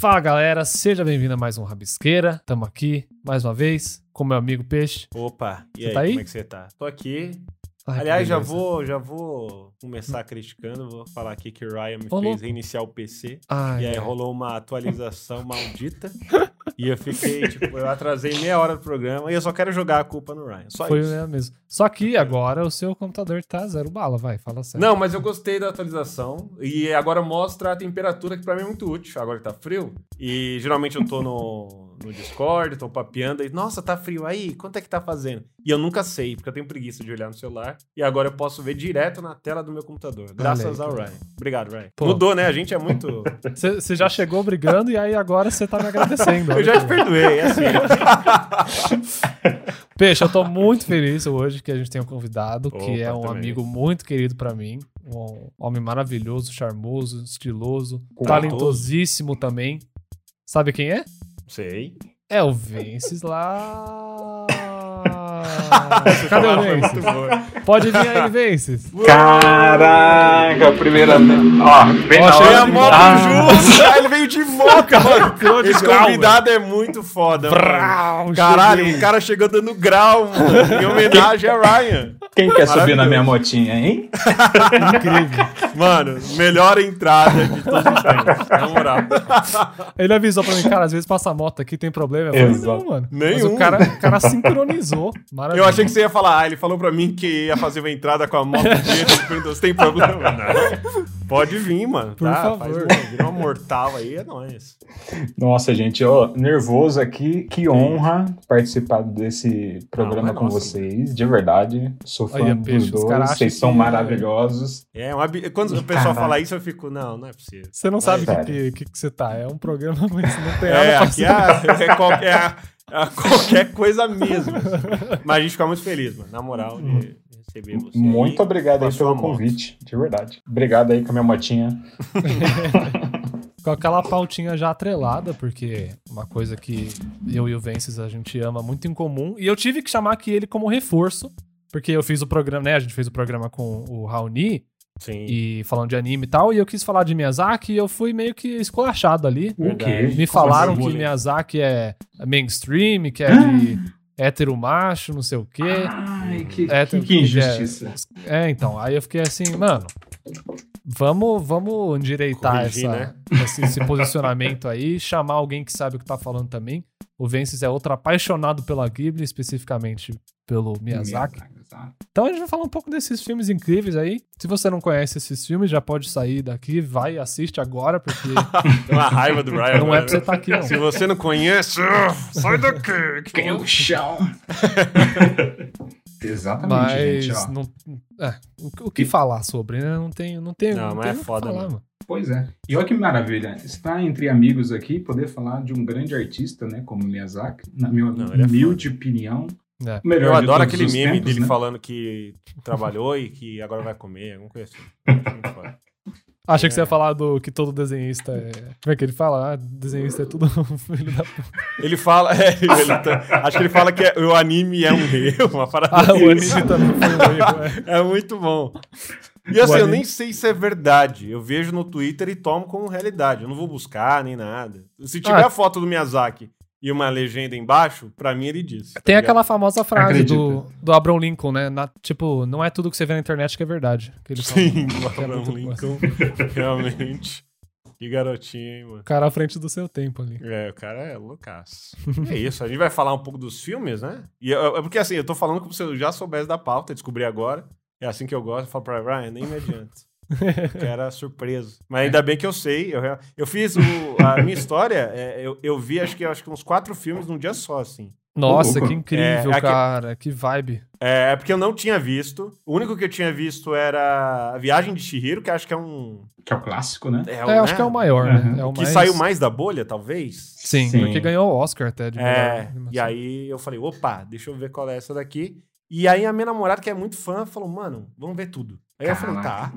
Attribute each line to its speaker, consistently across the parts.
Speaker 1: Fala galera, seja bem-vindo a mais um Rabisqueira. Tamo aqui mais uma vez com meu amigo Peixe.
Speaker 2: Opa, e
Speaker 1: Você
Speaker 2: aí,
Speaker 1: tá aí?
Speaker 2: como é que você tá? Tô aqui.
Speaker 1: Ai,
Speaker 2: Aliás,
Speaker 1: que
Speaker 2: já
Speaker 1: beleza.
Speaker 2: vou, já vou começar criticando, vou falar aqui que o Ryan me
Speaker 1: Ô,
Speaker 2: fez
Speaker 1: louco.
Speaker 2: reiniciar o PC.
Speaker 1: Ai,
Speaker 2: E aí
Speaker 1: ai.
Speaker 2: rolou uma atualização maldita. E eu fiquei, tipo, eu atrasei meia hora do programa e eu só quero jogar a culpa no Ryan. Só
Speaker 1: Foi
Speaker 2: isso.
Speaker 1: né, mesmo. Só que agora o seu computador tá zero bala, vai, fala sério.
Speaker 2: Não, mas eu gostei da atualização. E agora mostra a temperatura, que pra mim é muito útil. Agora que tá frio. E geralmente eu tô no, no Discord, tô papeando. E, Nossa, tá frio aí? Quanto é que tá fazendo? E eu nunca sei, porque eu tenho preguiça de olhar no celular. E agora eu posso ver direto na tela do meu computador. Graças
Speaker 1: aí,
Speaker 2: ao
Speaker 1: cara.
Speaker 2: Ryan. Obrigado, Ryan.
Speaker 1: Pô.
Speaker 2: Mudou, né? A gente é muito.
Speaker 1: Você você já chegou brigando e aí agora você tá me agradecendo.
Speaker 2: eu já te perdoei, é assim.
Speaker 1: Peixe, eu tô muito feliz hoje que a gente tem um convidado,
Speaker 2: Opa,
Speaker 1: que é um
Speaker 2: também.
Speaker 1: amigo muito querido pra mim. Um homem maravilhoso, charmoso, estiloso,
Speaker 2: Talentoso.
Speaker 1: talentosíssimo também. Sabe quem é?
Speaker 2: Sei.
Speaker 1: É o Venceslau. Cadê
Speaker 2: Cara,
Speaker 1: o
Speaker 2: foi muito
Speaker 1: Vences?
Speaker 2: boa.
Speaker 1: Pode vir aí, Vences.
Speaker 3: Caraca, primeiramente. Ó, bem
Speaker 1: Ó,
Speaker 3: na
Speaker 1: achei
Speaker 2: Foi
Speaker 3: hora.
Speaker 2: a
Speaker 1: de
Speaker 2: moto
Speaker 3: Ah,
Speaker 2: junto. Ah, ele veio de moto, mano. Esse
Speaker 1: grau,
Speaker 2: convidado é muito foda, mano. Caralho, o cara chegou dando grau, mano, em homenagem a Ryan.
Speaker 3: Quem quer subir na
Speaker 2: Maravilhoso.
Speaker 3: minha motinha, hein?
Speaker 1: incrível.
Speaker 2: Mano, melhor entrada de todos os tempos. Na moral.
Speaker 1: Ele avisou pra mim, cara, às vezes passa a moto aqui, tem problema. Eu falei,
Speaker 3: Exato.
Speaker 1: não, mano. Mas
Speaker 2: Nenhum.
Speaker 1: o cara, o cara sincronizou. Maravilha.
Speaker 2: Eu achei que você ia falar, ah, ele falou pra mim que ia fazer uma entrada com a moto dele, ele perguntou se tem problema. Não. Pode vir, mano.
Speaker 1: Por
Speaker 2: tá,
Speaker 1: favor.
Speaker 2: Faz uma, vira uma mortal aí, é nóis.
Speaker 3: Nossa, gente, ó, nervoso aqui. Que honra participar desse programa
Speaker 2: mas
Speaker 3: com
Speaker 2: nossa.
Speaker 3: vocês. De verdade, sou fã
Speaker 1: Olha,
Speaker 3: dos
Speaker 1: peixe, os caras
Speaker 3: dois.
Speaker 1: acham
Speaker 3: Vocês são
Speaker 1: que-
Speaker 3: maravilhosos.
Speaker 2: É, um ab... quando o pessoal fala isso, eu fico, não, não é possível.
Speaker 1: Você não sabe o que,
Speaker 3: Sério.
Speaker 1: que, que que você tá. É um programa, mas não tem nada
Speaker 2: É,
Speaker 1: pra
Speaker 2: aqui é, a- é qualquer, é qualquer coisa mesmo. Mas a gente fica muito feliz, mano, na moral,
Speaker 1: Uhum.
Speaker 2: de receber você.
Speaker 3: Muito
Speaker 2: aí.
Speaker 3: obrigado
Speaker 2: com a
Speaker 3: aí
Speaker 2: sua
Speaker 3: pelo
Speaker 2: moto.
Speaker 3: convite, de verdade. Obrigado aí com a minha motinha.
Speaker 2: é-
Speaker 1: Com aquela pautinha já atrelada, porque uma coisa que eu e o Vences a gente ama muito em comum. E eu tive que chamar aqui ele como reforço, porque eu fiz o programa, né? A gente fez o programa com o Raoni,
Speaker 2: Sim.
Speaker 1: e falando de anime e tal, e eu quis falar de Miyazaki e eu fui meio que esculachado ali.
Speaker 2: Verdade.
Speaker 1: Me falaram que
Speaker 2: assim, bullying.
Speaker 1: Miyazaki é mainstream, que é de hétero macho, não sei o quê.
Speaker 3: Ai, que,
Speaker 1: É,
Speaker 3: que,
Speaker 1: tem-
Speaker 3: Ah, que injustiça.
Speaker 1: É, então, aí eu fiquei assim, mano, vamos, vamos endireitar
Speaker 2: Corrigir, né?
Speaker 1: essa- esse, esse posicionamento aí, chamar alguém que sabe o que tá falando também. O Vences é outro apaixonado pela Ghibli, especificamente pelo Miyazaki.
Speaker 3: Miyazaki.
Speaker 1: Então a gente vai falar um pouco desses filmes incríveis aí. Se você não conhece esses filmes, já pode sair daqui, vai, assiste agora, porque
Speaker 2: Tem uma raiva do Brian.
Speaker 1: não é
Speaker 2: agora,
Speaker 1: pra você
Speaker 2: né?
Speaker 1: estar aqui, não.
Speaker 2: Se você não conhece, ah, sai daqui. que
Speaker 3: Ganhou é o chão. Exatamente,
Speaker 1: Mas
Speaker 3: gente, ó.
Speaker 1: não, é, o, o que falar sobre, né? Não tem, não tem,
Speaker 2: Não,
Speaker 1: não
Speaker 2: mas
Speaker 1: tem
Speaker 2: é
Speaker 1: o que
Speaker 2: foda,
Speaker 1: falar,
Speaker 2: mano.
Speaker 1: mano.
Speaker 3: Pois é. E olha que maravilha, estar entre amigos aqui, poder falar de um grande artista, né, como Miyazaki, na minha
Speaker 2: Não, ele é
Speaker 3: humilde opinião,
Speaker 1: É.
Speaker 3: o melhor
Speaker 2: Eu
Speaker 3: de
Speaker 2: adoro
Speaker 3: todos
Speaker 2: aquele
Speaker 3: os
Speaker 2: meme
Speaker 3: tempos,
Speaker 2: dele
Speaker 3: né?
Speaker 2: falando que trabalhou e que agora vai comer, alguma coisa assim. Muito foda.
Speaker 1: Achei que você ia falar do que todo desenhista é. Como é que ele fala? Ah, desenhista é tudo um filho da puta.
Speaker 2: Ele fala. é, ele tá- acho que ele fala que é- o anime é um erro, uma parada.
Speaker 1: Ah, o
Speaker 2: assim.
Speaker 1: anime também foi um erro. é.
Speaker 2: É muito bom. E assim,
Speaker 1: O
Speaker 2: eu
Speaker 1: anime-
Speaker 2: nem sei se é verdade. Eu vejo no Twitter e tomo como realidade. Eu não vou buscar nem nada. Se tiver
Speaker 1: Ah.
Speaker 2: a foto do Miyazaki e uma legenda embaixo, pra mim ele diz. tá
Speaker 1: Tem
Speaker 2: ligado?
Speaker 1: aquela famosa frase
Speaker 3: Acredito.
Speaker 1: do, do Abraham Lincoln, né? Na- tipo, não é tudo que você vê na internet que é verdade. Que ele fala.
Speaker 2: Sim, o
Speaker 1: Que é
Speaker 2: Abraham
Speaker 1: muito bom.
Speaker 2: Lincoln. Realmente. Que garotinho, hein, mano.
Speaker 1: O cara à frente do seu tempo ali.
Speaker 2: É, o cara é loucaço. é isso, a gente vai falar um pouco dos filmes, né? E eu- é porque assim, eu tô falando como se eu já soubesse da pauta, descobri agora. É assim que eu gosto, eu falo pra Ryan, nem me adianta. que era surpresa. Mas ainda bem que eu sei. Eu, rea- eu fiz o- a minha história, é, eu, eu vi acho que, acho que uns quatro filmes num dia só, assim.
Speaker 1: Nossa,
Speaker 3: louco.
Speaker 1: que incrível,
Speaker 2: É, aqui-
Speaker 1: cara. Que vibe.
Speaker 2: É, é porque eu não tinha visto. O único que eu tinha visto era A Viagem de Shihiro, que acho que é um.
Speaker 3: Que é o clássico, né?
Speaker 2: É,
Speaker 1: É, eu
Speaker 2: um, né?
Speaker 1: acho que é o maior,
Speaker 3: Uhum.
Speaker 1: né? É o
Speaker 2: Que
Speaker 1: mais...
Speaker 2: saiu mais da bolha, talvez.
Speaker 1: Sim,
Speaker 3: Sim.
Speaker 1: porque ganhou o Oscar até de melhor
Speaker 2: É,
Speaker 1: animação.
Speaker 2: e aí eu falei, opa, deixa eu ver qual é essa daqui. E aí a minha namorada, que é muito fã, falou, mano, vamos ver tudo. Aí eu falei, tá.
Speaker 3: Caraca.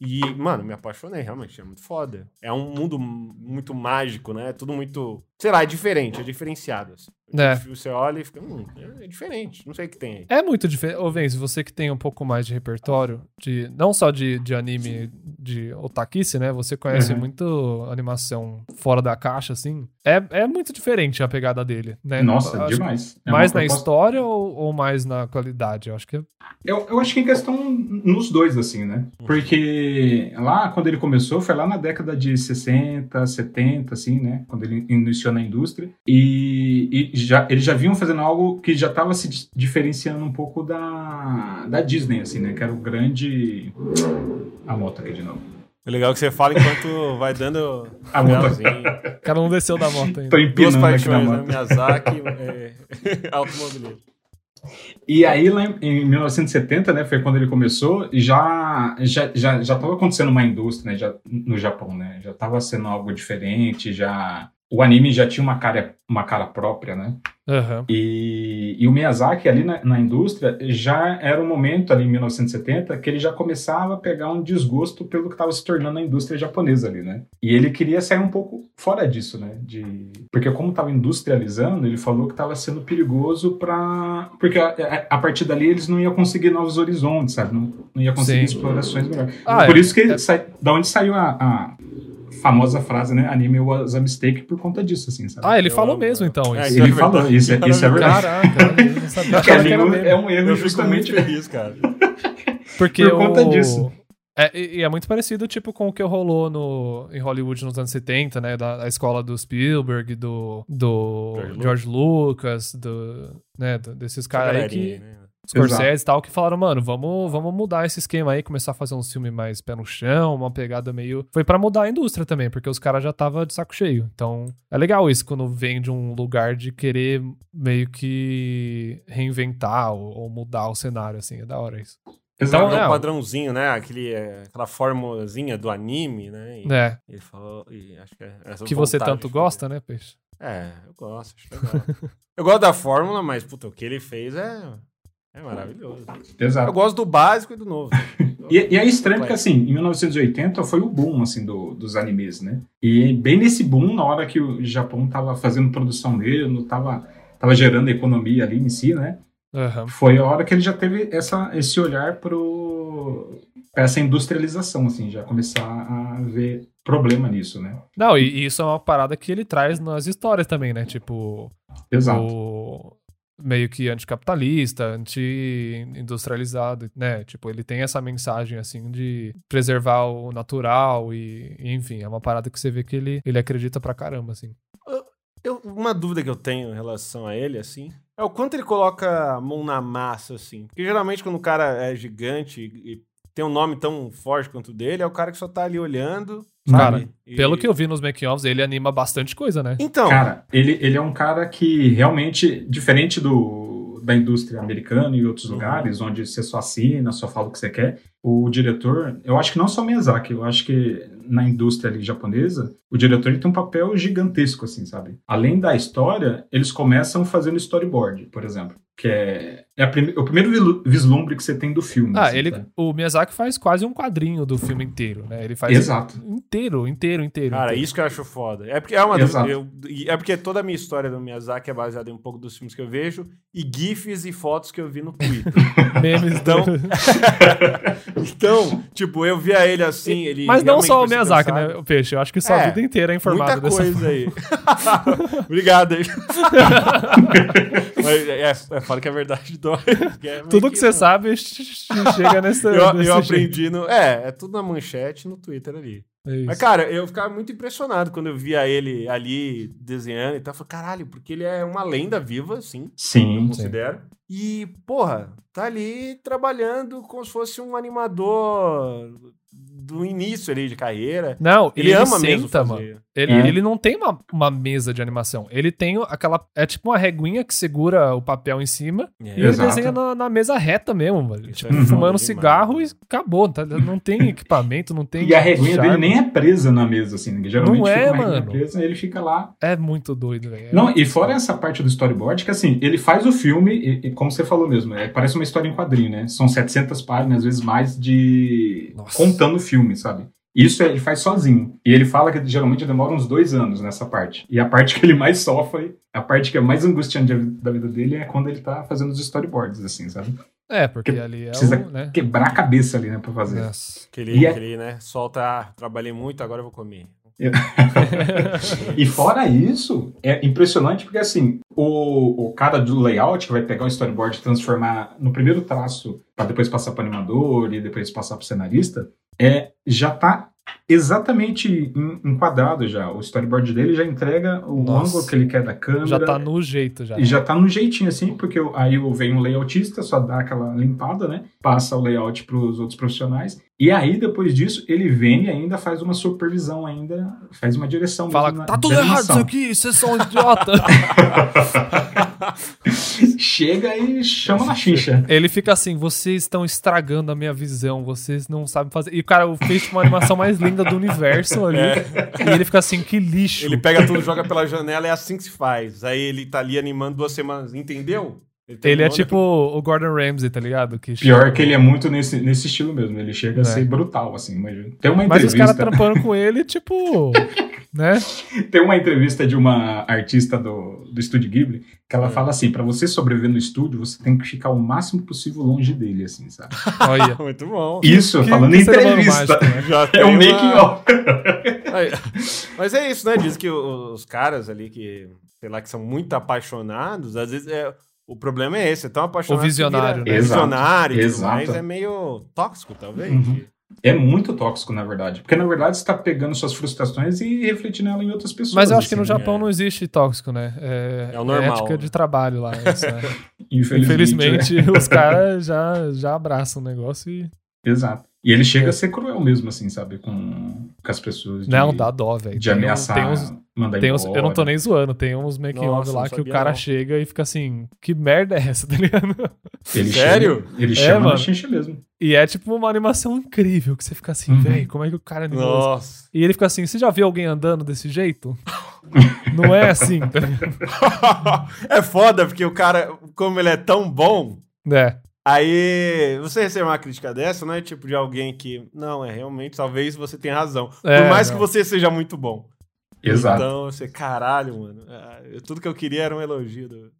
Speaker 2: E, mano, me apaixonei, realmente, é muito foda. É um mundo m- muito mágico, né? É tudo muito, sei lá, é diferente, é diferenciado. Assim.
Speaker 1: É.
Speaker 2: Você olha e fica, hum, é diferente, não sei o que tem aí.
Speaker 1: É muito diferente. Ô, Vence, você que tem um pouco mais de repertório, de, não só de, de anime, de de otakice, né? Você conhece
Speaker 3: Uhum.
Speaker 1: muito animação fora da caixa, assim. É, é muito diferente a pegada dele, né?
Speaker 3: Nossa,
Speaker 1: Acho que
Speaker 3: demais. É uma
Speaker 1: Mais na
Speaker 3: proposta-
Speaker 1: história ou, ou mais na qualidade? Eu acho que.
Speaker 3: Eu, eu acho que é questão nos dois, assim, né? Porque lá, quando ele começou, foi lá na década de 60, 70, assim, né? Quando ele iniciou na indústria. E, e já, eles já vinham fazendo algo que já estava se di- diferenciando um pouco da, da Disney, assim, né? Que era o grande. A moto aqui de novo.
Speaker 2: É legal que você fala enquanto vai dando
Speaker 3: A moto.
Speaker 2: grauzinho.
Speaker 1: O cara não um desceu da moto
Speaker 3: Tô
Speaker 1: ainda.
Speaker 2: Duas
Speaker 3: empinando aqui na
Speaker 2: paixões, né?
Speaker 3: moto.
Speaker 2: Miyazaki é, automobilismo.
Speaker 3: E aí, lá em, em 1970, né, foi quando ele começou, e já já já, já tava acontecendo uma indústria, né, já, no Japão, né? Já tava sendo algo diferente, já o anime já tinha uma cara uma cara própria, né?
Speaker 1: Aham.
Speaker 3: E, e o Miyazaki ali na, na indústria já era um momento ali em 1970 que ele já começava a pegar um desgosto pelo que estava se tornando a indústria japonesa ali, né? E ele queria sair um pouco fora disso, né? De porque como estava industrializando, ele falou que estava sendo perigoso para porque a, a- a partir dali eles não iam conseguir novos horizontes, sabe? Não, não ia conseguir
Speaker 1: Sim.
Speaker 3: explorações melhores.
Speaker 1: Ah,
Speaker 3: por
Speaker 1: é.
Speaker 3: isso que
Speaker 1: É-
Speaker 3: sai- da onde saiu a, a famosa frase, né? Anime was a mistake por conta disso, assim, sabe?
Speaker 1: Ah, ele
Speaker 2: Eu
Speaker 1: falou
Speaker 2: amo,
Speaker 1: mesmo
Speaker 2: eu-
Speaker 1: então isso.
Speaker 2: É, isso
Speaker 3: ele falou
Speaker 2: verdade.
Speaker 3: isso, é- isso é verdade.
Speaker 1: Caraca, eu não sabia.
Speaker 3: Que
Speaker 1: Achava que era
Speaker 3: ali
Speaker 1: mesmo.
Speaker 3: é um erro
Speaker 2: Eu fico muito
Speaker 3: justamente.
Speaker 2: feliz, cara.
Speaker 1: Porque
Speaker 3: Por conta
Speaker 1: o-
Speaker 3: disso.
Speaker 1: É, e e é muito parecido, tipo, com o que rolou no, em Hollywood nos anos 70, né? Da, da escola do Spielberg, do, do
Speaker 2: George
Speaker 1: George, Lucas, do, né? do- desses caras aí
Speaker 2: Galerinha,
Speaker 1: que...
Speaker 2: né?
Speaker 1: Scorsese e tal, que falaram, mano, vamos, vamos mudar esse esquema aí, começar a fazer uns filmes mais pé no chão, uma pegada meio... Foi pra mudar a indústria também, porque os caras já tava de saco cheio. Então, é legal isso, quando vem de um lugar de querer meio que reinventar ou, ou mudar o cenário, assim. É da hora isso.
Speaker 3: Exato.
Speaker 1: Então,
Speaker 2: é
Speaker 1: é,
Speaker 2: um padrãozinho, né? Aquele, é, aquela formulazinha do anime, né? E
Speaker 1: É,
Speaker 2: Ele falou, e acho que é essa
Speaker 1: que você
Speaker 2: vontade
Speaker 1: tanto
Speaker 2: de
Speaker 1: gosta, né, Peixe?
Speaker 2: fazer. É, eu gosto, acho legal. eu gosto da fórmula, mas puta, o que ele fez é, é maravilhoso. Eu
Speaker 3: Exato.
Speaker 2: gosto do básico e do novo.
Speaker 3: E, e é estranho porque, assim, em 1980 foi o boom, assim, do, dos animes, né? E bem nesse boom, na hora que o Japão tava fazendo produção dele, tava, tava gerando economia ali em si, né?
Speaker 1: Aham.
Speaker 3: Foi a hora que ele já teve essa, esse olhar pro, pra essa industrialização, assim, já começar a ver problema nisso, né?
Speaker 1: Não, e, e isso é uma parada que ele traz nas histórias também, né? Tipo,
Speaker 3: Exato.
Speaker 1: o meio que anticapitalista, anti-industrializado, né? Tipo, ele tem essa mensagem, assim, de preservar o natural e, e, enfim, é uma parada que você vê que ele, ele acredita pra caramba, assim.
Speaker 2: Eu- uma dúvida que eu tenho em relação a ele, assim, é o quanto ele coloca a mão na massa, assim. Porque geralmente quando o cara é gigante e e tem um nome tão forte quanto o dele, é o cara que só tá ali olhando,
Speaker 1: Cara,
Speaker 2: sabe? E-
Speaker 1: Pelo que eu vi nos making-offs, ele anima bastante coisa, né?
Speaker 2: Então,
Speaker 3: Cara, ele, ele é um cara que realmente, diferente do, da indústria americana e outros
Speaker 2: Uhum.
Speaker 3: lugares, onde você só assina, só fala o que você quer, o diretor, eu acho que não só Miyazaki, eu acho que na indústria ali japonesa, o diretor ele tem um papel gigantesco, assim, sabe? Além da história, eles começam fazendo storyboard, por exemplo, que é, é a prime- o primeiro vilu- vislumbre que você tem do filme.
Speaker 1: Ah,
Speaker 3: assim,
Speaker 1: ele,
Speaker 3: tá?
Speaker 1: o Miyazaki faz quase um quadrinho do filme inteiro, né? Ele faz
Speaker 3: Exato.
Speaker 1: inteiro, inteiro, inteiro.
Speaker 2: Cara,
Speaker 1: inteiro.
Speaker 2: isso que eu acho foda. É porque é uma dúvida,
Speaker 3: Exato.
Speaker 2: eu- e é porque toda a minha história do Miyazaki é baseada em um pouco dos filmes que eu vejo e gifs e fotos que eu vi no Twitter.
Speaker 1: Memes
Speaker 2: Então,
Speaker 1: do-
Speaker 2: então, tipo, eu via ele assim, ele
Speaker 1: Mas não
Speaker 2: realmente
Speaker 1: só o
Speaker 2: parecia
Speaker 1: Miyazaki,
Speaker 2: cansado.
Speaker 1: né, o Peixe? Eu acho que sua
Speaker 2: É,
Speaker 1: vida inteira é informada
Speaker 2: Muita
Speaker 1: dessa
Speaker 2: coisa aí. Obrigado aí. Mas, é, é, fala que é verdade, dói. É
Speaker 1: Tudo
Speaker 2: meio
Speaker 1: que você sabe chega nessa.
Speaker 2: Eu,
Speaker 1: nesse
Speaker 2: eu
Speaker 1: jeito.
Speaker 2: aprendi no. É, é tudo na manchete e no Twitter ali.
Speaker 1: É isso.
Speaker 2: Mas, cara, eu ficava muito impressionado quando eu via ele ali desenhando e tal. Eu falei, caralho, porque ele é uma lenda viva, assim, eu
Speaker 3: Sim.
Speaker 2: considero. E, porra, tá ali trabalhando como se fosse um animador do início ali de carreira.
Speaker 1: Não,
Speaker 2: Ele, ama mesmo.
Speaker 1: senta, mano.
Speaker 2: fazer.
Speaker 1: Ele,
Speaker 3: É.
Speaker 1: ele não tem uma, uma mesa de animação. Ele tem aquela. É tipo uma reguinha que segura o papel em cima
Speaker 2: É.
Speaker 1: e ele
Speaker 3: Exato.
Speaker 1: desenha na, na mesa reta mesmo, mano.
Speaker 2: Isso
Speaker 1: Tipo,
Speaker 2: é foda
Speaker 1: fumando
Speaker 2: demais.
Speaker 1: cigarro e acabou. Tá? Não tem equipamento, não tem.
Speaker 3: E a reguinha
Speaker 1: charme.
Speaker 3: dele nem é presa na mesa, assim. né? Geralmente
Speaker 1: Não é,
Speaker 3: fica uma reguinha
Speaker 1: mano.
Speaker 3: presa, ele fica lá
Speaker 1: É muito doido, velho.
Speaker 3: Não, e fora essa parte do storyboard, que assim, ele faz o filme, e, e como você falou mesmo, é, parece uma história em quadrinho, né? São 700 páginas, às vezes mais, de.
Speaker 1: Nossa.
Speaker 3: contando o filme, sabe? Isso ele faz sozinho. E ele fala que geralmente demora uns dois anos nessa parte. E a parte que ele mais sofre, a parte que é mais angustiante da vida dele é quando ele tá fazendo os storyboards, assim, sabe?
Speaker 1: É, porque
Speaker 3: Que
Speaker 1: ali é
Speaker 3: precisa
Speaker 1: o, né?
Speaker 3: Quebrar a cabeça ali, né, pra fazer.
Speaker 1: Nossa.
Speaker 2: Aquele,
Speaker 3: E é-
Speaker 2: aquele, né? Solta, ah, trabalhei muito, agora eu vou comer.
Speaker 3: E fora isso, é impressionante porque assim, o, o cara do layout que vai pegar o storyboard e transformar no primeiro traço para depois passar para animador e depois passar para cenarista, é já tá exatamente en- enquadrado já. O storyboard dele já entrega o
Speaker 1: Nossa.
Speaker 3: ângulo que ele quer da câmera.
Speaker 1: Já tá no jeito já.
Speaker 3: E já tá no jeitinho assim, porque eu- aí eu- vem um layoutista, só dá aquela limpada, né? Passa o layout para os outros profissionais. E aí, depois disso, ele vem e ainda faz uma supervisão, ainda faz uma direção.
Speaker 1: Fala,
Speaker 3: mesmo na-
Speaker 1: tá tudo
Speaker 3: da
Speaker 1: errado
Speaker 3: animação.
Speaker 1: isso aqui, vocês são um idiota.
Speaker 3: Chega e chama na xincha.
Speaker 1: Ele fica assim, vocês estão estragando a minha visão, vocês não sabem fazer. E, cara, fez tipo, uma animação mais linda do universo ali.
Speaker 3: É.
Speaker 1: E ele fica assim, que lixo.
Speaker 2: Ele pega tudo, joga pela janela, é assim que se faz. Aí ele tá ali animando duas semanas, entendeu? né?
Speaker 1: Ele é
Speaker 2: terminou,
Speaker 1: tipo o Gordon Ramsay, tá ligado? Que
Speaker 3: né? Pior que ele é muito nesse, nesse estilo mesmo. Ele chega
Speaker 1: É.
Speaker 3: a ser brutal, assim, imagina. Tem uma
Speaker 1: Mas os
Speaker 3: entrevista,
Speaker 1: caras trampando com ele, tipo. né?
Speaker 3: tem uma entrevista de uma artista do, do estúdio Ghibli que
Speaker 1: É.
Speaker 3: ela fala assim: pra você sobreviver no estúdio, você tem que ficar o máximo possível longe dele, assim, sabe?
Speaker 1: Olha.
Speaker 2: depois- Muito bom.
Speaker 3: Isso,
Speaker 1: Que- é
Speaker 3: falando
Speaker 1: que
Speaker 3: em
Speaker 1: ser humano
Speaker 3: entrevista.
Speaker 1: mágico, né?
Speaker 2: Já tem
Speaker 3: É o
Speaker 2: uma-
Speaker 3: making of.
Speaker 2: Aí- Mas é isso, né? Diz que o- os caras ali que, sei lá, que são muito apaixonados, às vezes é. O problema é esse, é tão apaixonado.
Speaker 1: O visionário,
Speaker 2: que
Speaker 1: né?
Speaker 2: vira,
Speaker 3: Exato,
Speaker 2: Visionário, e tudo
Speaker 3: exato.
Speaker 2: mais é meio tóxico, talvez.
Speaker 3: Uhum. É muito tóxico, na verdade. Porque, na verdade, você tá pegando suas frustrações e refletindo ela em outras pessoas.
Speaker 1: Mas eu acho que no
Speaker 3: assim, né?
Speaker 1: Japão não existe tóxico, né? É,
Speaker 2: É o normal,
Speaker 1: ética
Speaker 2: né?
Speaker 1: de trabalho lá. é Isso, né?
Speaker 3: né?
Speaker 1: Infelizmente, os caras já, já abraçam o negócio e.
Speaker 3: é. Exato. E ele chega
Speaker 1: É.
Speaker 3: a ser cruel mesmo, assim, sabe? Com, com as pessoas. De,
Speaker 1: Não, dá dó, velho.
Speaker 3: de
Speaker 1: Tem um-
Speaker 3: ameaçar,
Speaker 1: Tem uns,
Speaker 3: mandar
Speaker 1: Tem uns-
Speaker 3: embora.
Speaker 1: eu não tô nem zoando, tem uns making
Speaker 2: Nossa,
Speaker 1: of lá
Speaker 2: não
Speaker 1: que o
Speaker 2: sabia
Speaker 1: cara
Speaker 2: não.
Speaker 1: chega e fica assim, que merda é essa, tá ligado?
Speaker 3: Ele
Speaker 2: Sério?
Speaker 3: Chama, ele
Speaker 1: É,
Speaker 3: chama
Speaker 1: mano.
Speaker 3: na xincha mesmo.
Speaker 1: E é tipo uma animação incrível, que você fica assim,
Speaker 3: Uhum.
Speaker 1: véi, como é que o cara animou isso?
Speaker 2: Nossa.
Speaker 1: E ele fica assim, você já viu alguém andando desse jeito? Não é assim, tá ligado?
Speaker 2: é foda, porque o cara, como ele é tão bom,
Speaker 1: É.
Speaker 2: aí você receber uma crítica dessa, não é tipo de alguém que. Não, é realmente, talvez você tenha razão.
Speaker 1: É,
Speaker 2: Por mais
Speaker 1: não.
Speaker 2: que você seja muito bom.
Speaker 3: Exato.
Speaker 2: Então, você, caralho, mano. ah, eu- Tudo que eu queria era um elogio. do-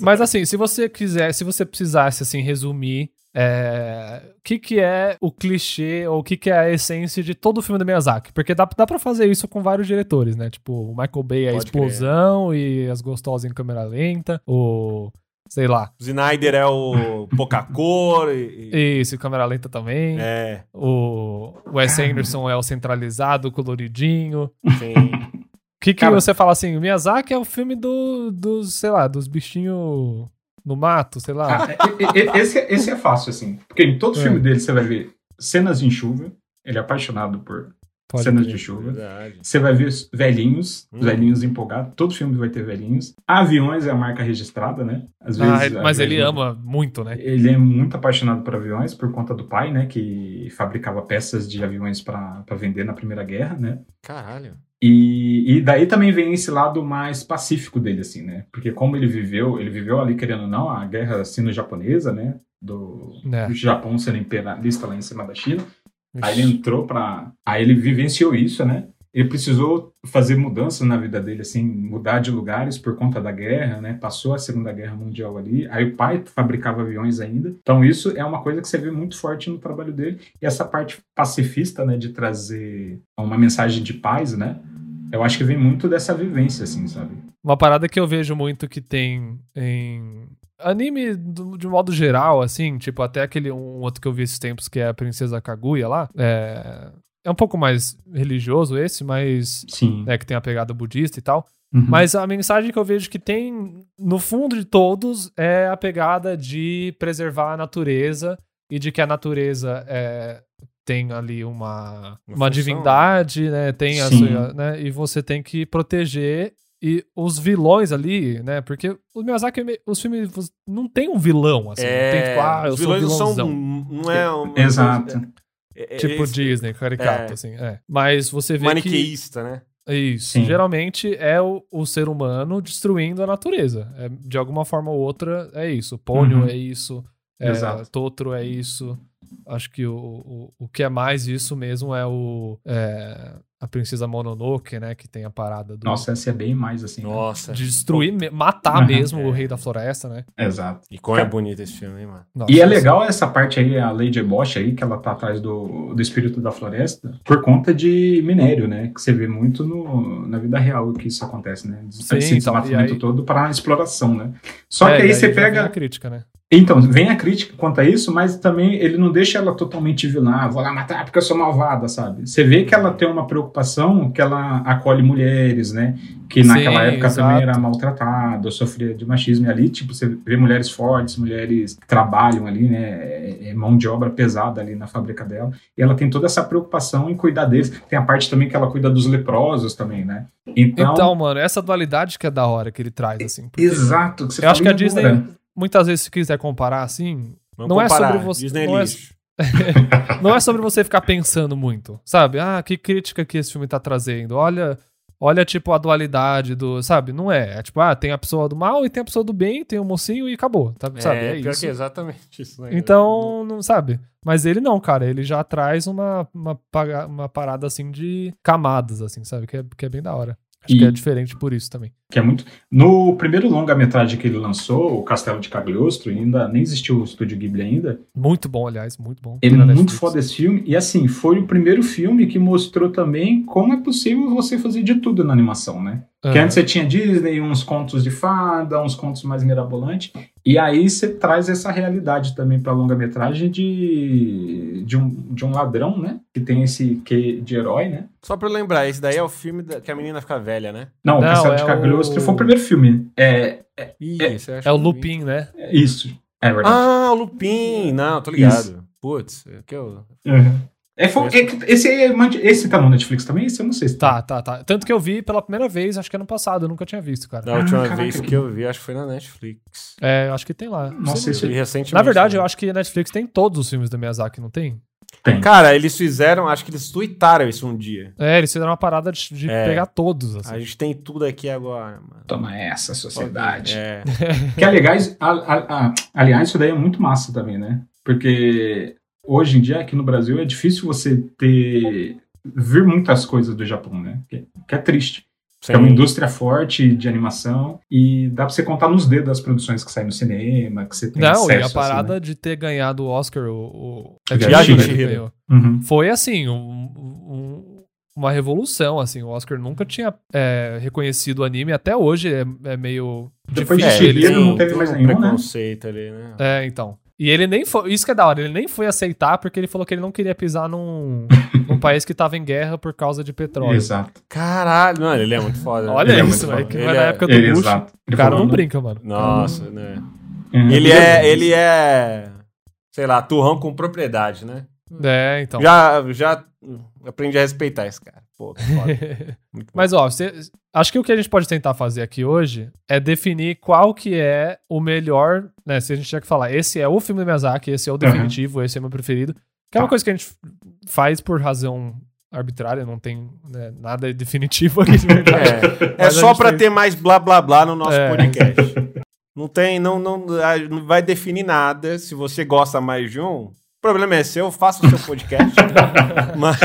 Speaker 1: Mas assim, se você quiser, se você precisasse, assim, resumir é, o que que é o clichê ou o que que é a essência de todo o filme do Miyazaki, porque dá, dá pra fazer isso com vários diretores, né? Tipo, o Michael Bay é a
Speaker 2: Pode
Speaker 1: explosão e as gostosas em câmera lenta, o... sei lá...
Speaker 2: O Snyder é o pouca cor e. e-
Speaker 1: Isso, e câmera lenta também.
Speaker 2: É,
Speaker 1: O Wes Anderson é o centralizado, coloridinho. O
Speaker 2: sim.
Speaker 1: que, que
Speaker 3: Cara-
Speaker 1: você fala assim? Miyazaki é o filme do, dos, sei lá, dos bichinhos no mato, sei lá.
Speaker 3: Ah, e- e- e- esse, é- esse é fácil, assim. Porque em todo
Speaker 1: É.
Speaker 3: filme dele você vai ver cenas em chuva. Ele é apaixonado por
Speaker 1: Pode
Speaker 3: cenas
Speaker 1: crer.
Speaker 3: de chuva.
Speaker 2: Verdade.
Speaker 3: Você vai ver os velhinhos,
Speaker 2: Hum.
Speaker 3: velhinhos empolgados. Todo filme vai ter velhinhos. Aviões é a marca registrada, né? Às vezes,
Speaker 1: Ah, ele- mas
Speaker 3: aviões-
Speaker 1: ele ama muito, né?
Speaker 3: Ele é muito apaixonado por aviões por conta do pai, né? Que fabricava peças de aviões para vender na Primeira Guerra, né?
Speaker 2: Caralho.
Speaker 3: E, e daí também vem esse lado mais pacífico dele, assim, né? Porque como ele viveu, ele viveu ali, querendo ou não, a guerra sino-japonesa, né? Do,
Speaker 1: É.
Speaker 3: do Japão sendo imperialista lá em cima da China. Aí ele entrou pra. Aí ele vivenciou isso, né? Ele precisou fazer mudanças na vida dele, assim, mudar de lugares por conta da guerra, né? Passou a Segunda Guerra Mundial ali. Aí o pai fabricava aviões ainda. Então isso é uma coisa que você vê muito forte no trabalho dele. E essa parte pacifista, né, de trazer uma mensagem de paz, né? Eu acho que vem muito dessa vivência, assim, sabe?
Speaker 1: Uma parada que eu vejo muito que tem em anime do- de um modo geral, assim, tipo, até aquele um outro que eu vi esses tempos que é a Princesa Kaguya lá. É, é um pouco mais religioso esse, mas.
Speaker 3: Sim.
Speaker 1: Né, que tem a pegada budista e tal.
Speaker 2: Uhum.
Speaker 1: Mas a mensagem que eu vejo que tem no fundo de todos é a pegada de preservar a natureza e de que a natureza é, tem ali uma, uma,
Speaker 2: Uma função, né?
Speaker 1: divindade, né? Tem a
Speaker 3: Sim.
Speaker 1: sua, né? E você tem que proteger e os vilões ali, né? Porque o Miyazaki, é meio- os filmes não tem um vilão assim, não tem tipo, ah, eu
Speaker 2: É, os
Speaker 1: sou
Speaker 2: vilões não são.
Speaker 1: vilãozão.
Speaker 2: Não é uma,
Speaker 3: Exato.
Speaker 2: é- é-
Speaker 1: Tipo
Speaker 2: esse-
Speaker 1: Disney, caricato,
Speaker 2: é.
Speaker 1: assim, é. Mas você vê que...
Speaker 2: maniqueísta, né?
Speaker 1: É Isso.
Speaker 3: Sim.
Speaker 1: Geralmente é o, o ser humano destruindo a natureza. É, de alguma forma ou outra, é isso. Pônio
Speaker 3: Uhum.
Speaker 1: é isso. É,
Speaker 3: Exato.
Speaker 1: Totoro é isso. Acho que o, o, o que é mais isso mesmo é o. é, a Princesa Mononoke, né? Que tem a parada do,
Speaker 3: Nossa, Uhum. essa é bem mais assim. né?
Speaker 2: Nossa.
Speaker 1: de destruir, me- matar
Speaker 3: Aham.
Speaker 1: mesmo o
Speaker 2: É.
Speaker 1: rei da floresta, né?
Speaker 3: Exato.
Speaker 2: E como é bonito esse filme, hein, mano?
Speaker 1: Nossa,
Speaker 3: E é legal essa parte aí, a Lady Bosch aí, que ela tá atrás do, do espírito da floresta, por conta de minério, né? Que você vê muito no, na vida real que isso acontece, né? Des-
Speaker 1: Sim,
Speaker 3: Esse
Speaker 1: então,
Speaker 3: desmatamento
Speaker 1: e aí-
Speaker 3: todo para exploração, né? Só
Speaker 1: É,
Speaker 3: que
Speaker 1: daí
Speaker 3: aí você
Speaker 1: já vem
Speaker 3: pega.
Speaker 1: a crítica, né?
Speaker 3: Então, vem a crítica quanto a isso, mas também ele não deixa ela totalmente vilã, "Ah, vou lá matar porque eu sou malvada, sabe? Você vê que ela tem uma preocupação que ela acolhe mulheres, né? Que
Speaker 1: Sim,
Speaker 3: naquela época também
Speaker 1: exato.
Speaker 3: era maltratada, sofria de machismo. E ali, tipo, você vê mulheres fortes, mulheres que trabalham ali, né? É- é mão de obra pesada ali na fábrica dela. E ela tem toda essa preocupação em cuidar deles. Tem a parte também que ela cuida dos leprosos também, né? Então,
Speaker 1: Então, mano, essa dualidade que é da hora que ele traz, assim. porque
Speaker 3: exato. Que você
Speaker 1: Eu acho que
Speaker 3: fala,
Speaker 1: a Disney,
Speaker 3: "Ih, bora."
Speaker 1: muitas vezes, se quiser comparar, assim,
Speaker 2: Vamos
Speaker 1: Não é
Speaker 2: comparar.
Speaker 1: sobre você-
Speaker 2: Disney é
Speaker 1: não é-
Speaker 2: lixo.
Speaker 1: não é sobre você ficar pensando muito, sabe? Ah, que crítica que esse filme tá trazendo. Olha, olha tipo a dualidade do, sabe? Não é, é tipo, ah, tem a pessoa do mal e tem a pessoa do bem, tem o mocinho e acabou, tá, sabe? É
Speaker 2: pior
Speaker 1: isso.
Speaker 2: que é exatamente isso. né?
Speaker 1: Então, não sabe. Mas ele não, cara. Ele já traz uma, uma, paga- uma parada assim de camadas, assim, sabe? Que é, que é bem da hora. Acho
Speaker 3: E-
Speaker 1: que é diferente por isso também.
Speaker 3: que é muito. No primeiro longa-metragem que ele lançou, o Castelo de Cagliostro, ainda nem existiu o estúdio Ghibli ainda.
Speaker 1: Muito bom, aliás, muito bom.
Speaker 3: Ele é
Speaker 1: Na
Speaker 3: muito
Speaker 1: Netflix.
Speaker 3: foda esse filme e assim foi o primeiro filme que mostrou também como é possível você fazer de tudo na animação, né?
Speaker 1: Ah,
Speaker 3: Porque antes você tinha Disney, uns contos de fada, uns contos mais mirabolantes. E aí você traz essa realidade também pra longa-metragem de, de, um, de um ladrão, né? Que tem esse quê de herói, né?
Speaker 2: Só pra eu lembrar, esse daí é o filme da- que a menina fica velha, né?
Speaker 3: Não, o
Speaker 1: Não,
Speaker 3: Castelo
Speaker 1: é
Speaker 3: de Cagliostro
Speaker 1: o-
Speaker 3: foi o primeiro filme. É,
Speaker 2: Ih,
Speaker 3: É-
Speaker 2: esse eu acho
Speaker 1: é o
Speaker 2: que eu vi.
Speaker 1: Lupin, né?
Speaker 3: é isso. É verdade.
Speaker 2: Ah, o Lupin! Não, tô ligado. Putz, é que eu...
Speaker 3: É, foi- é que esse, aí é mante- esse tá no Netflix também? Esse eu não sei se
Speaker 1: Tá, tá, tá. Tanto que eu vi pela primeira vez, acho que ano passado, eu nunca tinha visto, cara.
Speaker 2: Da última
Speaker 3: caraca.
Speaker 2: vez que eu vi, acho que foi na Netflix.
Speaker 1: É, eu acho que tem lá.
Speaker 3: Nossa,
Speaker 1: Sei
Speaker 2: Eu
Speaker 3: esse-
Speaker 2: vi recentemente.
Speaker 1: Na verdade,
Speaker 2: né?
Speaker 1: eu acho que a Netflix tem todos os filmes do Miyazaki, não tem?
Speaker 3: Tem.
Speaker 2: Cara, eles fizeram, acho que eles tuitaram isso um dia.
Speaker 1: É, eles fizeram uma parada de, de
Speaker 2: É.
Speaker 1: pegar todos, assim.
Speaker 2: A gente tem tudo aqui agora, mano.
Speaker 3: Toma essa, sociedade.
Speaker 2: É.
Speaker 3: Que, aliás, a- a- a- aliás, isso daí é muito massa também, né? Porque hoje em dia, aqui no Brasil, é difícil você ter... Ver muitas coisas do Japão, né? Que, que é triste.
Speaker 2: Sim.
Speaker 3: É
Speaker 1: um
Speaker 3: uma indústria forte de animação e dá pra você contar nos dedos as produções que saem no cinema, que você tem
Speaker 1: Não, e
Speaker 3: acesso.
Speaker 1: a
Speaker 3: assim,
Speaker 1: parada
Speaker 3: né? É
Speaker 1: de ter ganhado o Oscar, o. o... Chihiro,
Speaker 2: de
Speaker 3: Viagem
Speaker 1: né, que
Speaker 2: Chihiro.
Speaker 1: ganhou.
Speaker 3: Uhum.
Speaker 1: Foi assim, um- um- uma revolução, assim. O Oscar nunca tinha é, reconhecido o anime, até hoje é, é meio.
Speaker 3: Depois de
Speaker 1: difícil
Speaker 3: Chihiro,
Speaker 1: ele-
Speaker 3: não teve mais
Speaker 2: um
Speaker 3: nenhum, né?
Speaker 2: preconceito ali, né?
Speaker 1: É, então. E ele nem foi. Isso que é da hora, ele nem foi aceitar porque ele falou que ele não queria pisar num, num país que tava em guerra por causa de petróleo.
Speaker 3: Exato.
Speaker 2: Caralho, não, ele é muito foda. né?
Speaker 1: Olha
Speaker 2: Ele é
Speaker 1: isso,
Speaker 2: muito
Speaker 1: velho.
Speaker 2: foda.
Speaker 1: Que
Speaker 2: Ele
Speaker 1: vai na
Speaker 2: é-
Speaker 1: época Hum. do Bush.
Speaker 3: Exato. né?
Speaker 1: O cara não brinca, mano.
Speaker 2: Nossa, né?
Speaker 3: brinca.
Speaker 2: Ele é, ele é, sei lá, turrão com propriedade, né?
Speaker 1: É, então.
Speaker 2: Já, já aprendi a respeitar esse cara. Pô, que foda. Muito bom.
Speaker 1: Mas, ó, você- acho que o que a gente pode tentar fazer aqui hoje é definir qual que é o melhor, né? Se a gente tiver que falar, esse é o filme do Miyazaki, esse é o definitivo, esse é o meu preferido. Que é uma
Speaker 3: Tá.
Speaker 1: coisa que a gente faz por razão arbitrária, não tem né, nada definitivo aqui de verdade.
Speaker 2: É, é
Speaker 1: Mas a
Speaker 2: só
Speaker 1: gente
Speaker 2: pra
Speaker 1: tem-
Speaker 2: ter mais blá blá blá no nosso
Speaker 1: É.
Speaker 2: podcast. Não tem, não, não, ah, não vai definir nada. Se você gosta mais de um, o problema é seu, faça o seu podcast. Mas-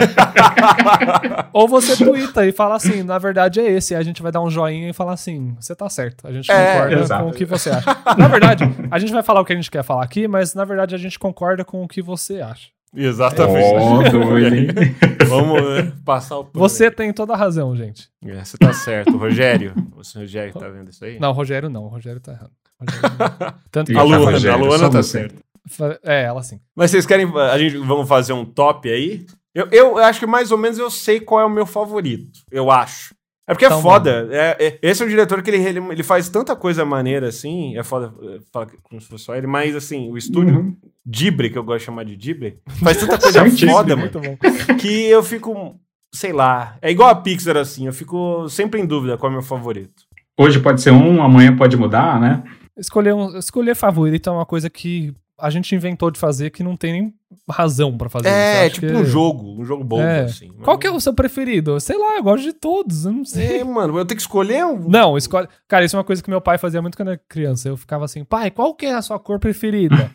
Speaker 1: Ou você twitta e fala assim, na verdade é esse, aí a gente vai dar um joinha e falar assim, você tá certo, a gente
Speaker 2: É,
Speaker 1: concorda
Speaker 3: exato.
Speaker 1: com o que você acha. na verdade, a gente vai falar o que a gente quer falar aqui, mas na verdade a gente concorda com o que você acha.
Speaker 2: Exatamente.
Speaker 3: Ó, doido, hein?
Speaker 2: Vamos né, passar o pano.
Speaker 1: Você tem toda a razão, gente.
Speaker 2: É, você tá certo, Rogério. Você, Rogério, tá vendo isso aí?
Speaker 1: Não, o Rogério não, o Rogério tá errado. O Rogério não. Tanto que
Speaker 2: A Luana,
Speaker 3: Rogério,
Speaker 2: a Luana
Speaker 3: só
Speaker 2: tá
Speaker 3: você.
Speaker 2: certa.
Speaker 1: fa- É, ela sim.
Speaker 2: Mas vocês querem. A gente vamos fazer um top aí? Eu, eu acho que mais ou menos eu sei qual é o meu favorito. Eu acho. É porque
Speaker 1: Então,
Speaker 2: é foda. É, é- esse é o diretor que ele, ele, ele faz tanta coisa maneira assim. É foda é, falar que- como se fosse só ele, mas assim, o estúdio
Speaker 3: Uhum.
Speaker 2: Dibre, que eu gosto de chamar de Dibre, faz tanta coisa
Speaker 3: Certíssimo.
Speaker 2: foda, mano,
Speaker 1: Muito bom.
Speaker 2: que eu fico. Sei lá. É igual a Pixar assim. Eu fico sempre em dúvida qual é o meu favorito.
Speaker 3: Hoje pode ser um, amanhã pode mudar, né?
Speaker 1: Escolher, um, escolher favorito é uma coisa que a gente inventou de fazer que não tem nem razão pra fazer. isso. Eu
Speaker 2: É,
Speaker 1: acho
Speaker 2: tipo
Speaker 1: que-
Speaker 2: um jogo, um jogo bom,
Speaker 1: É.
Speaker 2: assim.
Speaker 1: Qual que é o seu preferido? Sei lá, eu gosto de todos, eu não sei.
Speaker 2: É, mano, eu tenho que escolher um.
Speaker 1: Não, escolhe. Cara, isso é uma coisa que meu pai fazia muito quando eu era criança. Eu ficava assim, pai, qual que é a sua cor preferida?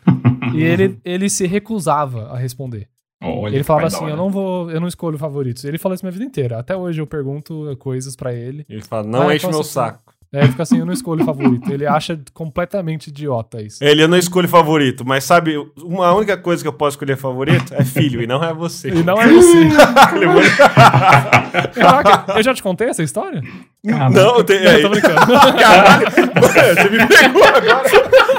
Speaker 1: e ele, ele se recusava a responder.
Speaker 3: Olha,
Speaker 1: ele
Speaker 3: que
Speaker 1: falava
Speaker 3: pai da
Speaker 1: assim:
Speaker 3: hora.
Speaker 1: eu não vou, eu não escolho favoritos. Ele falou isso minha vida inteira. Até hoje eu pergunto coisas pra ele.
Speaker 2: Ele fala, não
Speaker 1: Ah,
Speaker 2: enche meu
Speaker 1: posso-
Speaker 2: saco.
Speaker 1: Aí ele fica assim: eu não escolho favorito. Ele acha completamente idiota isso.
Speaker 2: Ele, eu não escolho favorito, mas sabe, uma a única coisa que eu posso escolher favorito é filho, e não é você.
Speaker 1: E não é você.
Speaker 2: Olha, mano.
Speaker 1: Caraca, eu já te contei essa história?
Speaker 3: Caramba.
Speaker 2: Não, tem.
Speaker 1: Eu tô brincando.
Speaker 2: Caralho, você me pegou agora.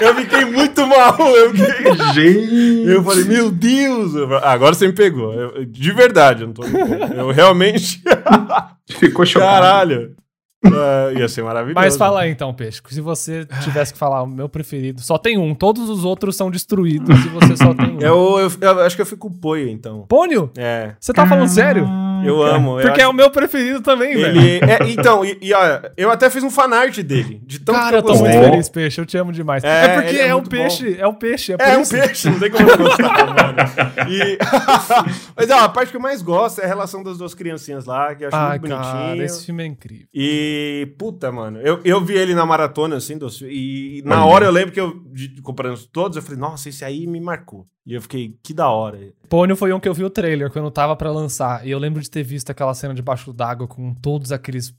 Speaker 2: Eu fiquei muito mal. Eu, fiquei-
Speaker 3: Gente.
Speaker 2: eu falei, meu Deus. Eu falei, agora você me pegou. Eu- de verdade, eu não tô brincando. Eu realmente.
Speaker 3: Ficou chocado.
Speaker 2: Caralho. Ah, ia ser maravilhoso.
Speaker 1: Mas fala aí então, Peixe. Se você tivesse que falar o meu preferido, só tem um. Todos os outros são destruídos e você só tem um.
Speaker 2: É Eu, eu, eu acho que eu fico com o Poio, então.
Speaker 1: Pônio,
Speaker 2: É.
Speaker 1: você tá falando sério?
Speaker 2: Eu amo. eu
Speaker 1: Porque é
Speaker 2: acho-
Speaker 1: o meu preferido também, velho.
Speaker 2: ele... é, então, e, e, olha, eu até fiz um fanart dele. De tão
Speaker 1: Cara, eu
Speaker 2: que eu
Speaker 1: tô
Speaker 2: gostei.
Speaker 1: muito
Speaker 3: gostei.
Speaker 1: feliz, Peixe. Eu te amo demais.
Speaker 2: É,
Speaker 1: É, porque
Speaker 2: ele é
Speaker 1: é, um
Speaker 2: muito bom.
Speaker 1: peixe, é um peixe, é por
Speaker 2: É um
Speaker 1: isso.
Speaker 2: peixe, não tem como não gostar, mano. E... Mas ó, a parte que eu mais gosto é a relação das duas criancinhas lá, que eu acho
Speaker 1: Ah,
Speaker 2: muito bonitinho.
Speaker 1: cara, esse filme é incrível.
Speaker 2: E, puta, mano, eu, eu vi ele na maratona, assim, do, e na
Speaker 3: Olha.
Speaker 2: hora eu lembro que eu, de- comparando todos, eu falei, nossa, esse aí me marcou. E eu fiquei, que da hora.
Speaker 1: Pônio foi um que eu vi o trailer quando tava pra lançar. E eu lembro de ter visto aquela cena debaixo d'água com todos aqueles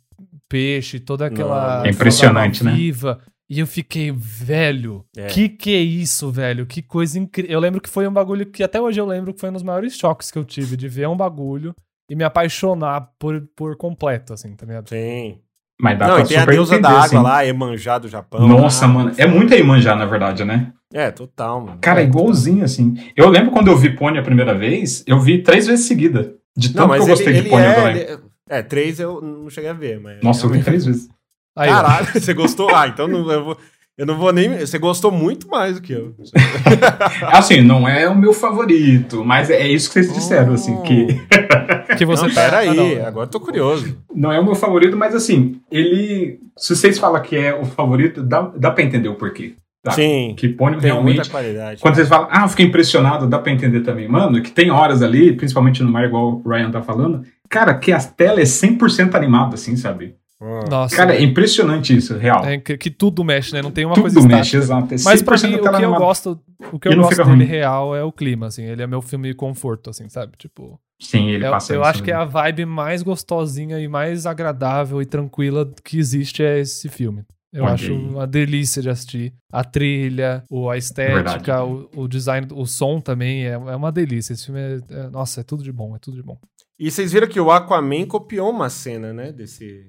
Speaker 1: peixes, toda aquela.
Speaker 2: Não. É
Speaker 3: impressionante, né?
Speaker 1: Viva. E eu fiquei, velho,
Speaker 2: É.
Speaker 1: que que é isso, velho? Que coisa incrível. Eu lembro que foi um bagulho que até hoje eu lembro que foi um dos maiores choques que eu tive de ver um bagulho e me apaixonar por, por completo, assim, tá ligado?
Speaker 2: Sim.
Speaker 3: Mas dá
Speaker 2: Não,
Speaker 3: pra
Speaker 2: e tem a
Speaker 3: super
Speaker 2: deusa
Speaker 3: entender,
Speaker 2: da água
Speaker 3: assim.
Speaker 2: lá, Emanjá do Japão.
Speaker 3: Nossa,
Speaker 2: lá.
Speaker 3: mano. É muito a Imanjá, na verdade, né?
Speaker 2: É, total, mano.
Speaker 3: Cara, é
Speaker 2: é,
Speaker 3: igualzinho, assim. Eu lembro quando eu vi Pony a primeira vez, eu vi três vezes seguida. De tanto
Speaker 2: Não, mas
Speaker 3: que
Speaker 2: ele,
Speaker 3: eu gostei
Speaker 2: ele
Speaker 3: de Pony
Speaker 2: é,
Speaker 3: também.
Speaker 2: ele- É, três eu não cheguei a ver, mas...
Speaker 3: Nossa, eu vi
Speaker 2: realmente-
Speaker 3: três vezes.
Speaker 1: Aí, ó.
Speaker 2: Caralho, você gostou? Ah, então não, eu, vou, eu não vou nem... Você gostou muito mais do que eu.
Speaker 3: Assim, não é o meu favorito, mas é isso que vocês disseram, assim,
Speaker 1: Oh.
Speaker 3: que
Speaker 1: que você
Speaker 2: Não, pera
Speaker 1: Ah,
Speaker 2: aí,
Speaker 1: não.
Speaker 2: agora eu tô curioso.
Speaker 3: não é o meu favorito, mas assim, ele. Se vocês falam que é o favorito, dá, dá pra entender o porquê. Tá.
Speaker 2: Sim,
Speaker 3: Que Pony
Speaker 2: tem muita
Speaker 3: realmente.
Speaker 2: qualidade.
Speaker 3: Quando vocês falam, ah, eu fiquei impressionado, dá pra entender também, mano, que tem horas ali, principalmente no mar, igual o Ryan tá falando, cara, que a tela é 100% animada, assim, sabe?
Speaker 2: Ah.
Speaker 1: Nossa.
Speaker 3: Cara, é impressionante isso, real.
Speaker 1: é que, que tudo mexe, né? Não tem uma
Speaker 3: Tudo
Speaker 1: coisa
Speaker 3: mexe, exato. É
Speaker 1: Mas pra
Speaker 3: 100%
Speaker 1: mim, o
Speaker 3: tela
Speaker 1: que eu
Speaker 3: animada.
Speaker 1: gosto, o que
Speaker 3: E
Speaker 1: eu
Speaker 3: não
Speaker 1: gosto
Speaker 3: fica
Speaker 1: dele
Speaker 3: ruim.
Speaker 1: real é o clima, assim. Ele é meu filme de conforto, assim, sabe? Tipo,
Speaker 3: Sim, ele
Speaker 1: eu,
Speaker 3: passa
Speaker 1: eu
Speaker 3: isso
Speaker 1: acho que é
Speaker 3: mesmo.
Speaker 1: a vibe mais gostosinha e mais agradável e tranquila que existe é esse filme. Eu
Speaker 3: Olha
Speaker 1: acho
Speaker 3: aí.
Speaker 1: uma delícia de assistir. A trilha, o, a estética,
Speaker 3: Verdade.
Speaker 1: o, o design, o som também é, é uma delícia. Esse filme é, é- Nossa, é tudo de bom, é tudo de bom.
Speaker 2: E vocês viram que o Aquaman copiou uma cena, né? Desse.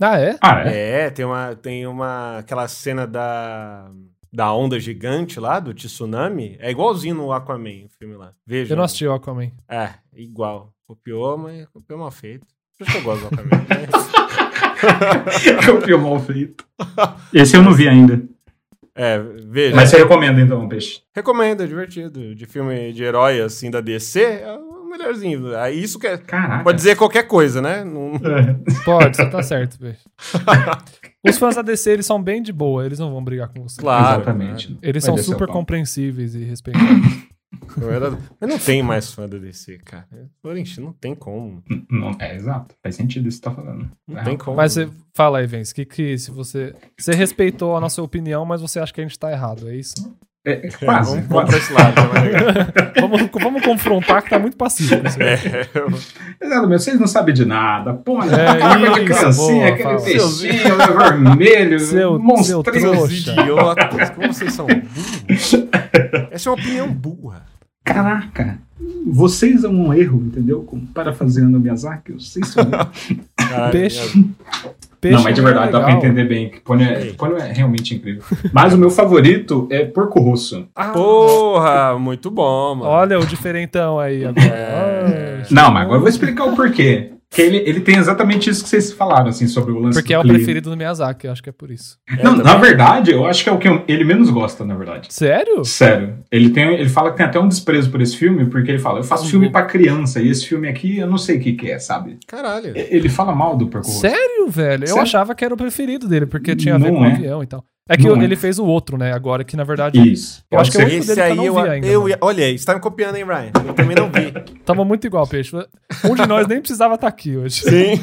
Speaker 1: Ah, é?
Speaker 3: Ah, é?
Speaker 2: É, tem uma. Tem uma. Aquela cena da. Da onda gigante lá, do tsunami. É igualzinho no Aquaman, o filme lá. Veja.
Speaker 1: Eu não assisti o Aquaman.
Speaker 2: É, igual. Copiou, mas copiou mal feito. Por isso que eu gosto do Aquaman. né?
Speaker 3: Campeão É mal feito. Esse eu não vi ainda.
Speaker 2: É, veja.
Speaker 3: Mas você recomenda então, peixe.
Speaker 2: Recomendo, é divertido. De filme de herói, assim, da DC, é o melhorzinho. Aí isso que é.
Speaker 3: Caraca.
Speaker 2: Pode dizer qualquer coisa, né? Não-
Speaker 3: É.
Speaker 1: Pode, você tá certo, velho. Os fãs da DC, eles são bem de boa, eles não vão brigar com você.
Speaker 2: Claro.
Speaker 3: Exatamente.
Speaker 1: Ah, Eles
Speaker 3: Vai
Speaker 1: são
Speaker 3: descer é o
Speaker 1: super
Speaker 3: pau.
Speaker 1: compreensíveis e respeitosos.
Speaker 2: Eu era- Mas não tem mais fã da DC, cara. Florentino, não tem como.
Speaker 3: Não, é, exato. Faz sentido isso que você tá falando.
Speaker 2: Não
Speaker 3: É.
Speaker 2: tem como.
Speaker 1: mas eh, você fala aí, Vince, que que se você você respeitou a nossa opinião, mas você acha que a gente tá errado, é isso?
Speaker 3: É, é
Speaker 2: É,
Speaker 3: quase,
Speaker 2: vamos, vamos
Speaker 3: quase.
Speaker 2: pra esse lado. é mais legal.
Speaker 1: Vamos, vamos confrontar que tá muito pacífico. isso.
Speaker 2: É, eu-
Speaker 3: Exatamente. Vocês não sabem de nada. Pô, né?
Speaker 1: É,
Speaker 3: aquela coisa de
Speaker 1: isso,
Speaker 3: criancinha,
Speaker 1: boa,
Speaker 3: aquele
Speaker 1: fala.
Speaker 3: vestido né, vermelho,
Speaker 1: Seu- seu
Speaker 3: monstrinho.
Speaker 1: trouxa.
Speaker 2: Seus idiotas, um como vocês são burros. Essa é uma opinião burra.
Speaker 3: Caraca. Vocês é um erro, entendeu? Como parafraseando o Miyazaki, vocês são um
Speaker 2: Caralho,
Speaker 1: Peixe.
Speaker 2: minha-
Speaker 1: Peixe
Speaker 3: não, mas de
Speaker 1: é
Speaker 3: verdade, dá pra
Speaker 1: legal.
Speaker 3: entender bem que Pony é,
Speaker 2: Sei.
Speaker 3: Pony é realmente incrível. Mas o meu favorito é Porco Rosso.
Speaker 1: Ah,
Speaker 2: Porra, muito bom, mano.
Speaker 1: olha o diferentão aí agora.
Speaker 2: É.
Speaker 1: Ah,
Speaker 3: Não, mas agora eu vou explicar o porquê. Que ele, ele tem exatamente isso que vocês falaram, assim, sobre o lance
Speaker 1: Porque
Speaker 3: do
Speaker 1: é o
Speaker 3: clima.
Speaker 1: preferido do Miyazaki, eu acho que é por isso.
Speaker 3: Não, na verdade, eu acho que é o que eu- ele menos gosta, na verdade.
Speaker 1: Sério?
Speaker 3: Sério. Ele, tem, ele fala que tem até um desprezo por esse filme, porque ele fala, eu faço filme
Speaker 1: Uhum.
Speaker 3: pra criança, e esse filme aqui eu não sei o que que é, sabe?
Speaker 2: Caralho.
Speaker 3: Ele fala mal do Porco Rosso.
Speaker 1: Sério, velho? Eu
Speaker 3: Sério?
Speaker 1: achava que era o preferido dele, porque tinha a ver
Speaker 3: Não
Speaker 1: com o
Speaker 3: é.
Speaker 1: avião e tal. É que
Speaker 3: Não
Speaker 1: o-
Speaker 3: é.
Speaker 1: ele fez o outro, né? Agora que na verdade
Speaker 3: Isso.
Speaker 1: Eu
Speaker 3: Pode
Speaker 1: acho que é
Speaker 3: ser.
Speaker 1: o único dele que
Speaker 2: Esse
Speaker 1: eu
Speaker 2: aí
Speaker 1: não
Speaker 2: eu.
Speaker 1: vi ainda,
Speaker 2: eu
Speaker 1: mano.
Speaker 2: ia- Olha aí, você tá me copiando, hein, Brian? Eu também não vi.
Speaker 1: tá tava muito igual, peixe. Um de nós nem precisava estar aqui hoje.
Speaker 2: Sim.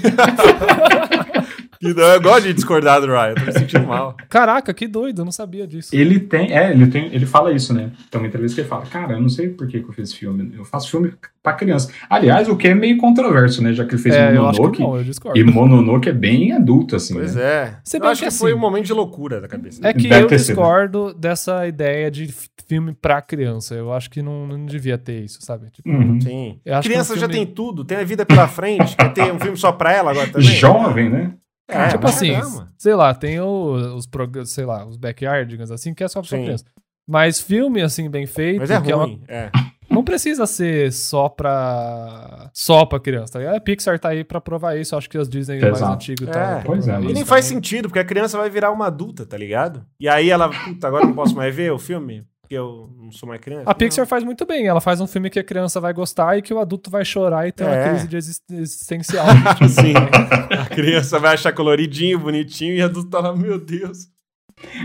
Speaker 2: E não, eu gosto de discordar do Ryan, tô me sentindo mal.
Speaker 1: É. Caraca, que doido, eu não sabia disso.
Speaker 3: Ele tem, é, ele tem, ele fala isso, né? Tem uma entrevista que ele fala, cara, eu não sei por que, que eu fiz filme, eu faço filme pra criança. Aliás, o que é meio controverso, né? Já que ele fez
Speaker 1: é, eu acho que
Speaker 3: Mononoke,
Speaker 1: não, eu discordo.
Speaker 3: e Mononoke é bem adulto, assim,
Speaker 2: Pois
Speaker 3: né?
Speaker 2: é.
Speaker 1: Se
Speaker 2: eu
Speaker 1: bem
Speaker 2: acho
Speaker 1: que
Speaker 2: que, foi
Speaker 1: assim-
Speaker 2: um momento de loucura da cabeça.
Speaker 1: É que
Speaker 3: Deve
Speaker 1: eu
Speaker 3: ter sido.
Speaker 1: discordo dessa ideia de f- filme pra criança. Eu acho que não, não devia ter isso, sabe? Tipo,
Speaker 3: Uhum.
Speaker 2: Sim.
Speaker 1: Eu acho que
Speaker 2: Criança
Speaker 1: é um
Speaker 2: já
Speaker 1: filme-
Speaker 2: tem tudo, tem a vida pela frente, quer ter um filme só pra ela agora também.
Speaker 3: Jovem, né?
Speaker 2: É,
Speaker 1: tipo
Speaker 2: mas
Speaker 1: assim,
Speaker 2: caramba.
Speaker 1: sei lá, tem o- os programas, sei lá, os backyardigans, assim, que é só pra
Speaker 2: Sim.
Speaker 1: criança. Mas filme, assim, bem feito,
Speaker 2: Mas é
Speaker 1: que é uma
Speaker 2: ruim. É.
Speaker 1: Não precisa ser só pra. só pra criança, tá ligado? A Pixar tá aí pra provar isso. Acho que as Disney mais
Speaker 3: Exato.
Speaker 1: antigas
Speaker 2: É,
Speaker 1: tá aí pra
Speaker 3: pois é,
Speaker 1: provar
Speaker 3: mas-
Speaker 2: E
Speaker 1: isso
Speaker 2: nem faz
Speaker 1: também.
Speaker 2: sentido, porque a criança vai virar uma adulta, tá ligado? E aí ela, puta, agora eu não posso mais ver o filme, porque eu não sou mais criança.
Speaker 1: A Pixar faz muito bem, ela faz um filme que a criança vai gostar e que o adulto vai chorar e ter uma
Speaker 2: É.
Speaker 1: crise de exist- existencial. tipo assim.
Speaker 2: Não. Sim. A criança vai achar coloridinho, bonitinho, e o adulto tá lá, meu Deus.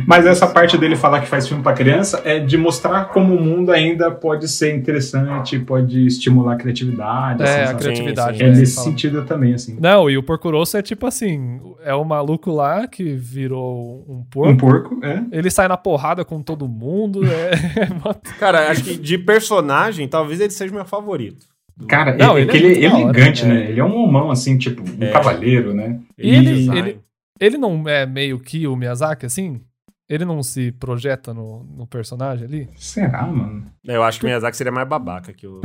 Speaker 3: Mas essa parte dele falar que faz filme pra criança é de mostrar como o mundo ainda pode ser interessante, pode estimular a criatividade.
Speaker 1: é, a
Speaker 3: assim, sabe?
Speaker 1: criatividade.
Speaker 2: sim.
Speaker 3: é
Speaker 1: né,
Speaker 3: nesse
Speaker 1: fala.
Speaker 3: sentido também, assim.
Speaker 1: Não, e o Porco Rosso é tipo assim: é o maluco lá que virou um porco.
Speaker 3: Um porco, é.
Speaker 1: Ele sai na porrada com todo mundo. É... é mó-
Speaker 2: Cara, acho que de personagem, talvez ele seja o meu favorito.
Speaker 3: Cara,
Speaker 1: Não,
Speaker 3: é, é
Speaker 1: ele
Speaker 3: que
Speaker 1: é
Speaker 3: ele é
Speaker 1: muito da hora,
Speaker 3: elegante,
Speaker 2: né?
Speaker 3: né? Ele é um homão, assim, tipo, um
Speaker 2: É.
Speaker 3: cavaleiro, né?
Speaker 1: E ele-
Speaker 2: design.
Speaker 1: ele- Ele não é meio que o Miyazaki, assim? Ele não se projeta no, no personagem ali?
Speaker 3: Será, mano?
Speaker 2: Eu acho que o Miyazaki seria mais babaca que o...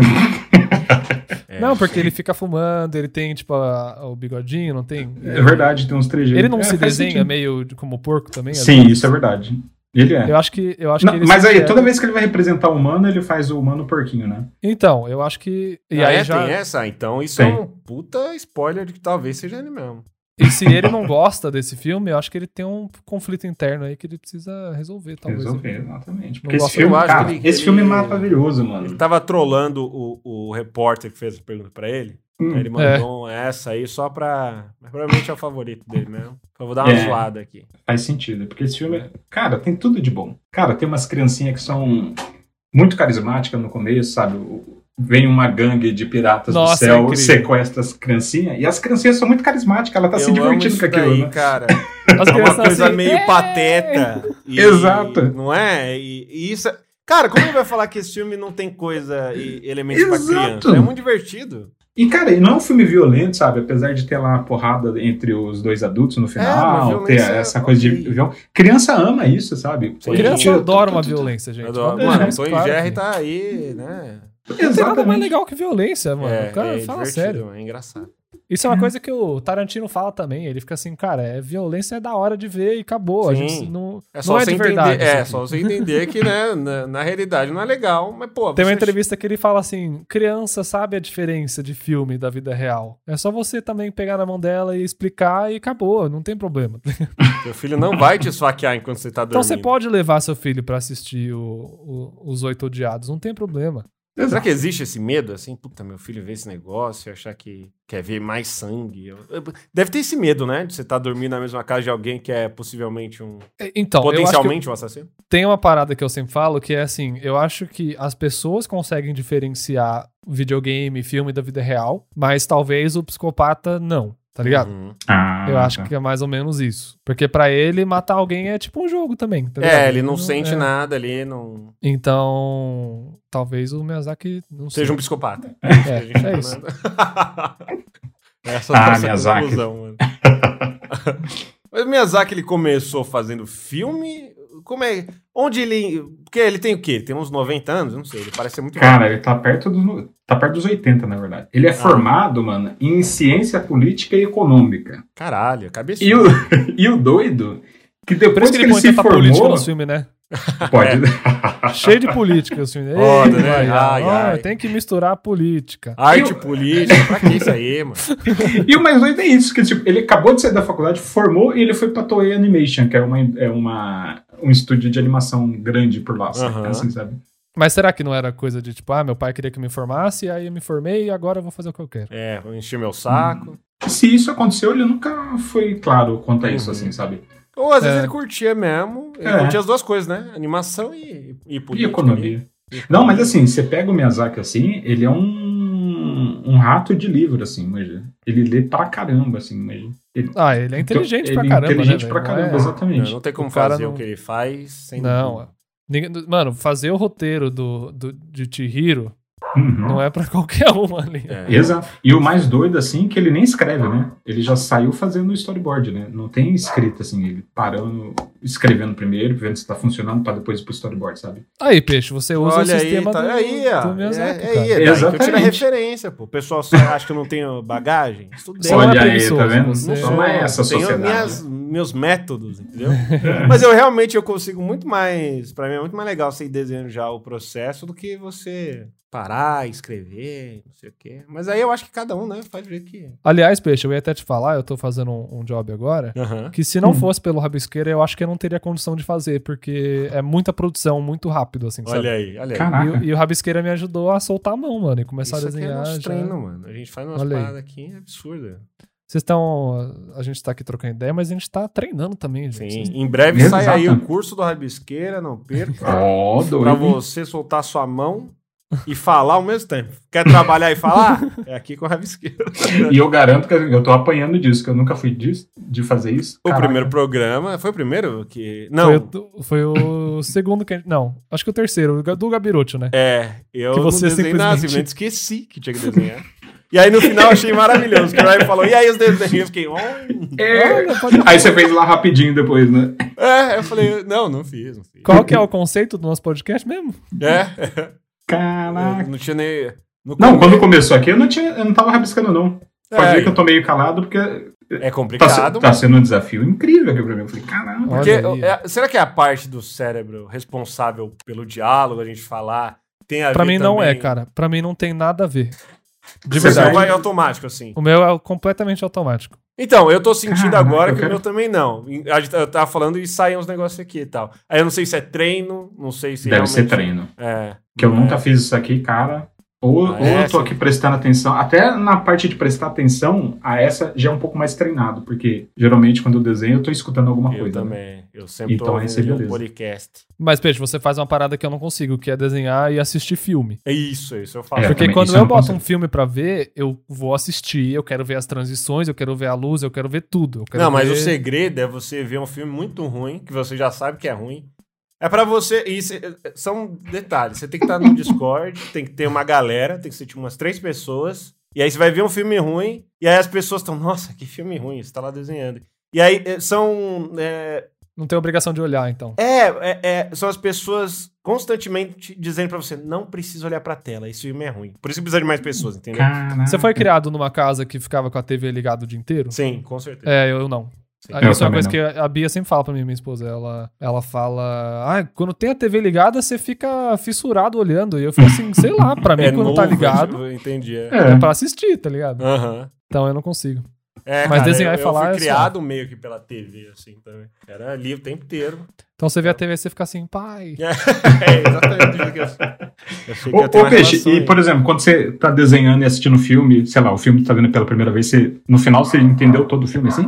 Speaker 2: É,
Speaker 1: não, porque ele fica fumando, ele tem, tipo, a- o bigodinho, não tem?
Speaker 3: É verdade, tem uns trejeitos.
Speaker 1: Ele não
Speaker 3: É,
Speaker 1: se
Speaker 3: faz
Speaker 1: desenha
Speaker 3: sentido.
Speaker 1: meio de- como porco também? às
Speaker 3: Sim,
Speaker 1: vezes?
Speaker 3: isso é verdade. Ele é.
Speaker 1: Eu acho que. Eu acho
Speaker 3: Não,
Speaker 1: que ele
Speaker 3: mas
Speaker 1: se
Speaker 3: aí,
Speaker 1: quer-
Speaker 3: toda vez que ele vai representar o humano, ele faz o humano porquinho, né?
Speaker 1: Então, eu acho que. E
Speaker 2: Ah,
Speaker 1: aí
Speaker 2: é,
Speaker 1: já.
Speaker 2: tem essa? Então isso
Speaker 3: Tem.
Speaker 2: é um puta spoiler de que talvez seja ele mesmo.
Speaker 1: E se ele não gosta desse filme, eu acho que ele tem um conflito interno aí que ele precisa resolver, talvez.
Speaker 3: Resolver, exatamente.
Speaker 1: Não
Speaker 3: Porque esse
Speaker 1: gosto-
Speaker 3: filme,
Speaker 2: eu acho
Speaker 3: cara,
Speaker 2: que ele-
Speaker 3: esse filme é
Speaker 2: ele-
Speaker 3: maravilhoso,
Speaker 2: Ele
Speaker 3: mano.
Speaker 2: tava trolando o, o repórter que fez a pergunta pra ele.
Speaker 3: Hum.
Speaker 2: Aí
Speaker 1: é.
Speaker 2: Ele mandou um, essa aí só pra. Mas provavelmente é o favorito dele mesmo. Eu vou dar uma
Speaker 3: É.
Speaker 2: zoada aqui.
Speaker 3: Faz sentido, porque esse
Speaker 1: É.
Speaker 3: filme, cara, tem tudo de bom. Cara, tem umas criancinhas que são muito carismáticas no começo, sabe? O- Vem uma gangue de piratas
Speaker 1: Nossa, é
Speaker 3: do céu,
Speaker 1: incrível.
Speaker 3: sequestra as criancinhas, e as criancinhas são muito carismáticas, ela tá
Speaker 2: Eu
Speaker 3: se
Speaker 2: amo
Speaker 3: divertindo
Speaker 2: isso
Speaker 3: com aquilo,
Speaker 2: daí,
Speaker 3: né?
Speaker 2: cara.
Speaker 1: As
Speaker 2: É uma
Speaker 1: crianças
Speaker 2: coisa
Speaker 1: assim,
Speaker 2: meio
Speaker 1: "É!"
Speaker 2: pateta. e-
Speaker 3: Exato.
Speaker 2: Não é? E, e isso. é- Cara, como ele vai falar que esse filme não tem coisa e elementos pra
Speaker 3: Exato.
Speaker 2: criança? É muito divertido.
Speaker 3: E, cara, e não é um filme violento, sabe? Apesar de ter lá a porrada entre os dois adultos no
Speaker 2: mas
Speaker 3: final, ter
Speaker 2: violência,
Speaker 3: essa coisa de
Speaker 2: ok.
Speaker 3: violência. Criança ama isso, sabe?
Speaker 2: Sim.
Speaker 1: Criança
Speaker 3: Tiro,
Speaker 1: adora
Speaker 3: tu,
Speaker 1: uma
Speaker 3: tu, tu, tu.
Speaker 1: violência, gente.
Speaker 2: Eu adoro.
Speaker 1: Vamos deixar
Speaker 2: Mano, o
Speaker 1: isso
Speaker 2: Tom e
Speaker 1: claro
Speaker 2: Jerry
Speaker 1: aqui.
Speaker 2: tá aí, né?
Speaker 1: Não tem nada mais
Speaker 3: Exatamente.
Speaker 1: legal que violência, mano.
Speaker 2: é,
Speaker 1: cara,
Speaker 2: é
Speaker 1: fala
Speaker 2: divertido,
Speaker 1: sério.
Speaker 2: É engraçado.
Speaker 1: Isso é uma coisa que o Tarantino fala também. Ele fica assim, cara, é violência é da hora de ver e acabou. A
Speaker 2: Sim.
Speaker 1: gente não
Speaker 2: É
Speaker 1: não
Speaker 2: só
Speaker 1: é
Speaker 2: você
Speaker 1: de
Speaker 2: entender.
Speaker 1: verdade. isso
Speaker 2: é,
Speaker 1: aqui.
Speaker 2: só você entender que, né, na, na realidade não é legal, mas, pô.
Speaker 1: Tem uma
Speaker 2: você-
Speaker 1: entrevista que ele fala assim: criança sabe a diferença de filme da vida real. É só você também pegar na mão dela e explicar e acabou, não tem problema.
Speaker 2: Seu filho não vai te esfaquear enquanto você tá
Speaker 1: Então
Speaker 2: dormindo.
Speaker 1: você pode levar seu filho pra assistir o- o- os Oito Odiados, não tem problema.
Speaker 2: Será que existe esse medo, assim? Puta, meu filho vê esse negócio e achar que quer ver mais sangue. Eu- eu- Deve ter esse medo, né? De você estar dormindo na mesma casa de alguém que é possivelmente um.
Speaker 1: E- Então, eu acho que
Speaker 2: potencialmente um assassino?
Speaker 1: tem uma parada que eu sempre falo que é assim: eu acho que as pessoas conseguem diferenciar videogame, filme da vida real, mas talvez o psicopata não, tá ligado?
Speaker 2: Uhum.
Speaker 3: Ah,
Speaker 1: Eu acho
Speaker 3: tá.
Speaker 1: que é mais ou menos isso. Porque pra ele, matar alguém é tipo um jogo também. tá ligado?
Speaker 2: É, ele não sente
Speaker 1: é.
Speaker 2: nada ali, não.
Speaker 1: Então, talvez o Miyazaki não
Speaker 2: Seja
Speaker 1: seja.
Speaker 2: um psicopata.
Speaker 1: É,
Speaker 2: A gente
Speaker 1: é
Speaker 2: tá
Speaker 1: isso.
Speaker 2: falando. Essa
Speaker 3: Ah,
Speaker 2: é a nossa
Speaker 3: Miyazaki.
Speaker 2: conclusão, mano. Mas o Miyazaki, ele começou fazendo filme? Como é? Onde ele. Porque ele tem o quê? Tem uns 90 anos? Não sei, ele parece ser muito.
Speaker 3: Cara, ele tá perto dos. Tá perto dos 80, na verdade. Ele é formado, mano, em ciência política e econômica.
Speaker 2: Caralho, cabeça.
Speaker 3: E o, e o doido, que
Speaker 1: Por
Speaker 3: depois
Speaker 1: isso
Speaker 3: que
Speaker 1: que
Speaker 3: ele
Speaker 1: ele põe
Speaker 3: se
Speaker 1: tanta política
Speaker 3: formou.
Speaker 1: nos filmes, né?
Speaker 3: Pode.
Speaker 1: Cheio de política os filmes.
Speaker 2: Foda,
Speaker 1: Ei,
Speaker 2: né?
Speaker 1: vai,
Speaker 2: Ai,
Speaker 1: ó,
Speaker 2: ai.
Speaker 1: Tem que misturar a política.
Speaker 2: Arte
Speaker 3: E o-
Speaker 2: política, pra que isso aí, mano?
Speaker 3: E o mais doido é isso, que tipo, ele acabou de sair da faculdade, formou e ele foi pra Toei Animation, que é, uma, é uma, um estúdio de animação grande por lá, sabe?
Speaker 2: Aham.
Speaker 3: Assim, sabe?
Speaker 1: Mas será que não era coisa de tipo, ah, meu pai queria que eu me formasse, aí eu me formei e agora eu vou fazer o que eu quero?
Speaker 2: É, vou encher meu saco.
Speaker 3: Se isso aconteceu, ele nunca foi claro quanto a isso,
Speaker 2: Uhum.
Speaker 3: assim, sabe?
Speaker 2: Ou às vezes
Speaker 1: É.
Speaker 2: ele curtia mesmo. Ele
Speaker 3: É.
Speaker 2: curtia as duas coisas, né? Animação e, e
Speaker 3: E
Speaker 2: política.
Speaker 3: economia.
Speaker 2: ali.
Speaker 3: Não, mas assim, você pega o Miyazaki assim, ele é um, um rato de livro, assim, imagina. Ele lê pra caramba, assim, imagina. Ele,
Speaker 1: Ah, ele
Speaker 2: Então,
Speaker 1: é inteligente
Speaker 3: ele
Speaker 1: pra
Speaker 3: é
Speaker 1: caramba.
Speaker 3: inteligente
Speaker 1: né,
Speaker 3: pra
Speaker 1: velho?
Speaker 3: caramba,
Speaker 1: Não é-
Speaker 3: exatamente.
Speaker 2: Não tem como
Speaker 1: o cara
Speaker 2: fazer
Speaker 1: não-
Speaker 2: o que ele faz sem.
Speaker 1: Não, ninguém- mano, fazer o roteiro do, do, de Chihiro
Speaker 3: Uhum.
Speaker 1: não é pra qualquer um ali.
Speaker 2: É.
Speaker 3: Exato. E o mais doido, assim, que ele nem escreve, né? Ele já saiu fazendo o storyboard, né? Não tem escrita, assim, ele parando, escrevendo primeiro, vendo se tá funcionando, pra depois ir pro storyboard, sabe?
Speaker 1: Aí, peixe, você usa
Speaker 2: Olha
Speaker 1: o
Speaker 2: aí,
Speaker 1: sistema
Speaker 2: tá,
Speaker 1: do,
Speaker 2: aí, ó.
Speaker 1: do Miyazaki,
Speaker 2: é, é
Speaker 1: cara.
Speaker 2: aí, é daí que eu tiro a
Speaker 3: Exatamente.
Speaker 2: referência, pô. O pessoal só acha que eu não tenho bagagem. Estudei.
Speaker 1: Você não é
Speaker 3: Olha aí,
Speaker 1: preguiçoso, né?
Speaker 3: tá vendo?
Speaker 1: você-
Speaker 3: Não
Speaker 2: sou-
Speaker 3: Não é essa a
Speaker 2: Né? tenho
Speaker 3: sociedade. É.
Speaker 2: minhas- meus métodos, entendeu? Mas eu realmente eu consigo muito mais. Pra mim é muito mais legal você ir desenhando já o processo do que você parar, escrever, não sei o quê. Mas aí eu acho que cada um, né, faz do jeito que.
Speaker 1: Aliás, peixe, eu ia até te falar, eu tô fazendo um, um job agora,
Speaker 2: Aham.
Speaker 1: que se não
Speaker 3: Hum.
Speaker 1: fosse pelo Rabisqueira, eu acho que eu não teria condição de fazer, porque é muita produção, muito rápido, assim, sabe?
Speaker 2: Olha aí, olha aí.
Speaker 3: Caraca.
Speaker 1: E, o- e o Rabisqueira me ajudou a soltar a mão, mano, e começar
Speaker 2: Isso
Speaker 1: a
Speaker 2: aqui é
Speaker 1: desenhar.
Speaker 2: nosso
Speaker 1: já.
Speaker 2: treino, mano. A gente faz umas
Speaker 1: Olha aí.
Speaker 2: paradas aqui é absurdas.
Speaker 1: Vocês estão. A gente tá aqui trocando ideia, mas a gente tá treinando também,
Speaker 2: Sim,
Speaker 1: gente. Vocês-
Speaker 2: em breve
Speaker 3: Exato. Ah,
Speaker 2: sai aí o curso do Rabisqueira, não perca.
Speaker 3: Ó, doido.
Speaker 2: pra
Speaker 3: hein?
Speaker 2: você soltar sua mão e falar ao mesmo tempo. Quer trabalhar e falar? É aqui com o Rabisqueira.
Speaker 3: E eu garanto que eu tô apanhando disso, que eu nunca fui disso, de fazer isso.
Speaker 2: O
Speaker 3: Caraca.
Speaker 2: primeiro programa. Foi o primeiro que.
Speaker 1: Foi,
Speaker 2: Não,
Speaker 1: o, foi o segundo que a gente. Não, acho que o terceiro, o ga- do Gabirote, né?
Speaker 2: é. Eu
Speaker 1: Que você
Speaker 2: não desenhei nada,
Speaker 1: simplesmente-
Speaker 2: simplesmente esqueci que tinha que desenhar. E aí no final eu achei maravilhoso. que O Ryan falou: e aí os desenhos? Eu fiquei. "Oh".
Speaker 3: É.
Speaker 1: Olha, pode-
Speaker 3: Aí você fez lá rapidinho depois, né?
Speaker 2: É, eu falei: não, não fiz, não fiz.
Speaker 1: Qual que é o conceito do nosso podcast mesmo?
Speaker 2: É, eu
Speaker 3: Caraca.
Speaker 2: não tinha nem. no
Speaker 3: Não,
Speaker 2: começo-
Speaker 3: quando começou aqui, eu não, tinha, eu não tava rabiscando, não. Pode
Speaker 2: É,
Speaker 3: ver que eu tô meio calado, porque
Speaker 2: é
Speaker 3: tá, se-
Speaker 2: complicado,
Speaker 3: tá sendo um desafio incrível aqui pra mim. Eu falei, caramba.
Speaker 1: Olha aí.
Speaker 2: Porque, é, será que é a parte do cérebro responsável pelo diálogo, a gente falar, tem a
Speaker 1: Pra
Speaker 2: ver
Speaker 1: mim não é,
Speaker 2: também?
Speaker 1: cara. Pra mim não tem nada a ver. De
Speaker 2: Você
Speaker 1: verdade.
Speaker 2: só vai automático, assim.
Speaker 1: O meu é completamente automático.
Speaker 2: Então, eu tô sentindo
Speaker 3: Caraca,
Speaker 2: agora que
Speaker 3: cara.
Speaker 2: o meu também não. A gente- tá, Eu tava falando e saem uns negócios aqui e tal. Aí eu não sei se é treino, não sei se
Speaker 3: Deve
Speaker 2: realmente...
Speaker 3: ser treino.
Speaker 2: É.
Speaker 3: que eu
Speaker 2: É.
Speaker 3: nunca fiz isso aqui, cara. Ou,
Speaker 2: Ah,
Speaker 3: ou
Speaker 2: é?
Speaker 3: eu tô aqui prestando atenção. Até na parte de prestar atenção, a essa já é um pouco mais treinado, porque geralmente quando eu desenho eu tô escutando alguma
Speaker 2: Eu
Speaker 3: coisa. né?
Speaker 2: também. Eu sempre
Speaker 3: Então,
Speaker 2: tô
Speaker 3: essa é
Speaker 2: ouvindo um
Speaker 3: beleza.
Speaker 2: podcast.
Speaker 1: Mas, Peixe, você faz uma parada que eu não consigo, que é desenhar e assistir filme.
Speaker 2: É isso, é isso eu falo.
Speaker 3: É,
Speaker 1: Porque
Speaker 3: também,
Speaker 1: quando
Speaker 3: isso
Speaker 1: eu
Speaker 3: eu não
Speaker 1: boto
Speaker 3: consigo.
Speaker 1: um filme pra ver, eu vou assistir, eu quero ver as transições, eu quero ver a luz, eu quero ver tudo. eu quero
Speaker 2: Não, mas
Speaker 1: ver-
Speaker 2: o segredo é você ver um filme muito ruim, que você já sabe que é ruim. É pra você. E cê- eh, são detalhes. Você tem que estar no Discord, tem que ter uma galera, tem que ser tipo umas três pessoas. E aí você vai ver um filme ruim, e aí as pessoas estão, nossa, que filme ruim, você tá lá desenhando. E aí eh, são. eh,
Speaker 1: Não tem obrigação de olhar, então.
Speaker 2: É, é, é, são as pessoas constantemente dizendo pra você, não precisa olhar pra tela, esse filme é ruim. Por isso que precisa de mais pessoas, entendeu?
Speaker 3: Caraca.
Speaker 1: Você foi criado numa casa que ficava com a TV ligada o dia inteiro?
Speaker 2: Sim, com certeza.
Speaker 1: É, eu não.
Speaker 2: Sim.
Speaker 1: Ah,
Speaker 3: Eu
Speaker 1: Isso é uma
Speaker 3: também
Speaker 1: coisa que a Bia sempre fala pra mim, minha esposa. Ela, ela fala: Ah, quando tem a TV ligada, você fica fissurado olhando. E eu fico assim, sei lá, pra mim, quando tá
Speaker 2: É novo,
Speaker 1: ligado,
Speaker 2: eu Entendi. É.
Speaker 1: é
Speaker 3: É.
Speaker 1: pra assistir, tá ligado?
Speaker 2: Aham.
Speaker 1: Então eu não consigo.
Speaker 2: É,
Speaker 1: Mas
Speaker 2: cara,
Speaker 1: desenhar
Speaker 2: eu,
Speaker 1: e falar
Speaker 2: Eu
Speaker 1: é
Speaker 2: fui
Speaker 1: só.
Speaker 2: criado meio que pela TV, assim, também. Era ali o tempo inteiro.
Speaker 1: Então você vê a TV e você fica assim, pai.
Speaker 2: é, exatamente do jeito que eu eu achei que
Speaker 3: Ô,
Speaker 2: ia ter
Speaker 3: ô,
Speaker 2: uma
Speaker 3: Peixe,
Speaker 2: relação
Speaker 3: e
Speaker 2: aí.
Speaker 3: por exemplo, quando você tá desenhando e assistindo filme, sei lá, o filme que tá vendo pela primeira vez, você, no final você entendeu todo o filme assim?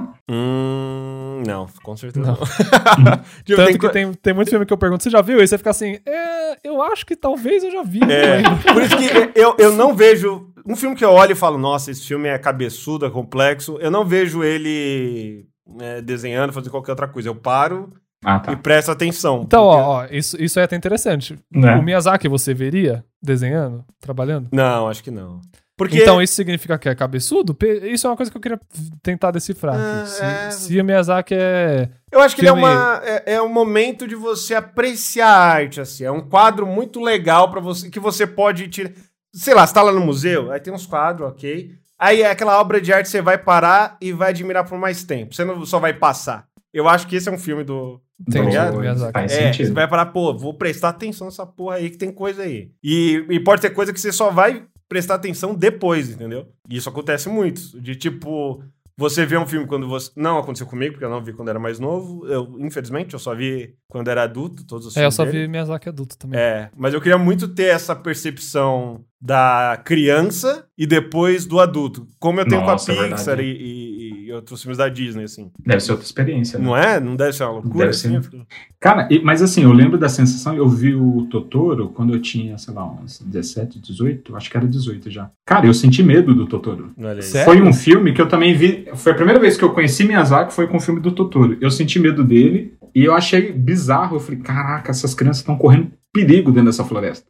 Speaker 2: Hum, não, com certeza
Speaker 1: Não.
Speaker 2: não. Tipo,
Speaker 1: Tanto
Speaker 2: tem
Speaker 1: que
Speaker 2: co-
Speaker 1: tem, tem muito filme que eu pergunto, você já viu? E você fica assim, é, eu acho que talvez eu já vi. né?"
Speaker 2: É, por isso que eu, eu não vejo. Um filme que eu olho e falo, nossa, esse filme é cabeçudo, é complexo. Eu não vejo ele né, desenhando, fazendo qualquer outra coisa. Eu paro
Speaker 3: Ah,
Speaker 2: e
Speaker 3: tá.
Speaker 2: presto atenção.
Speaker 1: Então,
Speaker 2: porque-
Speaker 1: ó, ó, isso, isso é até interessante. O
Speaker 3: Né?
Speaker 1: Miyazaki você veria desenhando, trabalhando?
Speaker 2: Não, acho que não. Porque.
Speaker 1: Então isso significa que é cabeçudo? Pe- Isso é uma coisa que eu queria tentar decifrar.
Speaker 2: Ah,
Speaker 1: aqui. se,
Speaker 2: é.
Speaker 1: se o Miyazaki é.
Speaker 3: Tá
Speaker 2: Eu acho que ele é,
Speaker 1: Filme-
Speaker 2: uma, é, é um momento de você apreciar a arte, assim. É um quadro muito legal para você, que você pode tirar. Sei lá, você tá lá no museu, aí tem uns quadros, ok. Aí é aquela obra de arte que você vai parar e vai admirar por mais tempo. Você não só vai passar. Eu acho que esse é um filme do.
Speaker 1: Entendi,
Speaker 3: Do-
Speaker 1: Miyazaki.
Speaker 3: Faz
Speaker 2: É, você
Speaker 3: sentido.
Speaker 2: vai parar, pô, vou prestar atenção nessa porra aí que tem coisa aí. E, e pode ter coisa que você só vai prestar atenção depois, entendeu? E isso acontece muito. De tipo, você vê um filme quando você. Não aconteceu comigo, porque eu não vi quando era mais novo. Eu, infelizmente, eu só vi quando era adulto, todos os
Speaker 1: É, eu
Speaker 2: filmes
Speaker 1: só
Speaker 2: dele.
Speaker 1: vi Miyazaki adulto também.
Speaker 2: É, mas eu queria muito ter essa percepção da criança e depois do adulto. Como eu tenho
Speaker 3: Nossa, é
Speaker 2: com a Pixar
Speaker 3: verdade.
Speaker 2: e, e- e e outros filmes da Disney, assim.
Speaker 3: Deve ser outra experiência, né?
Speaker 2: Não é? Não deve ser uma loucura?
Speaker 3: Deve ser.
Speaker 2: assim?
Speaker 3: Cara, e- mas assim, eu lembro da sensação, eu vi o Totoro quando eu tinha, sei lá, uns 17, 18, acho que era 18 já. Cara, eu senti medo do Totoro.
Speaker 2: Olha aí.
Speaker 1: Sério?
Speaker 3: Foi um filme que eu também vi, foi a primeira vez que eu conheci Miyazaki foi com o filme do Totoro. Eu senti medo dele e eu achei bizarro, eu falei, caraca, essas crianças estão correndo perigo dentro dessa floresta.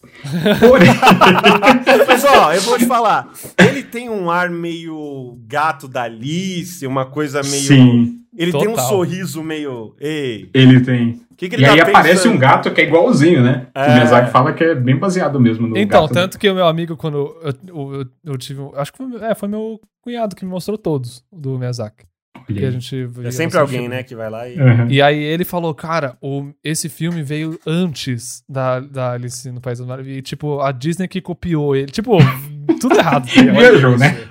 Speaker 3: Porém,
Speaker 2: Mas ó, eu vou te falar. Ele tem um ar meio gato da Alice, uma coisa meio.
Speaker 3: sim,
Speaker 2: Ele tem um
Speaker 1: Total.
Speaker 2: sorriso meio. Ei,
Speaker 3: ele tem.
Speaker 2: o que, que ele
Speaker 3: E
Speaker 2: tá
Speaker 3: aí aparece
Speaker 2: pensando?
Speaker 3: um gato que é igualzinho, né?
Speaker 2: É.
Speaker 3: O Miyazaki fala que é bem baseado mesmo no
Speaker 1: Então,
Speaker 3: gato. né?
Speaker 1: tanto que o meu amigo, quando eu, eu- eu- eu tive. um- Acho que foi, é, foi meu cunhado que me mostrou todos do Miyazaki. Que a
Speaker 3: Olha aí.
Speaker 1: gente via
Speaker 2: É sempre
Speaker 1: bastante
Speaker 2: alguém,
Speaker 1: filme.
Speaker 2: né, que vai lá e.
Speaker 3: Aham.
Speaker 1: E aí ele falou, cara, o- esse filme veio antes da, da Alice no País das Maravilhas. E, tipo, a Disney que copiou ele. Tipo, tudo errado.
Speaker 3: Viajou, né?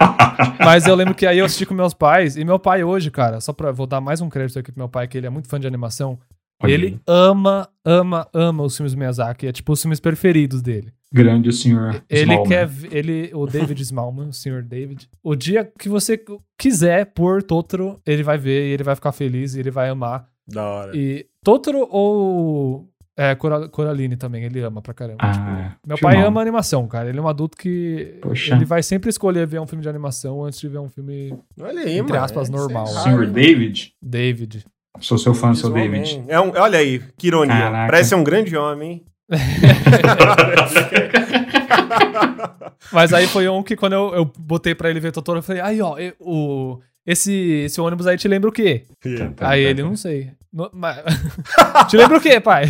Speaker 1: Mas eu lembro que aí eu assisti com meus pais. E meu pai hoje, cara, só pra... Vou dar mais um crédito aqui pro meu pai, que ele é muito fã de animação.
Speaker 3: Olha
Speaker 1: ele
Speaker 3: aí.
Speaker 1: ama, ama, ama os filmes do Miyazaki. É tipo os filmes preferidos dele.
Speaker 3: Grande o senhor.
Speaker 1: Ele
Speaker 3: Ah, Smallman.
Speaker 1: quer. v- Ele, o David Smallman, o senhor David. O dia que você quiser pôr Totoro, ele vai ver e ele vai ficar feliz e ele vai amar.
Speaker 2: Da hora.
Speaker 1: E Totoro ou. É, Cora- Coraline também, ele ama pra caramba. Tipo,
Speaker 3: Ah,
Speaker 1: Meu
Speaker 3: filmão.
Speaker 1: pai ama animação, cara. Ele é um adulto que.
Speaker 3: Poxa.
Speaker 1: Ele vai sempre escolher ver um filme de animação antes de ver um filme
Speaker 2: Olha aí,
Speaker 1: Entre
Speaker 2: mano.
Speaker 1: aspas,
Speaker 2: é
Speaker 1: normal.
Speaker 2: sem
Speaker 3: Senhor
Speaker 2: raio.
Speaker 3: David?
Speaker 1: David.
Speaker 3: Sou seu fã, sou David.
Speaker 2: Visualmente. É um, olha aí, que ironia.
Speaker 3: Caraca.
Speaker 2: Parece um grande homem, hein?
Speaker 1: Mas aí foi um que quando eu, eu botei pra ele ver Totoro, eu falei, aí ó, e- o. Esse, esse ônibus aí te lembra o quê?
Speaker 2: Tá,
Speaker 3: Tá,
Speaker 1: aí ele, não sei. No- mas- te lembra o quê, pai?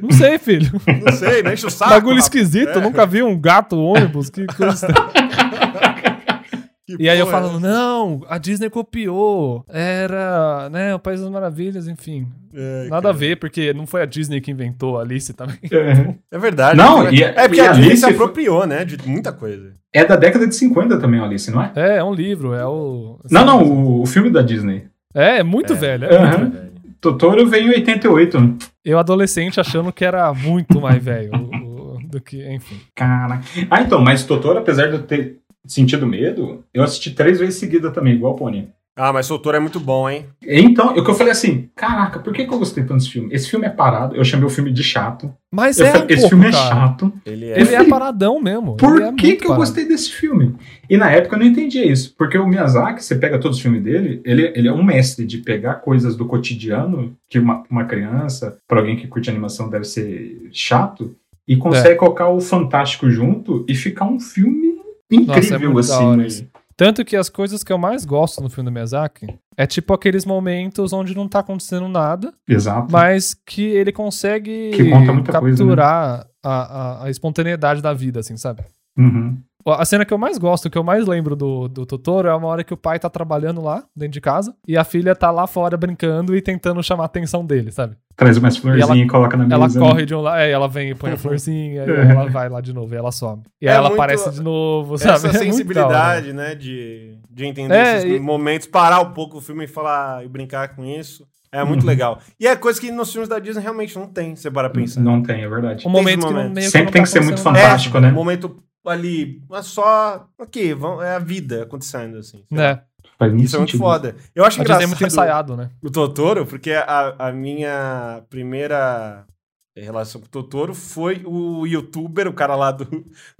Speaker 1: não sei, filho.
Speaker 2: Não sei, não enche o
Speaker 3: Tá,
Speaker 2: saco.
Speaker 1: Bagulho
Speaker 2: rapaz.
Speaker 1: esquisito,
Speaker 3: É.
Speaker 1: eu nunca vi um gato ônibus, que coisa estranha.
Speaker 2: Que
Speaker 1: E aí eu
Speaker 2: porra é
Speaker 1: falo,
Speaker 2: essa?
Speaker 1: não, a Disney copiou, era, né, o País das Maravilhas, enfim.
Speaker 2: É,
Speaker 1: Nada a ver, porque não foi a Disney que inventou a Alice também.
Speaker 3: É.
Speaker 2: É verdade.
Speaker 3: Não,
Speaker 2: né?
Speaker 3: e-
Speaker 2: é porque
Speaker 3: e
Speaker 2: a
Speaker 3: a
Speaker 2: Disney
Speaker 3: Alice
Speaker 2: se
Speaker 3: foi-
Speaker 2: apropriou, né, de muita coisa.
Speaker 3: É da década de 50 também, Alice, não é?
Speaker 1: É, é um livro, é o...
Speaker 3: Não, não, o, o filme da Disney.
Speaker 1: É, é muito velho. é muito
Speaker 3: Aham. Totoro veio em 88.
Speaker 1: Eu adolescente achando que era muito mais velho o- o- do que, enfim.
Speaker 3: Caraca. Ah, então, mas Totoro, apesar de eu ter sentido medo, eu assisti três vezes seguida também, igual o Pony.
Speaker 2: Ah, mas Soltor é muito bom, hein?
Speaker 3: Então, eu que eu falei assim, caraca, por que, que eu gostei tanto desse filme? Esse filme é parado, eu chamei o filme de chato.
Speaker 1: Mas
Speaker 3: Eu
Speaker 1: é
Speaker 3: falei,
Speaker 1: um
Speaker 3: esse
Speaker 1: pouco,
Speaker 3: filme é
Speaker 1: cara.
Speaker 3: chato.
Speaker 2: Ele é.
Speaker 1: Ele é paradão mesmo.
Speaker 3: Por
Speaker 1: ele é
Speaker 3: que,
Speaker 1: muito
Speaker 3: que eu
Speaker 1: parado.
Speaker 3: gostei desse filme? E na época eu não entendia isso, porque o Miyazaki, você pega todos os filmes dele, ele, ele é um mestre de pegar coisas do cotidiano, que uma, uma criança, pra alguém que curte animação, deve ser chato, e consegue
Speaker 1: É.
Speaker 3: colocar o fantástico junto e ficar um filme incrível,
Speaker 1: é muito da
Speaker 3: assim.
Speaker 1: hora
Speaker 3: né?
Speaker 1: isso. Tanto que as coisas que eu mais gosto no filme do Miyazaki é tipo aqueles momentos onde não tá acontecendo nada,
Speaker 3: Exato.
Speaker 1: mas que ele consegue
Speaker 3: Que conta muita coisa, né?
Speaker 1: capturar a, a- a espontaneidade da vida, assim, sabe?
Speaker 3: Uhum.
Speaker 1: A cena que eu mais gosto, que eu mais lembro do, do Totoro, é uma hora que o pai tá trabalhando lá, dentro de casa, e a filha tá lá fora brincando e tentando chamar a atenção dele, sabe?
Speaker 3: Traz umas florzinhas e,
Speaker 1: ela-
Speaker 3: coloca na mesa.
Speaker 1: Ela
Speaker 3: né?
Speaker 1: corre de um lado, é, ela vem e põe a florzinha, e
Speaker 3: É.
Speaker 1: ela vai lá de novo e ela some. E aí
Speaker 2: É
Speaker 1: ela
Speaker 2: muito-
Speaker 1: aparece de novo, sabe? É
Speaker 2: Essa
Speaker 1: muito da hora.
Speaker 2: sensibilidade, né, de, de entender
Speaker 1: É,
Speaker 2: esses
Speaker 1: e-
Speaker 2: momentos, parar um pouco o filme e falar e brincar com isso. É muito
Speaker 1: Uhum.
Speaker 2: legal. E é coisa que nos filmes da Disney realmente não tem, você para pensar.
Speaker 3: Não tem, é verdade.
Speaker 1: Um momento que não,
Speaker 2: momento.
Speaker 1: meio
Speaker 3: Sempre
Speaker 1: não
Speaker 3: tem
Speaker 1: tá
Speaker 3: que ser muito
Speaker 1: acontecendo
Speaker 2: É,
Speaker 1: nada.
Speaker 3: fantástico, né?
Speaker 2: Um momento ali, mas só. Ok, vão- é a vida acontecendo, assim. sei lá.
Speaker 1: Né?
Speaker 3: Faz muito
Speaker 2: Isso é muito
Speaker 3: sentido.
Speaker 2: foda. Eu acho
Speaker 1: A Disney é
Speaker 2: engraçado
Speaker 1: muito ensaiado, né?
Speaker 2: o Totoro, porque a, a minha primeira relação com o Totoro foi o youtuber, o cara lá do,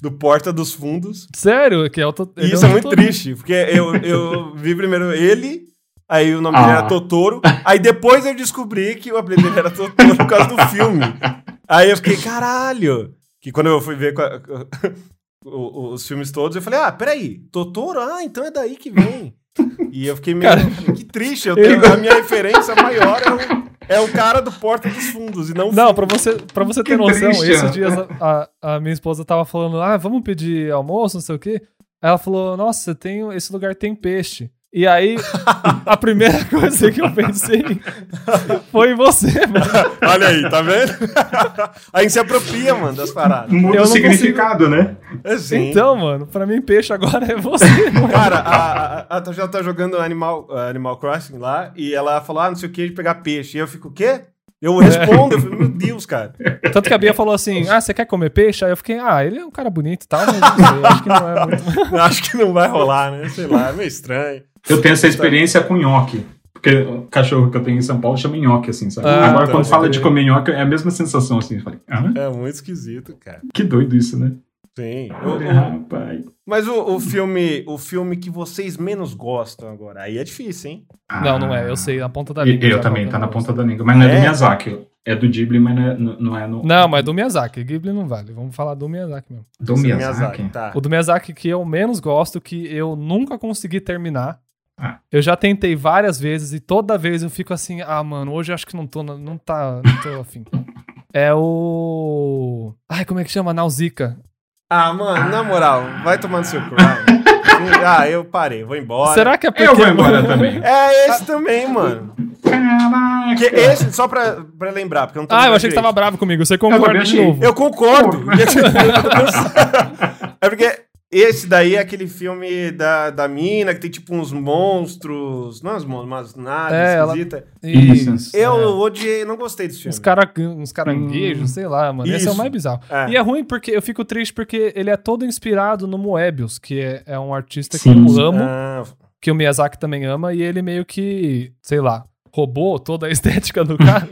Speaker 2: do Porta dos Fundos.
Speaker 1: Sério, que é o to-
Speaker 2: E
Speaker 1: ele
Speaker 2: isso é
Speaker 1: um
Speaker 2: muito
Speaker 1: Totoro.
Speaker 2: triste, porque eu, eu vi primeiro ele, aí o nome
Speaker 3: Ah.
Speaker 2: dele era Totoro, aí depois eu descobri que o apelido dele era Totoro por causa do filme. Aí eu fiquei, caralho! Que quando eu fui ver com a- com- o- o- os filmes todos, eu falei, ah, peraí, Totoro? Ah, então é daí que vem. E eu fiquei meio,
Speaker 1: Cara,
Speaker 2: que triste, eu tenho, a minha referência maior é o, é o cara do Porta dos Fundos, e não o
Speaker 1: Não,
Speaker 2: filme.
Speaker 1: pra você, pra você ter
Speaker 3: Que
Speaker 1: noção,
Speaker 3: triste,
Speaker 1: esses
Speaker 3: né?
Speaker 1: dias a, a- a minha esposa tava falando, ah, vamos pedir almoço, não sei o quê. Aí Ela falou, nossa, tem, esse lugar tem peixe. E aí, a primeira coisa que eu pensei foi em você, mano.
Speaker 2: Olha aí, tá vendo? aí se apropria, mano, das paradas.
Speaker 1: Eu
Speaker 3: Muda
Speaker 1: não
Speaker 3: o significado, né?
Speaker 2: É sim.
Speaker 1: Então, mano, pra mim peixe agora é você, mano.
Speaker 2: Cara, a, a, a eh, Tajela tá jogando Animal, Animal Crossing lá e ela falou, ah, não sei o que, de pegar peixe. E eu fico, o quê?
Speaker 1: É.
Speaker 2: Eu respondo, eu falei, meu Deus, cara.
Speaker 1: Tanto que a Bia falou assim: Ah, você quer comer peixe? Aí eu fiquei, ah, ele é um cara bonito e tal, mas não sei, acho que não é muito.
Speaker 2: Eu acho que não vai rolar, né? Sei lá, é meio estranho.
Speaker 3: Eu tenho essa experiência com nhoque. Porque o cachorro que eu tenho em São Paulo chama nhoque, assim, sabe?
Speaker 1: Ah,
Speaker 3: Agora,
Speaker 2: tá,
Speaker 3: quando
Speaker 2: pode
Speaker 3: fala
Speaker 2: crer.
Speaker 3: de comer nhoque, é a mesma sensação, assim. Eu falei, ah,
Speaker 2: É muito esquisito, cara.
Speaker 3: que doido isso, né?
Speaker 2: Sim.
Speaker 3: Olha, rapaz.
Speaker 2: Mas o, o filme o filme que vocês menos gostam agora, aí é difícil, hein?
Speaker 1: Não, não é, eu sei, na ponta da
Speaker 3: Ah. E-
Speaker 1: língua.
Speaker 3: eu
Speaker 1: já
Speaker 3: também,
Speaker 1: qual
Speaker 3: tá
Speaker 1: que
Speaker 3: na
Speaker 1: eu
Speaker 3: ponta da língua. Mas não é,
Speaker 2: É?
Speaker 3: do Miyazaki. É do Ghibli, mas não é, não é no.
Speaker 1: Não, mas do Miyazaki. Ghibli não vale. Vamos falar do Miyazaki mesmo.
Speaker 3: Do Miyazaki.
Speaker 2: Tá.
Speaker 1: Ah. O do Miyazaki que eu menos gosto, que eu nunca consegui terminar.
Speaker 3: Ah.
Speaker 1: Eu já tentei várias vezes e toda vez eu fico assim, ah, mano, hoje eu acho que não tô, na- não tá, não tô afim. É o... Ai, como é que chama? Nausica.
Speaker 2: Ah, mano, na moral, vai tomando seu cu. vai. ah, eu parei, vou embora.
Speaker 1: Será que é porque...
Speaker 3: Eu vou embora também.
Speaker 2: É esse também, mano.
Speaker 3: Caraca!
Speaker 2: Que esse, só pra, pra lembrar, porque eu não tô
Speaker 1: Ah, eu
Speaker 2: lembrando
Speaker 1: achei que você
Speaker 2: direito.
Speaker 1: tava bravo comigo. Você concorda
Speaker 3: também
Speaker 1: de
Speaker 3: achei.
Speaker 1: novo.
Speaker 2: Eu concordo. é porque esse daí é aquele filme da, da mina que tem tipo uns monstros. Não, é uns monstros, mas nada
Speaker 1: É, ela- É.
Speaker 2: esquisita.
Speaker 1: Isso.
Speaker 3: Isso.
Speaker 2: Eu odiei, não gostei desse filme.
Speaker 1: Uns, cara, uns
Speaker 3: Hum.
Speaker 1: caranguejos, sei lá, mano. Esse é o
Speaker 2: Isso.
Speaker 1: mais bizarro.
Speaker 2: É.
Speaker 1: E é ruim porque eu fico triste porque ele é todo inspirado no Moebius, que é, é um artista que
Speaker 3: Sim.
Speaker 1: eu amo.
Speaker 2: Ah,
Speaker 1: que o Miyazaki também ama, e ele meio que, sei lá, roubou toda a estética do cara.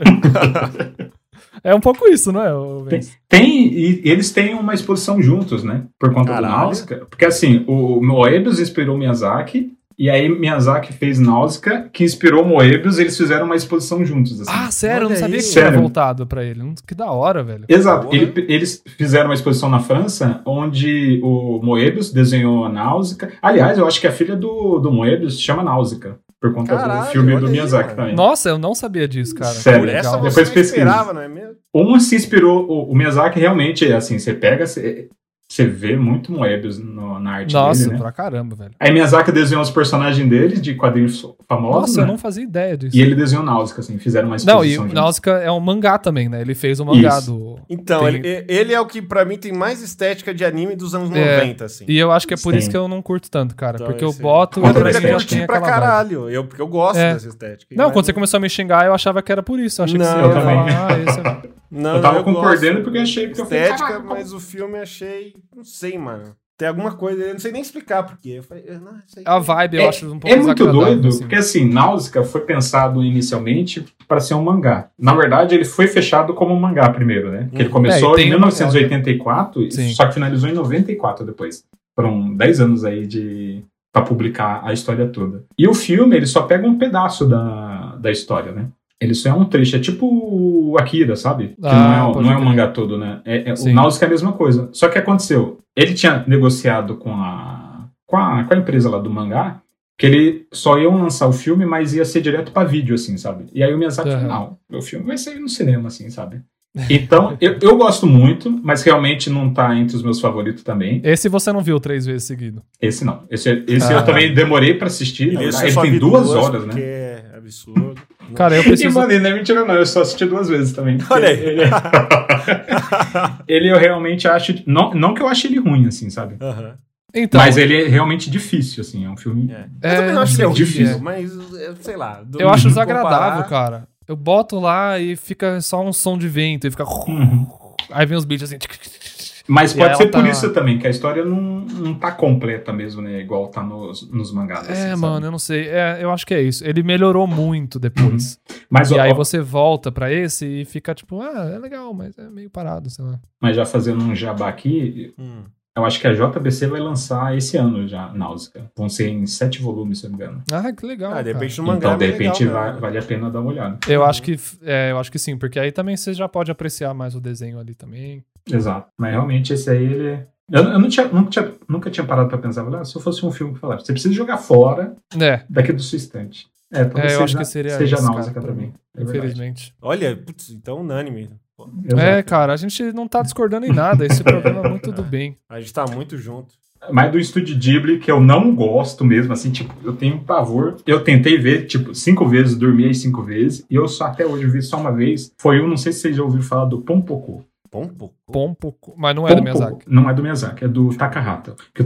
Speaker 1: é um pouco isso, não é? ô Vince?
Speaker 3: Tem, e eles têm uma exposição juntos, né? Por conta
Speaker 2: Caralho.
Speaker 3: do Náusica. Porque assim, o Moebius inspirou Miyazaki, e aí Miyazaki fez Náusica, que inspirou Moebius, e eles fizeram uma exposição juntos, assim.
Speaker 1: Ah, sério, eu não
Speaker 2: Olha
Speaker 1: sabia
Speaker 2: aí.
Speaker 1: que isso era
Speaker 3: Sério.
Speaker 1: voltado pra ele. Hum, Que da hora, velho.
Speaker 3: Exato.
Speaker 2: Boa. né?
Speaker 3: Ele- eles fizeram uma exposição na França, onde o Moebius desenhou a Náusica. Aliás, eu acho que a filha do, do Moebius chama Náusica, por conta
Speaker 2: Caralho,
Speaker 3: do filme
Speaker 2: olha
Speaker 3: do
Speaker 2: aí,
Speaker 3: Miyazaki
Speaker 2: mano.
Speaker 3: também.
Speaker 1: Nossa, eu não sabia disso, cara. Que
Speaker 3: Sério.
Speaker 2: por
Speaker 1: legal.
Speaker 2: essa você
Speaker 3: É, Depois
Speaker 2: não
Speaker 3: pesquisa.
Speaker 2: esperava, não é mesmo?
Speaker 3: Um se inspirou, o, o Miyazaki realmente, assim, você pega, você, você vê muito Moebius no- na arte
Speaker 1: Nossa,
Speaker 3: dele, né?
Speaker 1: pra caramba, velho.
Speaker 3: Aí Miyazaki desenhou os personagens deles de quadrinhos so- famosos,
Speaker 1: Nossa, eu
Speaker 3: né?
Speaker 1: não fazia ideia disso.
Speaker 3: E ele desenhou Náusica, assim, fizeram uma exposição.
Speaker 1: Não, e o
Speaker 3: juntos.
Speaker 1: Náusica é um mangá também, né? Ele fez o mangá
Speaker 3: Isso.
Speaker 1: do...
Speaker 2: Então,
Speaker 1: Tem-
Speaker 2: ele, ele é o que pra mim tem mais estética de anime dos anos
Speaker 1: É.
Speaker 2: 90, assim.
Speaker 1: E eu acho que é por
Speaker 3: Sim.
Speaker 1: isso que eu não curto tanto, cara.
Speaker 2: Então,
Speaker 1: porque eu
Speaker 2: esse-
Speaker 1: boto
Speaker 2: Eu
Speaker 1: e
Speaker 3: Quando
Speaker 1: pra
Speaker 3: ele
Speaker 1: mim
Speaker 2: deveria
Speaker 1: já
Speaker 3: curte
Speaker 1: tem
Speaker 2: curtir pra
Speaker 1: aquela vibe.
Speaker 2: caralho. Eu, porque eu gosto
Speaker 1: É.
Speaker 2: dessa estética.
Speaker 1: Não,
Speaker 2: mas
Speaker 1: quando você começou a me xingar, eu achava que era por isso. Eu achei que
Speaker 2: Não,
Speaker 1: você
Speaker 2: eu
Speaker 1: ia falar,
Speaker 3: também.
Speaker 1: ah, esse é...
Speaker 2: Não,
Speaker 3: Eu tava
Speaker 2: não,
Speaker 3: concordando
Speaker 2: gosto.
Speaker 3: porque eu achei que eu falei,
Speaker 2: estética,
Speaker 3: "Caraca, como-"
Speaker 2: mas o filme eu achei. Não sei, mano. Tem alguma coisa, eu não sei nem explicar por quê. Eu falei, eu não, isso aí-
Speaker 1: A vibe eu
Speaker 3: É-
Speaker 1: acho um pouco
Speaker 3: É muito
Speaker 1: desagradável,
Speaker 3: doido,
Speaker 1: assim.
Speaker 3: porque assim, Náusica foi pensado inicialmente para ser um mangá. Na verdade, ele foi fechado como um mangá primeiro, né? Que ele
Speaker 2: Hum.
Speaker 3: começou
Speaker 1: É, e tem
Speaker 3: em
Speaker 1: um
Speaker 3: 1984,
Speaker 1: Sim.
Speaker 3: só que finalizou em 94 depois. Foram 10 anos aí de para publicar a história toda. E o filme, ele só pega um pedaço da, da história, né? Ele só é um trecho, é tipo o Akira, sabe? Que
Speaker 1: Ah,
Speaker 3: não é, o-
Speaker 1: pode
Speaker 3: não é o
Speaker 1: crer.
Speaker 3: mangá todo, né? É, é, o
Speaker 1: Sim.
Speaker 3: Náusica é a mesma coisa. Só que aconteceu, ele tinha negociado com a, com a, com a empresa lá do mangá que ele só iam lançar o filme, mas ia ser direto pra vídeo, assim, sabe? E aí o Miyazaki
Speaker 1: Aham.
Speaker 3: falou, não, meu filme vai sair no cinema, assim, sabe? Então, eu, eu gosto muito, mas realmente não tá entre os meus favoritos também.
Speaker 1: Esse você não viu três vezes seguido.
Speaker 3: Esse não. Esse, esse
Speaker 1: Ah.
Speaker 3: eu também demorei pra assistir.
Speaker 1: né?
Speaker 3: na
Speaker 2: Ele
Speaker 3: verdade. Ele tem duas horas,
Speaker 2: porque
Speaker 3: né?
Speaker 2: É absurdo.
Speaker 1: Cara, eu
Speaker 3: E,
Speaker 1: preciso.
Speaker 3: mano, ele não é mentira, não. Eu só assisti duas vezes também. porque
Speaker 2: Olha aí.
Speaker 3: Ele, ele eu realmente acho. Não, não que eu ache ele ruim, assim, sabe?
Speaker 2: Aham.
Speaker 1: Então,
Speaker 3: Mas ele é realmente difícil, assim. É um filme.
Speaker 2: É.
Speaker 1: É,
Speaker 2: eu também não acho que ele é
Speaker 3: difícil.
Speaker 2: horrível, mas eu sei lá. do-
Speaker 1: eu
Speaker 3: Uhum.
Speaker 1: acho
Speaker 2: do
Speaker 1: desagradável,
Speaker 2: comparar-
Speaker 1: cara. Eu boto lá e fica só um som de vento e fica.
Speaker 3: Uhum.
Speaker 1: Aí vem os bichos assim. tic, tic, tic.
Speaker 3: Mas
Speaker 1: E
Speaker 3: pode
Speaker 1: ela
Speaker 3: ser por
Speaker 1: tá-
Speaker 3: isso também, que a história não, não tá completa mesmo, né? Igual tá nos, nos mangás. assim,
Speaker 1: É,
Speaker 3: sabe?
Speaker 1: mano, eu não sei. É, eu acho que é isso. Ele melhorou muito depois.
Speaker 3: Uhum. Mas,
Speaker 1: e
Speaker 3: ó,
Speaker 1: aí você volta pra esse e fica tipo, ah, é legal, mas é meio parado, sei lá.
Speaker 3: mas já fazendo um jabá aqui,
Speaker 2: Hum.
Speaker 3: eu acho que a JBC vai lançar esse ano já, Náusea. Vão ser em sete volumes, se eu não me engano.
Speaker 1: Ah, que legal.
Speaker 2: Ah, de
Speaker 1: cara.
Speaker 2: repente no mangá.
Speaker 3: então, de
Speaker 2: é mais
Speaker 3: repente, né?
Speaker 2: legal,
Speaker 3: va-
Speaker 2: né?
Speaker 3: vale a pena dar uma olhada.
Speaker 1: Eu acho que é, eu acho que sim, porque aí também você já pode apreciar mais o desenho ali também.
Speaker 3: Exato. Mas realmente esse aí, ele... é, Eu, eu não tinha, nunca, tinha, nunca tinha parado pra pensar, falei, ah, se eu fosse um filme que falasse, você precisa jogar fora
Speaker 1: É,
Speaker 3: daqui do seu instante. É, talvez
Speaker 1: É, eu
Speaker 3: seja,
Speaker 1: acho que seria
Speaker 3: seja
Speaker 1: isso,
Speaker 3: Náusea
Speaker 1: cara,
Speaker 3: também. É verdade.
Speaker 1: infelizmente.
Speaker 2: Olha, putz, então unânime. Pô,
Speaker 1: É,
Speaker 3: Exato.
Speaker 1: cara, a gente não tá discordando em nada. Esse programa é muito do bem.
Speaker 2: A gente tá muito junto.
Speaker 3: Mas do estúdio Ghibli, que eu não gosto mesmo, assim, tipo, eu tenho pavor. Eu tentei ver, tipo, cinco vezes, dormi aí cinco vezes, e eu só até hoje vi só uma vez. Foi um, não sei se vocês já ouviram falar do Pompoco.
Speaker 2: Pompo.
Speaker 1: Pompo. Mas não é do Miyazaki.
Speaker 3: Não é do Miyazaki, é do Takahata. Porque o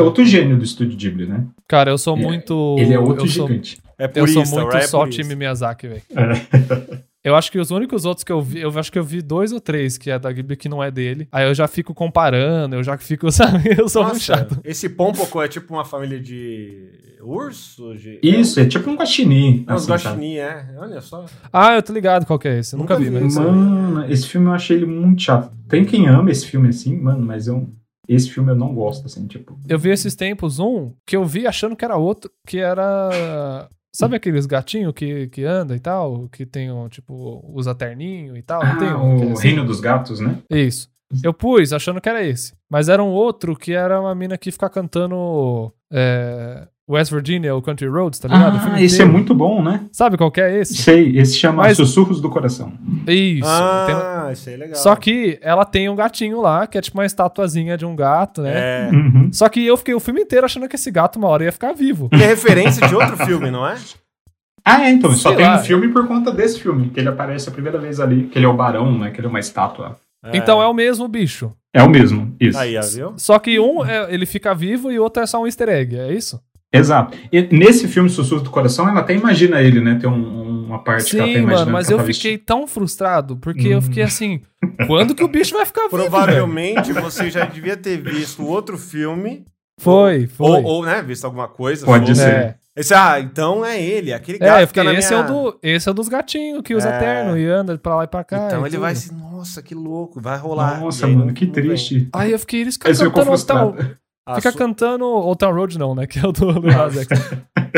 Speaker 1: Ah.
Speaker 3: é outro gênio do estúdio Ghibli, né?
Speaker 1: Cara, eu sou
Speaker 3: Ele-
Speaker 1: muito.
Speaker 3: Ele é outro
Speaker 1: eu sou,
Speaker 3: gigante.
Speaker 2: É
Speaker 1: eu
Speaker 2: por
Speaker 1: sou
Speaker 2: isso,
Speaker 1: muito
Speaker 2: right? É
Speaker 1: só
Speaker 2: purista.
Speaker 1: time Miyazaki, velho.
Speaker 3: É.
Speaker 1: Eu acho que os únicos outros que eu vi, eu acho que eu vi dois ou três que é da Ghibli que não é dele. Aí eu já fico comparando, eu já fico, sabe? Eu sou muito chato.
Speaker 2: Esse Pompoco é tipo uma família de urso? De...
Speaker 3: Isso, é tipo um guaxinim.
Speaker 2: É uns
Speaker 3: assim, sabe?
Speaker 2: guaxinim, é. Olha só.
Speaker 1: Ah, eu tô ligado qual que é esse. Eu nunca,
Speaker 2: Nunca
Speaker 1: vi,
Speaker 2: vi,
Speaker 1: mas.
Speaker 3: Mano, esse filme eu achei ele muito chato. Tem quem ama esse filme assim, mano, mas eu. Esse filme eu não gosto, assim, tipo.
Speaker 1: Eu vi esses tempos um que eu vi achando que era outro, que era. Sabe aqueles gatinhos que, que anda e tal? Que tem, um, tipo, usa terninho e tal? não tem
Speaker 3: Ah,
Speaker 1: um que é
Speaker 3: o
Speaker 1: assim?
Speaker 3: Reino dos Gatos, né?
Speaker 1: Isso. Eu pus, achando que era esse. Mas era um outro que era uma mina que fica cantando é, West Virginia ou Country Roads, tá ligado? O
Speaker 3: Ah,
Speaker 1: filme
Speaker 3: esse é
Speaker 1: inteiro.
Speaker 3: muito bom, né?
Speaker 1: Sabe qual que é esse?
Speaker 3: Sei, esse chama
Speaker 1: Mas-
Speaker 3: Sussurros do Coração.
Speaker 1: Isso. tem- um
Speaker 2: Ah, isso aí é legal.
Speaker 1: Só que ela tem um gatinho lá, que é tipo uma estatuazinha de um gato, né?
Speaker 2: É.
Speaker 3: Uhum.
Speaker 1: Só que eu fiquei o filme inteiro achando que esse gato uma hora ia ficar vivo.
Speaker 2: Que é referência de outro filme, não é?
Speaker 3: Ah, é, então, só
Speaker 1: Sei
Speaker 3: tem
Speaker 1: lá.
Speaker 3: um filme por conta desse filme, que ele aparece a primeira vez ali, que ele é o barão, né? Que ele é uma estátua.
Speaker 1: Então é um- o mesmo bicho.
Speaker 3: É o mesmo, isso.
Speaker 2: Aí, ó, viu?
Speaker 1: Só que um é- ele fica vivo e o outro é só um easter egg, é isso?
Speaker 3: Exato. E nesse filme Sussurros do Coração, ela até imagina ele, né? Tem um- uma parte que ela tá
Speaker 1: Sim,
Speaker 3: imaginando.
Speaker 1: mano, mas
Speaker 3: que ela
Speaker 1: eu
Speaker 3: tá vestindo.
Speaker 1: fiquei tão frustrado, porque eu fiquei assim, quando que o bicho vai ficar vivo? velho?
Speaker 2: Provavelmente você já devia ter visto outro filme.
Speaker 1: Foi, foi.
Speaker 2: Ou, ou, né, visto alguma coisa.
Speaker 3: Pode
Speaker 2: sobre.
Speaker 3: ser.
Speaker 1: É.
Speaker 2: Esse, ah, então é ele, aquele gato
Speaker 1: É, eu
Speaker 2: que tá
Speaker 1: fiquei,
Speaker 2: na
Speaker 1: esse,
Speaker 2: minha...
Speaker 1: é o do, esse é o dos gatinhos que usa
Speaker 2: É.
Speaker 1: terno e anda pra lá e pra cá.
Speaker 2: Então
Speaker 1: e
Speaker 2: ele
Speaker 1: tudo.
Speaker 2: vai se... Nossa, que louco, vai rolar.
Speaker 3: Nossa,
Speaker 2: E aí,
Speaker 3: mano,
Speaker 2: não-
Speaker 3: que
Speaker 2: não vem.
Speaker 3: triste.
Speaker 1: Aí eu fiquei, eles ficam
Speaker 3: Aí você ficou
Speaker 1: cantando Old Town-
Speaker 3: frustrado.
Speaker 2: A
Speaker 1: Fica
Speaker 2: su-
Speaker 1: cantando Old Town Road não, né? Que é o do, do Razek.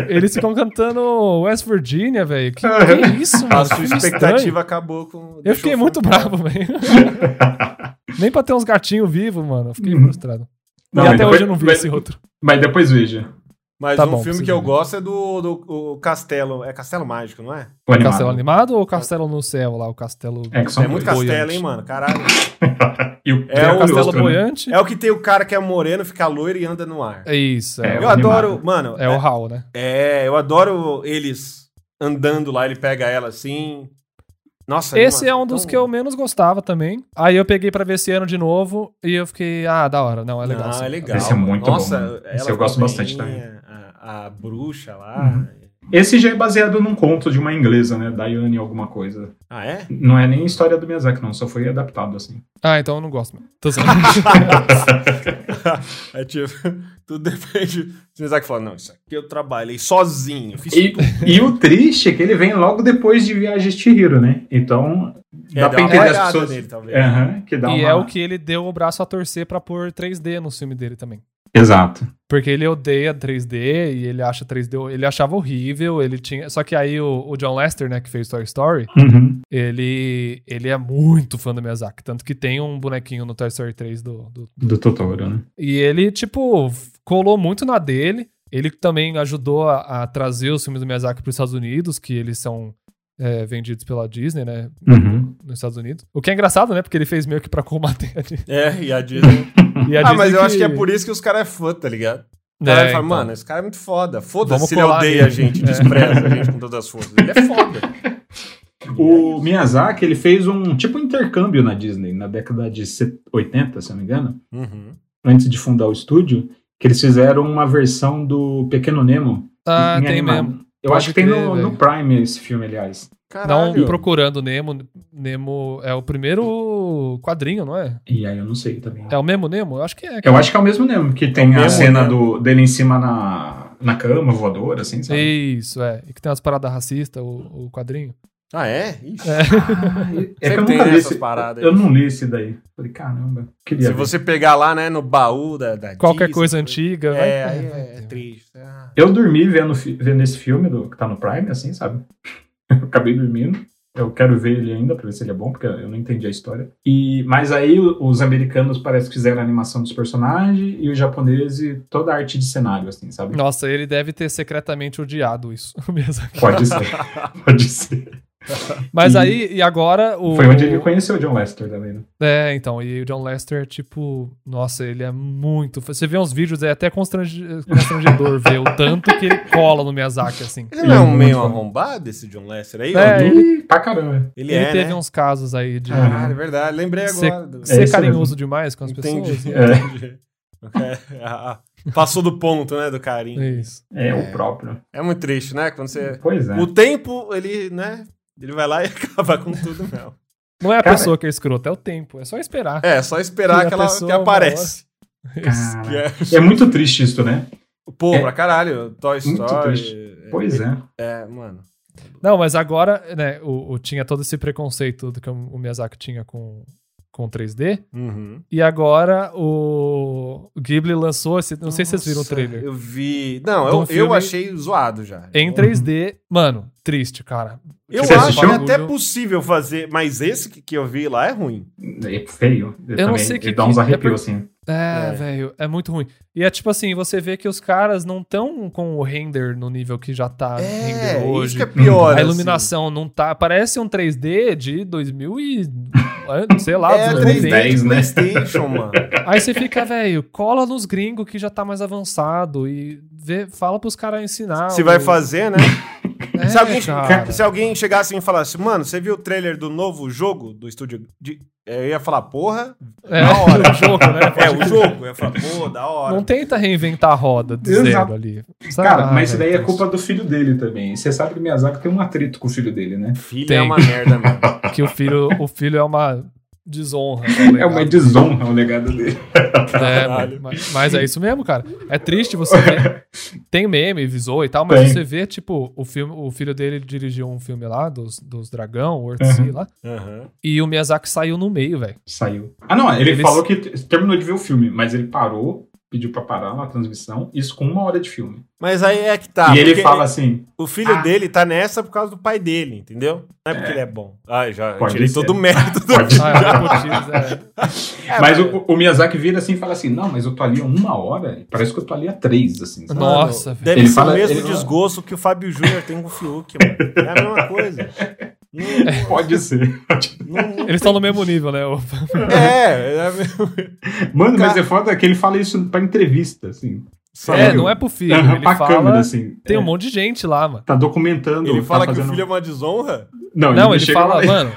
Speaker 1: Eles ficam cantando West Virginia, velho. Que, que isso, mano?
Speaker 2: A
Speaker 1: Que
Speaker 2: sua
Speaker 1: filme
Speaker 2: expectativa
Speaker 1: estranho.
Speaker 2: acabou com...
Speaker 1: Eu
Speaker 2: deixou
Speaker 1: fiquei
Speaker 2: o
Speaker 1: muito
Speaker 2: filme.
Speaker 1: bravo, velho. Nem pra ter uns gatinhos vivos, mano. Eu Fiquei
Speaker 3: Uhum.
Speaker 1: frustrado.
Speaker 3: Não,
Speaker 1: e
Speaker 3: mas
Speaker 1: até
Speaker 3: depois-
Speaker 1: hoje eu não vi
Speaker 3: mas-
Speaker 1: esse outro.
Speaker 3: Mas depois veja.
Speaker 2: Mas
Speaker 1: Tá
Speaker 2: um
Speaker 1: bom,
Speaker 2: filme
Speaker 1: preciso
Speaker 2: que eu
Speaker 1: ver.
Speaker 2: gosto é do, do o Castelo. É Castelo Mágico, não é?
Speaker 3: O animado.
Speaker 1: Castelo animado ou Castelo no céu lá? O castelo.
Speaker 3: É, que são
Speaker 2: é muito
Speaker 3: dois.
Speaker 1: Boiante.
Speaker 2: castelo, hein, mano? Caralho.
Speaker 3: E o,
Speaker 2: É
Speaker 1: É
Speaker 2: um
Speaker 1: o Castelo
Speaker 3: outro, né?
Speaker 1: Boiante.
Speaker 2: É o que tem o cara que é moreno, fica loiro e anda no ar.
Speaker 1: É isso.
Speaker 3: É,
Speaker 1: É,
Speaker 2: eu
Speaker 1: o-
Speaker 3: animado.
Speaker 2: adoro, mano.
Speaker 1: é o Hal, né?
Speaker 2: É, eu adoro eles andando lá, ele pega ela assim. Nossa,
Speaker 1: Esse
Speaker 2: mano,
Speaker 1: é um dos
Speaker 2: tão-
Speaker 1: que eu menos gostava também. Aí eu peguei pra ver esse ano de novo e eu fiquei, ah, da hora. Não, é legal.
Speaker 2: Não,
Speaker 1: sim.
Speaker 2: é legal.
Speaker 3: Esse é muito
Speaker 2: Nossa,
Speaker 3: bom, mano.
Speaker 2: ela
Speaker 3: Esse eu gosto
Speaker 2: fica bem,
Speaker 3: bastante também.
Speaker 2: A, a bruxa lá.
Speaker 3: Esse já é baseado num conto de uma inglesa, né? Diane alguma coisa.
Speaker 2: Ah, é?
Speaker 3: Não é nem história do Miyazaki, não. Só foi adaptado, assim.
Speaker 1: Ah, então eu não gosto. mesmo. Tô zoando.
Speaker 2: É tipo, tudo depende. Se o Isaac falar, não, isso aqui eu trabalhei sozinho, fiz
Speaker 3: E,
Speaker 2: tudo.
Speaker 3: e o triste é que ele vem logo depois de Viagem de Chihiro, né? Então,
Speaker 2: É,
Speaker 3: dá
Speaker 2: dá
Speaker 3: pra
Speaker 2: uma
Speaker 3: entender as
Speaker 2: olhada
Speaker 3: pessoas...
Speaker 2: nele, talvez.
Speaker 3: Aham, que dá
Speaker 1: e
Speaker 3: uma...
Speaker 1: é o que ele deu o braço a torcer pra pôr 3D no filme dele também.
Speaker 3: Exato.
Speaker 1: Porque ele odeia 3D e ele acha 3D, ho- ele achava horrível, ele tinha, só que aí o, o John Lester, né, que fez Toy Story,
Speaker 3: Uhum.
Speaker 1: ele ele é muito fã do Miyazaki, tanto que tem um bonequinho no Toy Story 3 do, do-
Speaker 3: Do Totoro, né?
Speaker 1: e ele tipo f- colou muito na dele. Ele também ajudou a, a trazer os filmes do Miyazaki para os Estados Unidos, que eles são é, vendidos pela Disney, né,
Speaker 3: Uhum.
Speaker 1: nos Estados Unidos. O que é engraçado, né, porque ele fez meio que pra combater a Disney.
Speaker 2: É, e a Disney.
Speaker 1: E a
Speaker 2: ah, mas
Speaker 1: Disney
Speaker 2: eu acho que é por isso que os caras é fã, tá ligado? O
Speaker 1: É,
Speaker 2: cara fala,
Speaker 1: então.
Speaker 2: mano, esse cara é muito foda.
Speaker 1: Vamos
Speaker 2: Foda-se se ele
Speaker 1: colar
Speaker 2: odeia
Speaker 1: nele.
Speaker 2: a gente, despreza a gente com todas as forças. Ele é foda.
Speaker 3: O Miyazaki, ele fez um tipo um intercâmbio na Disney, na década de set- 80, se eu não me engano.
Speaker 2: Uhum.
Speaker 3: antes de fundar o estúdio, que eles fizeram uma versão do Pequeno Nemo.
Speaker 1: Ah,
Speaker 3: em
Speaker 1: tem
Speaker 3: animado.
Speaker 1: mesmo.
Speaker 3: Eu
Speaker 1: Pode
Speaker 3: acho que tem
Speaker 1: crer,
Speaker 3: no,
Speaker 1: velho.
Speaker 3: no Prime esse filme, aliás.
Speaker 1: Não
Speaker 2: Caralho.
Speaker 1: procurando Nemo. Nemo é o primeiro quadrinho, não é?
Speaker 3: E aí eu não sei também.
Speaker 1: É o mesmo Nemo? Eu acho que é.
Speaker 3: Eu acho que é o mesmo Nemo, que tem a
Speaker 2: mesmo
Speaker 3: cena
Speaker 2: Nemo.
Speaker 3: do, dele em cima na, na cama, voadora, assim, sabe?
Speaker 1: Isso, é. E que tem umas paradas racistas, o, o quadrinho.
Speaker 2: Ah, é? Ixi.
Speaker 3: Ah, é que
Speaker 2: Sempre
Speaker 3: eu
Speaker 2: tem
Speaker 3: nunca li
Speaker 2: essas
Speaker 3: esse,
Speaker 2: paradas aí.
Speaker 3: Eu não li esse daí. Falei, caramba, queria
Speaker 2: Se
Speaker 3: ver.
Speaker 2: você pegar lá, né, no baú da, da
Speaker 1: É, Qualquer
Speaker 2: Disney,
Speaker 1: coisa antiga. vai-
Speaker 2: É, aí
Speaker 1: vai
Speaker 2: é,
Speaker 1: ter.
Speaker 2: triste. Ah.
Speaker 3: Eu dormi vendo, fi- vendo esse filme do, que tá no Prime, assim, sabe? Eu acabei dormindo. Eu quero ver ele ainda pra ver se ele é bom, porque eu não entendi a história. E, mas aí o- os americanos parece que fizeram a animação dos personagens e os japoneses toda a arte de cenário, assim, sabe?
Speaker 1: Nossa, ele deve ter secretamente odiado isso. mesmo.
Speaker 3: Pode ser. Pode ser.
Speaker 1: Mas
Speaker 3: E-
Speaker 1: aí, e agora o.
Speaker 3: Foi onde ele conheceu o John Lester também, né?
Speaker 1: É, então, e o John Lester, tipo, nossa, ele é muito. Você vê uns vídeos, é até constrange- constrangedor ver o tanto que ele cola no Miyazaki, assim.
Speaker 2: Ele não é um
Speaker 3: Ele é
Speaker 2: meio
Speaker 3: muito bom.
Speaker 2: arrombado, esse John Lester aí?
Speaker 1: É,
Speaker 2: Ou-
Speaker 1: ele-
Speaker 3: Ih, Pra caramba.
Speaker 2: ele,
Speaker 1: Ele,
Speaker 2: é,
Speaker 1: teve
Speaker 2: né?
Speaker 1: uns casos aí de
Speaker 2: Caralho, é verdade. Lembrei
Speaker 1: Você-
Speaker 2: agora. do-
Speaker 3: É
Speaker 1: ser
Speaker 3: isso
Speaker 1: carinhoso demais com as pessoas.
Speaker 2: Entendi.
Speaker 1: né?
Speaker 3: É.
Speaker 2: entendi. Ah, Passou do ponto, né, do carinho.
Speaker 1: É isso.
Speaker 3: É, o próprio.
Speaker 2: É muito triste, né? Quando você...
Speaker 3: Pois é.
Speaker 2: O tempo, ele, né, Ele vai lá e acaba com tudo mesmo.
Speaker 1: Não é a
Speaker 3: Cara,
Speaker 1: pessoa que é escrota, é o tempo. É só esperar.
Speaker 2: É, só esperar
Speaker 1: E a
Speaker 2: que ela
Speaker 1: pessoa
Speaker 2: que aparece.
Speaker 3: Cara,
Speaker 2: Que é-
Speaker 3: é muito triste isso, né?
Speaker 2: Pô,
Speaker 3: É.
Speaker 2: pra caralho, Toy
Speaker 3: Muito
Speaker 2: Story.
Speaker 3: Pois é.
Speaker 2: É, mano.
Speaker 1: Não, mas agora, né, o, o- tinha todo esse preconceito do que o Miyazaki tinha com, com 3D.
Speaker 2: Uhum.
Speaker 1: E agora o Ghibli lançou esse. Não sei se vocês viram o
Speaker 2: Nossa,
Speaker 1: trailer.
Speaker 2: Eu vi. Não,
Speaker 1: De um
Speaker 2: eu, eu
Speaker 1: filme-
Speaker 2: achei zoado já.
Speaker 1: Em 3D, mano, triste, cara.
Speaker 2: Eu
Speaker 3: Você
Speaker 2: acho que
Speaker 3: assistiu?
Speaker 2: é até possível fazer, mas esse que, que eu vi lá é ruim.
Speaker 3: É feio. Eu também,
Speaker 1: não sei que-
Speaker 3: ele dá uns
Speaker 1: que- é
Speaker 3: arrepios,
Speaker 1: por-
Speaker 3: assim.
Speaker 1: É,
Speaker 2: É.
Speaker 1: velho, é muito ruim. E é tipo assim, você vê que os caras não estão com o render no nível que já tá render hoje.
Speaker 2: isso que é pior.
Speaker 1: A
Speaker 2: assim.
Speaker 1: iluminação não tá. Parece um 3D de 2000 e. eh, sei lá,
Speaker 2: é
Speaker 1: 2010.
Speaker 2: 3D
Speaker 3: 2010,
Speaker 2: do
Speaker 3: né?
Speaker 2: PlayStation, mano.
Speaker 1: Aí você fica, velho, cola nos gringos que já tá mais avançado e vê, fala pros caras ensinar.
Speaker 2: Se vai
Speaker 1: o-
Speaker 2: fazer, né?
Speaker 1: É,
Speaker 2: se, alguém,
Speaker 1: cara.
Speaker 2: se alguém chegasse e falasse, mano, você viu o trailer do novo jogo do estúdio? de-" Eu ia falar, porra,
Speaker 1: É,
Speaker 2: da hora.
Speaker 1: o jogo, né?
Speaker 2: É, o jogo. Eu ia falar, pô, da hora.
Speaker 1: Não tenta reinventar a roda do
Speaker 3: Exato.
Speaker 1: zero ali. Sabe?
Speaker 3: Cara, mas isso
Speaker 1: Ah,
Speaker 3: daí é
Speaker 1: velho,
Speaker 3: culpa do filho dele também. E você sabe que o Miyazaki tem um atrito com o filho dele, né?
Speaker 2: Filho
Speaker 1: Tem.
Speaker 2: é uma merda, mano.
Speaker 1: Que o filho, o filho é uma desonra. tá
Speaker 3: É uma desonra o legado dele.
Speaker 1: É,
Speaker 2: Caralho.
Speaker 1: mas, mas é isso mesmo, cara. É triste você ver. Tem meme, visou e tal, mas
Speaker 3: Tem.
Speaker 1: você vê, tipo, o, filme, o filho dele dirigiu um filme lá, dos, dos Dragão, o Ortsi lá,
Speaker 2: Aham.
Speaker 1: e o Miyazaki saiu no meio, velho.
Speaker 3: Saiu. Ah, não, ele
Speaker 1: Eles-
Speaker 3: falou que t- terminou de ver o filme, mas ele parou, pediu pra parar na transmissão, isso com uma hora de filme.
Speaker 2: Mas aí é que tá.
Speaker 3: e ele
Speaker 2: porque
Speaker 3: fala assim:
Speaker 2: O filho
Speaker 3: Ah.
Speaker 2: dele tá nessa por causa do pai dele, entendeu? Não é porque ele é bom. Ai, já eu
Speaker 3: Pode
Speaker 2: tirei
Speaker 3: ser.
Speaker 2: todo o mérito do
Speaker 3: pode.
Speaker 1: Ah, é, o Ortiz, é.
Speaker 3: mas o, o Miyazaki vira assim e fala assim: não, mas eu tô ali há uma hora, e parece que eu tô ali há três, assim. sabe?
Speaker 1: Nossa. velho.
Speaker 2: Deve
Speaker 3: Ele
Speaker 2: ser
Speaker 3: fala-
Speaker 2: o mesmo
Speaker 3: ele-
Speaker 2: desgosto que o Fábio Júnior tem com o Fiuk, mano. É a mesma coisa. Não-
Speaker 3: Pode ser.
Speaker 2: não-
Speaker 1: Eles estão no mesmo nível, né? O-
Speaker 2: é, é a mesma-
Speaker 3: Mano, mas
Speaker 2: Cara-
Speaker 3: é foda que ele fala isso pra entrevista, assim.
Speaker 1: É,
Speaker 2: Sério?
Speaker 1: não é pro filho.
Speaker 3: Aham,
Speaker 1: Ele fala.
Speaker 3: assim.
Speaker 1: Tem um
Speaker 3: É,
Speaker 1: monte de gente lá, mano.
Speaker 3: Tá documentando.
Speaker 2: Ele
Speaker 3: tá
Speaker 2: fala que
Speaker 3: fazendo...
Speaker 2: o filho é uma desonra?
Speaker 3: Não,
Speaker 1: um- Não, ele
Speaker 3: chega e
Speaker 1: fala, mano,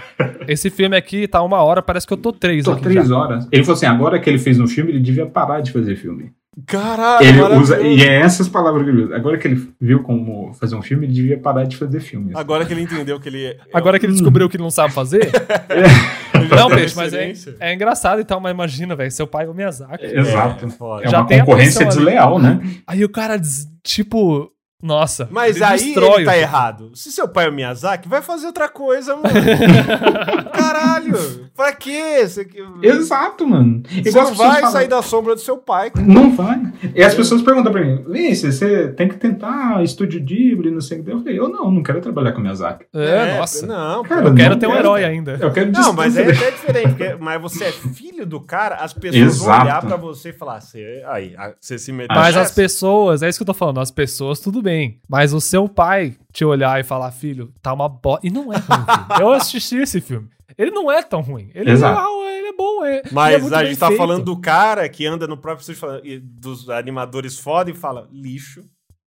Speaker 1: esse filme aqui tá uma hora, parece que eu tô três
Speaker 3: Tô
Speaker 1: aqui.
Speaker 3: três
Speaker 1: já.
Speaker 3: horas. Ele falou assim: agora que ele fez um filme, ele devia parar de fazer filme.
Speaker 2: Caralho,
Speaker 3: ele
Speaker 2: maravilhoso.
Speaker 3: usa. E é essas palavras que ele usa. Agora que ele viu como fazer um filme, ele devia parar de fazer filme.
Speaker 2: Agora que ele entendeu que ele é.
Speaker 1: Agora
Speaker 3: Hum.
Speaker 1: que ele descobriu que ele não sabe fazer.
Speaker 2: ele já
Speaker 1: não,
Speaker 2: tem
Speaker 1: peixe, mas é,
Speaker 2: referência.
Speaker 1: é engraçado e tal, mas imagina, velho, seu pai é o Miyazaki.
Speaker 3: É, Exato.
Speaker 2: É, foda.
Speaker 3: É
Speaker 1: já
Speaker 3: uma
Speaker 1: tem a
Speaker 3: concorrência
Speaker 1: pressão ali. Uhum.
Speaker 3: desleal, né?
Speaker 1: Aí o cara, des- tipo, nossa.
Speaker 2: Mas
Speaker 1: ele
Speaker 2: aí
Speaker 1: destrói
Speaker 2: ele
Speaker 1: o
Speaker 2: tá
Speaker 1: filme.
Speaker 2: errado. Se seu pai é o Miyazaki, vai fazer outra coisa, mano. Caralho! Pra quê? Você,
Speaker 3: Exato, mano.
Speaker 2: você
Speaker 3: Igual as
Speaker 2: não
Speaker 3: pessoas
Speaker 2: vai
Speaker 3: falam.
Speaker 2: sair da sombra do seu pai. cara.
Speaker 3: Não vai. E as pessoas perguntam pra mim, Vince, você tem que tentar estúdio Ghibli, não sei o que. Eu falei, eu não, não quero trabalhar com Miyazaki.
Speaker 1: É, nossa.
Speaker 2: Não,
Speaker 3: Cara,
Speaker 2: pô.
Speaker 1: Eu quero
Speaker 3: não
Speaker 1: ter um
Speaker 3: quero.
Speaker 1: herói ainda.
Speaker 3: Eu quero
Speaker 2: Não, mas é
Speaker 3: distância.
Speaker 2: até diferente, porque- mas você é filho do cara, as pessoas vão
Speaker 3: Exato.
Speaker 2: olhar pra você e falar, "Cê- aí, a- você se meteu
Speaker 1: Mas as
Speaker 2: nessa?"
Speaker 1: pessoas, é isso que eu tô falando, as pessoas, tudo bem. Mas o seu pai te olhar e falar, filho, tá uma bosta. E não é ruim. filho. Eu assisti esse filme. Ele não é tão ruim. Ele, é,
Speaker 3: Exato.
Speaker 1: legal, ele é bom. É, ele é
Speaker 2: Mas
Speaker 1: muito
Speaker 2: a
Speaker 1: bem
Speaker 2: gente tá
Speaker 1: feito.
Speaker 2: falando do cara que anda no próprio estúdio falando- e dos animadores foda e fala, lixo,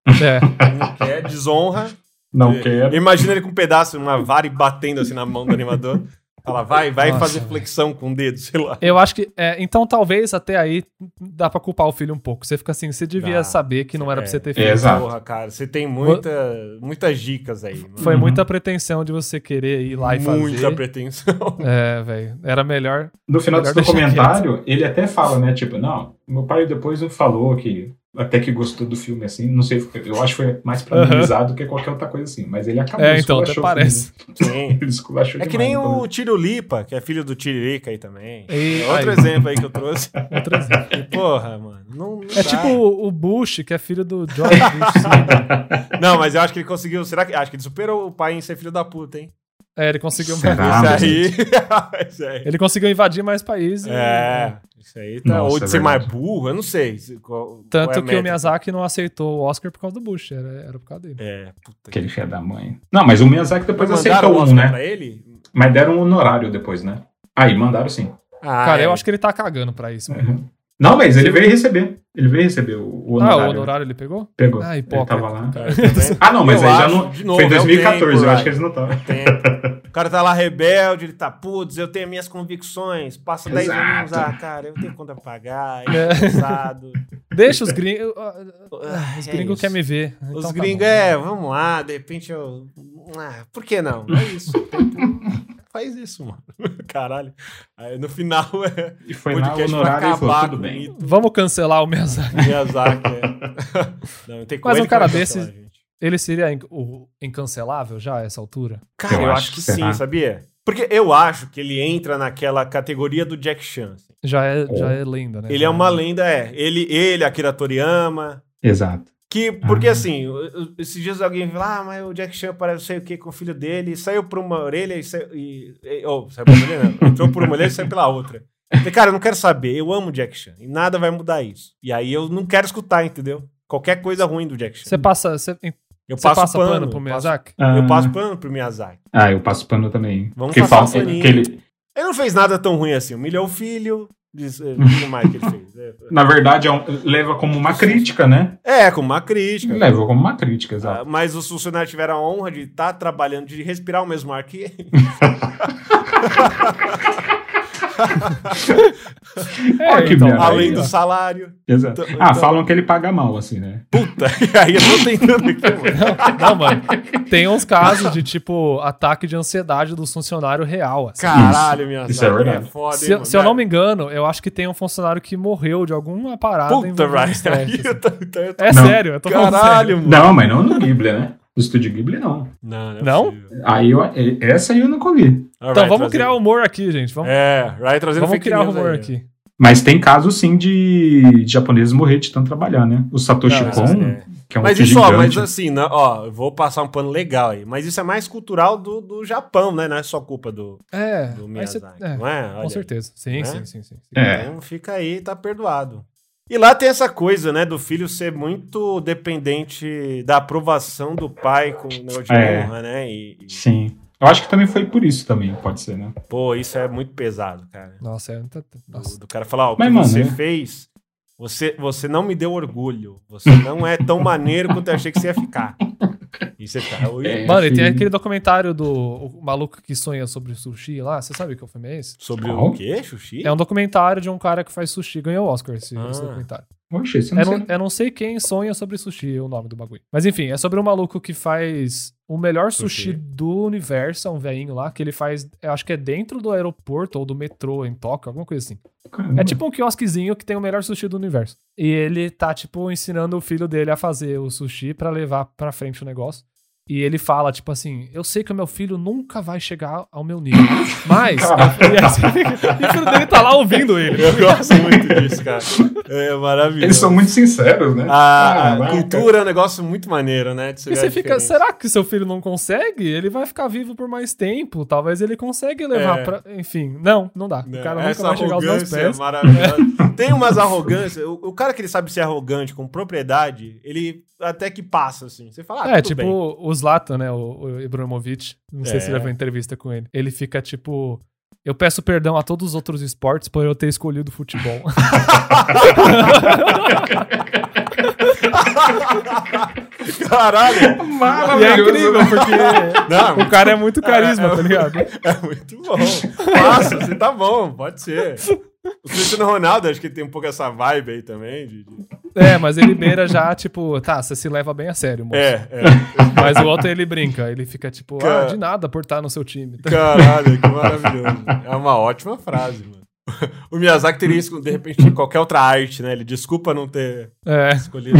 Speaker 1: É.
Speaker 2: não quer, desonra.
Speaker 3: Não é-
Speaker 2: E-
Speaker 3: quero.
Speaker 2: Imagina ele com um pedaço, uma vara e batendo assim na mão do animador. Fala, vai, vai
Speaker 1: Nossa,
Speaker 2: fazer
Speaker 1: velho.
Speaker 2: flexão com o dedo, sei lá.
Speaker 1: Eu acho que. é, então, talvez até aí dá pra culpar o filho um pouco. Você fica assim, você devia
Speaker 2: Dá.
Speaker 1: saber que não era pra
Speaker 2: É.
Speaker 1: você ter feito.
Speaker 3: É, exato.
Speaker 2: Porra, cara, você tem muita, muitas dicas aí. mano.
Speaker 1: Foi
Speaker 3: Uhum.
Speaker 1: muita pretensão de você querer ir lá e
Speaker 2: muita
Speaker 1: fazer.
Speaker 2: pretensão.
Speaker 1: É, velho. Era melhor.
Speaker 3: No final
Speaker 1: Melhor
Speaker 3: desse
Speaker 1: deixar
Speaker 3: documentário, ele até fala, né? Tipo, não, meu pai depois falou que até que gostou do filme, assim. Não sei, eu acho que foi mais pra
Speaker 1: Aham.
Speaker 3: minimizar do que qualquer outra coisa assim. Mas ele acabou
Speaker 1: é, então, até
Speaker 3: esculachou o
Speaker 1: parece.
Speaker 2: Sim.
Speaker 3: filme. Ele esculachou
Speaker 2: É que
Speaker 3: demais,
Speaker 2: nem
Speaker 3: então.
Speaker 2: o Tirulipa, que é filho do Tiririca aí também.
Speaker 1: E-
Speaker 2: É outro
Speaker 1: aí.
Speaker 2: exemplo aí que eu trouxe.
Speaker 1: Outro exemplo.
Speaker 2: E, porra, mano. Não, não
Speaker 1: É
Speaker 2: dá.
Speaker 1: tipo o o Bush, que é filho do George Bush. Sr.
Speaker 2: Não, mas eu acho que ele conseguiu. Será que. Acho que ele superou o pai em ser filho da puta, hein?
Speaker 1: É, ele conseguiu.
Speaker 3: Será? Ah, mas-
Speaker 2: Isso aí. isso aí.
Speaker 1: Ele conseguiu invadir mais países.
Speaker 2: É. Isso aí tá.
Speaker 3: Nossa,
Speaker 2: Ou de
Speaker 3: é
Speaker 2: ser
Speaker 3: verdade.
Speaker 2: mais burro, eu não sei. se- qual-
Speaker 1: Tanto
Speaker 2: qual é a
Speaker 1: que o
Speaker 2: meta.
Speaker 1: Miyazaki não aceitou o Oscar por causa do Bush. Era, era por causa dele.
Speaker 2: É, puta que.
Speaker 3: Aquele filho da mãe. Não, mas o Miyazaki depois
Speaker 2: Mandaram o
Speaker 3: aceitou um,
Speaker 2: Oscar
Speaker 3: né?
Speaker 2: pra ele?
Speaker 3: Mas deram um honorário depois, né? Aí, mandaram sim. Uhum.
Speaker 2: Ah,
Speaker 1: Cara,
Speaker 2: é.
Speaker 1: eu acho que ele tá cagando pra isso. mano.
Speaker 3: Não, mas ele veio receber. Ele veio receber o, o
Speaker 1: Ah,
Speaker 3: honorário. né?
Speaker 1: o honorário ele pegou?
Speaker 3: Pegou.
Speaker 1: Ah,
Speaker 3: ele
Speaker 1: hipócrita.
Speaker 3: tava lá.
Speaker 2: Cara, também.
Speaker 3: Ah, não, mas
Speaker 2: Eu
Speaker 3: aí já
Speaker 2: acho,
Speaker 3: não.
Speaker 2: de novo,
Speaker 3: foi em
Speaker 2: é o
Speaker 3: 2014,
Speaker 2: tempo,
Speaker 3: eu acho que
Speaker 2: vai.
Speaker 3: eles não estavam.
Speaker 2: tempo. O cara tá lá rebelde, ele tá, putz, eu tenho minhas convicções, passa 10 anos,
Speaker 3: Exato.
Speaker 2: ah, cara, eu tenho conta pra pagar,
Speaker 1: É.
Speaker 2: é cansado.
Speaker 1: Deixa os gringos. ah, ah,
Speaker 2: Ah,
Speaker 1: Os
Speaker 2: é
Speaker 1: gringos
Speaker 2: isso.
Speaker 1: querem me ver. Então
Speaker 2: Os
Speaker 1: tá
Speaker 2: gringos,
Speaker 1: bom.
Speaker 2: é, vamos lá, de repente eu ah, por que não? É isso. Tem- tem- Faz isso, mano. Caralho. Aí no final é
Speaker 3: E foi lá o honorário e falou, tudo bem.
Speaker 1: Vamos cancelar o Miyazaki.
Speaker 2: com Miyazaki. É. não, tem
Speaker 1: Mas
Speaker 2: coisa
Speaker 1: um
Speaker 2: que
Speaker 1: cara
Speaker 2: vai
Speaker 1: desse-
Speaker 2: cancelar, gente.
Speaker 1: Ele seria inc- o incancelável já a essa altura?
Speaker 2: Cara, eu, acho que, sim,
Speaker 3: será.
Speaker 2: sabia? Porque eu acho que ele entra naquela categoria do Jack Chan. assim.
Speaker 1: Já é, já é lenda, né?
Speaker 2: Ele
Speaker 1: Já
Speaker 2: é uma lenda, é. Ele, ele, Akira Toriyama.
Speaker 3: Exato.
Speaker 2: Que, porque
Speaker 1: Uhum.
Speaker 3: Ah.
Speaker 2: assim, o- o- esses dias alguém falou, ah, mas o Jack Chan parece não sei o que com o filho dele, e saiu por uma orelha e saiu. E, e- oh, saiu por uma orelha, não. Entrou por uma orelha e saiu pela outra. Eu falei, cara, eu não quero saber, eu amo o Jack Chan, e nada vai mudar isso. E aí eu não quero escutar, entendeu? Qualquer coisa ruim do Jack Chan.
Speaker 1: Você passa, você,
Speaker 2: eu
Speaker 1: você
Speaker 2: passo
Speaker 1: passa pano,
Speaker 2: pano,
Speaker 1: pro
Speaker 2: passo-
Speaker 1: Miyazaki?
Speaker 3: Ah,
Speaker 2: Eu passo pano pro Miyazaki.
Speaker 3: Ah, eu passo pano também.
Speaker 2: Vamos
Speaker 3: Porque
Speaker 2: passar
Speaker 3: falta
Speaker 2: paninho.
Speaker 3: aquele...
Speaker 2: Ele não fez nada tão ruim assim, humilhou o filho, diz, eh, o que mais que ele fez? É,
Speaker 3: Na verdade, é um- leva como uma crítica, né?
Speaker 2: É, com uma crítica.
Speaker 3: Leva como uma crítica, exato.
Speaker 2: Ah, mas os funcionários tiveram a honra de estar trabalhando, de respirar o mesmo ar que ele.
Speaker 1: É,
Speaker 3: Olha que merda. Aí,
Speaker 2: além
Speaker 3: ó.
Speaker 2: do salário.
Speaker 3: Exato.
Speaker 2: então-
Speaker 3: Ah,
Speaker 2: então-
Speaker 3: falam que ele paga mal, assim, né?
Speaker 2: Puta, e aí eu tô tentando aqui, mano.
Speaker 1: Não, mano. Tem uns casos de, tipo, ataque de ansiedade do funcionário real. assim.
Speaker 2: Caralho, minha
Speaker 3: isso
Speaker 2: zaga,
Speaker 3: é verdade.
Speaker 2: foda,
Speaker 1: Se, eu- se eu não me engano, eu acho que tem um funcionário que morreu de alguma parada.
Speaker 2: Puta,
Speaker 1: envolvendo
Speaker 2: Ryan.
Speaker 1: estresse,
Speaker 2: aí
Speaker 1: assim.
Speaker 2: eu tô- então eu tô-
Speaker 1: É
Speaker 3: Não.
Speaker 1: sério, eu tô falando sério.
Speaker 2: Caralho, mano.
Speaker 3: Não, mas não no Ghibli, né? No estúdio Ghibli, não.
Speaker 2: Não, é não.
Speaker 1: Não?
Speaker 3: Aí eu, é, essa aí eu nunca vi.
Speaker 1: Então vamos criar humor aqui, gente. Vamos,
Speaker 2: É, Ryan trazendo
Speaker 1: vamos
Speaker 2: fake
Speaker 1: criar
Speaker 2: news
Speaker 1: humor
Speaker 2: aí, ó.
Speaker 1: aqui.
Speaker 3: Mas tem caso, sim, de, de japoneses morrer de tanto trabalhar, né? O Satoshi
Speaker 1: Não,
Speaker 3: Kon,
Speaker 2: é.
Speaker 3: que é um
Speaker 2: Mas
Speaker 3: outro
Speaker 2: isso, ó, mas
Speaker 3: gigante.
Speaker 2: assim, né, ó, eu vou passar um pano legal aí. Mas isso é mais cultural do, do Japão, né? Não é só culpa do,
Speaker 1: É,
Speaker 2: do
Speaker 1: aí cê-
Speaker 2: Miyazaki,
Speaker 1: é,
Speaker 2: não é? Olha
Speaker 1: com
Speaker 2: aí.
Speaker 1: certeza. Sim,
Speaker 2: né?
Speaker 1: sim, sim, sim. sim.
Speaker 3: É.
Speaker 2: Então fica aí, tá perdoado. E lá tem essa coisa, né, do filho ser muito dependente da aprovação do pai com o negócio de
Speaker 3: É.
Speaker 2: honra, né? E, e,
Speaker 3: Sim. Eu acho que também foi por isso também, pode ser, né?
Speaker 2: pô, isso é muito pesado, cara.
Speaker 1: Nossa, é. tá- tá-
Speaker 2: Do,
Speaker 1: Nossa.
Speaker 2: do cara falar, ó, o que
Speaker 3: Mas, mano,
Speaker 2: você
Speaker 3: né?
Speaker 2: fez, você, você não me deu orgulho. Você não é tão maneiro quanto eu achei que você ia ficar. E você fica, "Oi?"
Speaker 3: É.
Speaker 1: Mano, e tem
Speaker 3: filho.
Speaker 1: aquele documentário do o maluco que sonha sobre sushi lá. Você sabe qual filme é esse?
Speaker 2: Sobre
Speaker 3: Qual?
Speaker 2: o quê, Xuxi?
Speaker 1: É um documentário de um cara que faz sushi. Ganhou o Oscar esse, esse
Speaker 2: Ah.
Speaker 1: documentário.
Speaker 3: Oxe, você não
Speaker 1: Eu
Speaker 3: sei.
Speaker 1: não, eu não sei quem sonha sobre sushi, o nome do bagulho. Mas enfim, é sobre um maluco que faz o melhor sushi,
Speaker 2: Sushi.
Speaker 1: do universo, é um veinho lá, que ele faz, eu acho que é dentro do aeroporto ou do metrô em Tóquio, alguma coisa assim.
Speaker 3: Caramba.
Speaker 1: É tipo um quiosquezinho que tem o melhor sushi do universo. E ele tá, tipo, ensinando o filho dele a fazer o sushi pra levar pra frente o negócio. E ele fala, tipo assim, eu sei que o meu filho nunca vai chegar ao meu nível. Mas. e, assim, e o filho dele tá lá ouvindo ele.
Speaker 2: Eu gosto muito disso, cara. É maravilhoso.
Speaker 3: Eles são muito sinceros, né?
Speaker 2: Ah, A, a
Speaker 3: Caraca.
Speaker 2: cultura é um negócio muito maneiro, né? de
Speaker 1: E
Speaker 2: ver
Speaker 1: você
Speaker 2: a
Speaker 1: fica,
Speaker 2: diferença.
Speaker 1: será que seu filho não consegue? Ele vai ficar vivo por mais tempo, talvez ele consiga levar
Speaker 2: É.
Speaker 1: pra. Enfim, não, não dá.
Speaker 2: Não,
Speaker 1: o cara nunca vai chegar aos meus
Speaker 2: Né? arrogância
Speaker 1: pés.
Speaker 2: é maravilhosa. Tem umas arrogâncias. O, o cara que ele sabe ser arrogante com propriedade, ele até que passa, assim. Você fala, ah,
Speaker 1: é,
Speaker 2: tudo
Speaker 1: tipo
Speaker 2: bem.
Speaker 1: o Zlatan, né, o, o Ibrahimovic, não sei se
Speaker 2: É.
Speaker 1: já viu entrevista com ele. Ele fica tipo, eu peço perdão a todos os outros esportes por eu ter escolhido o futebol.
Speaker 2: Caralho!
Speaker 1: e é
Speaker 3: Maravilhoso. né?
Speaker 1: incrível, porque
Speaker 2: Não,
Speaker 1: o cara é muito carisma,
Speaker 2: É, é.
Speaker 1: tá ligado?
Speaker 2: é muito bom. Passa, você tá bom, pode ser. O Cristiano Ronaldo, acho que ele tem um pouco essa vibe aí também. de- de-
Speaker 1: É, mas ele beira já, tipo, tá, você se leva bem a sério, moço.
Speaker 2: É, é.
Speaker 1: Mas o outro ele brinca, ele fica tipo, ah,
Speaker 2: Cara-
Speaker 1: de nada por estar no seu time.
Speaker 2: Caralho, que maravilhoso. É uma ótima frase, mano. O Miyazaki teria isso, de repente, em qualquer outra arte, né? Ele desculpa não ter
Speaker 1: É.
Speaker 2: escolhido.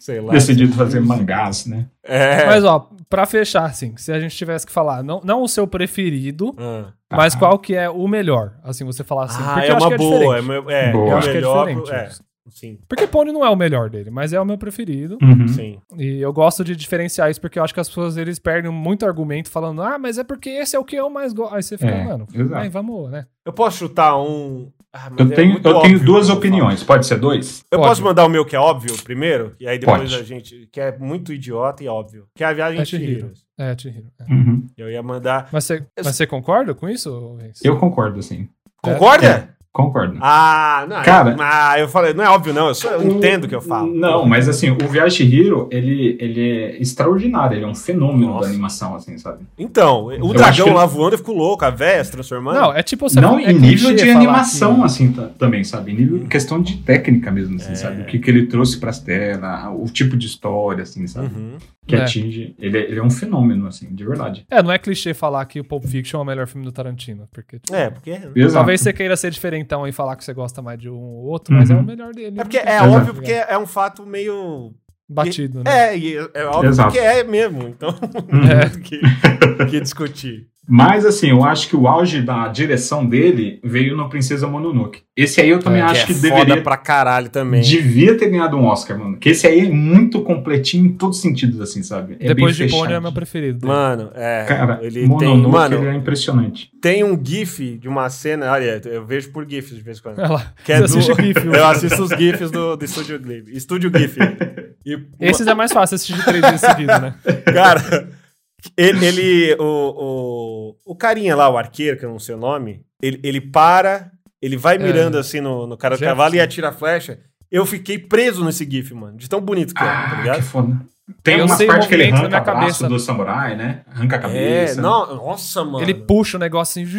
Speaker 2: Sei lá.
Speaker 3: Decidido fazer mangás, né?
Speaker 2: É.
Speaker 1: Mas, ó, pra fechar, assim, se a gente tivesse que falar, não, não o seu preferido,
Speaker 2: Ah.
Speaker 1: mas qual que é o melhor? Assim, você falar assim.
Speaker 2: Ah,
Speaker 1: porque
Speaker 2: é
Speaker 1: eu acho
Speaker 2: uma
Speaker 1: que é
Speaker 2: boa. É,
Speaker 1: diferente.
Speaker 2: meu- é,
Speaker 3: Boa.
Speaker 2: é
Speaker 1: Eu
Speaker 2: o
Speaker 1: acho que é
Speaker 2: melhor.
Speaker 1: diferente.
Speaker 2: é, sim,
Speaker 1: Porque Pony não é o melhor dele, mas é o meu preferido.
Speaker 3: Uhum.
Speaker 2: sim.
Speaker 1: E eu gosto de diferenciar isso, porque eu acho que as pessoas eles perdem muito argumento falando, ah, mas é porque esse é o que eu mais gosto. Aí você fica,
Speaker 3: É,
Speaker 1: mano,
Speaker 2: Tá.
Speaker 3: exato.
Speaker 1: aí vamos, né?
Speaker 2: Eu posso chutar um. Ah, mas
Speaker 3: Eu
Speaker 2: é
Speaker 3: tenho,
Speaker 2: muito
Speaker 3: eu
Speaker 2: óbvio
Speaker 3: tenho duas
Speaker 2: que eu vou
Speaker 3: opiniões. Pode ser dois?
Speaker 2: falar. Eu
Speaker 1: Pode.
Speaker 2: posso mandar o meu que é óbvio primeiro? E aí depois
Speaker 3: Pode.
Speaker 2: a gente. Que é muito idiota e óbvio. Que é a viagem
Speaker 1: É
Speaker 2: de Chihiro.
Speaker 1: Chihiro. É, Chihiro. é.
Speaker 3: Uhum.
Speaker 2: Eu ia mandar.
Speaker 1: Mas você, mas você concorda com isso? Vince?
Speaker 3: Eu concordo, sim.
Speaker 2: Concorda?
Speaker 3: Concordo.
Speaker 2: Ah, não.
Speaker 3: É. Cara-
Speaker 2: ah, eu falei, não é óbvio, não. Eu, só, eu
Speaker 3: O-
Speaker 2: entendo o que eu falo.
Speaker 3: Não, mas assim, o Viagem Hero, ele, ele é extraordinário, ele é um fenômeno
Speaker 2: Nossa.
Speaker 3: da animação, assim, sabe?
Speaker 2: Então, o
Speaker 3: acho que
Speaker 2: dragão
Speaker 3: ele-
Speaker 2: lá voando, eu fico louco, a véia se transformando.
Speaker 1: Não, é tipo você
Speaker 3: Não,
Speaker 1: é
Speaker 3: em nível
Speaker 1: clichê
Speaker 3: de
Speaker 1: falar
Speaker 3: animação,
Speaker 1: que-
Speaker 3: assim, ta- também, sabe? Em nível, questão de técnica mesmo, assim,
Speaker 2: É.
Speaker 3: sabe? O que, que ele trouxe pras telas, o tipo de história, assim, sabe?
Speaker 2: Uhum.
Speaker 3: que
Speaker 1: É.
Speaker 3: atinge. Ele, é- ele é um fenômeno, assim, de verdade.
Speaker 1: É, não é clichê falar que o Pulp Fiction é o melhor filme do Tarantino, porque tipo,
Speaker 2: É, porque. É
Speaker 3: Exato.
Speaker 1: talvez você queira ser diferentão e falar que você gosta mais de um ou outro, mas é
Speaker 3: Uhum.
Speaker 1: o melhor dele.
Speaker 2: porque é
Speaker 1: Exato.
Speaker 2: óbvio, porque é um fato meio.
Speaker 1: batido, né?
Speaker 2: É, e é é óbvio
Speaker 3: Exato.
Speaker 2: que é mesmo. Então,
Speaker 3: Uhum.
Speaker 2: não tem o que, que discutir.
Speaker 3: Mas, assim, eu acho que o auge da direção dele veio no Princesa Mononoke. Esse aí eu também
Speaker 2: É,
Speaker 3: acho que,
Speaker 2: é
Speaker 3: deveria.
Speaker 2: foda pra caralho também.
Speaker 3: Devia ter ganhado um Oscar, mano. Que esse aí é muito completinho em todos os sentidos, assim, sabe? É
Speaker 1: Depois de
Speaker 3: bem
Speaker 1: Bonnie é
Speaker 3: fechadinho.
Speaker 1: meu preferido. dele.
Speaker 2: Mano, é.
Speaker 3: Cara,
Speaker 2: ele tem.
Speaker 3: Mononoke,
Speaker 2: Mano,
Speaker 3: ele é impressionante.
Speaker 2: tem um GIF de uma cena. Olha, eu vejo por GIFs de vez em quando.
Speaker 1: Olha lá.
Speaker 2: Que é
Speaker 1: Você assiste
Speaker 2: do-
Speaker 1: GIF,
Speaker 2: eu assisto os GIFs do, do Estúdio GIF. Estúdio GIF. E,
Speaker 1: Esses é mais fácil assistir três vezes seguido, né?
Speaker 2: Cara, ele. ele- o, o, o carinha lá, o arqueiro, que eu não sei o nome, ele, ele para, ele vai mirando assim no, no cara do
Speaker 1: Jefferson.
Speaker 2: cavalo e atira a flecha. Eu fiquei preso nesse GIF, mano. De tão bonito que é, tá
Speaker 3: Ah, que
Speaker 2: ligado?
Speaker 3: foda. Tem
Speaker 1: Eu
Speaker 3: uma
Speaker 1: sei o
Speaker 3: parte que ele
Speaker 1: movimento
Speaker 3: arranca
Speaker 1: da minha
Speaker 3: o braço
Speaker 1: cabeça.
Speaker 3: do samurai, né? Arranca a
Speaker 2: É,
Speaker 3: cabeça.
Speaker 2: não, nossa, mano.
Speaker 1: Ele puxa o negócio assim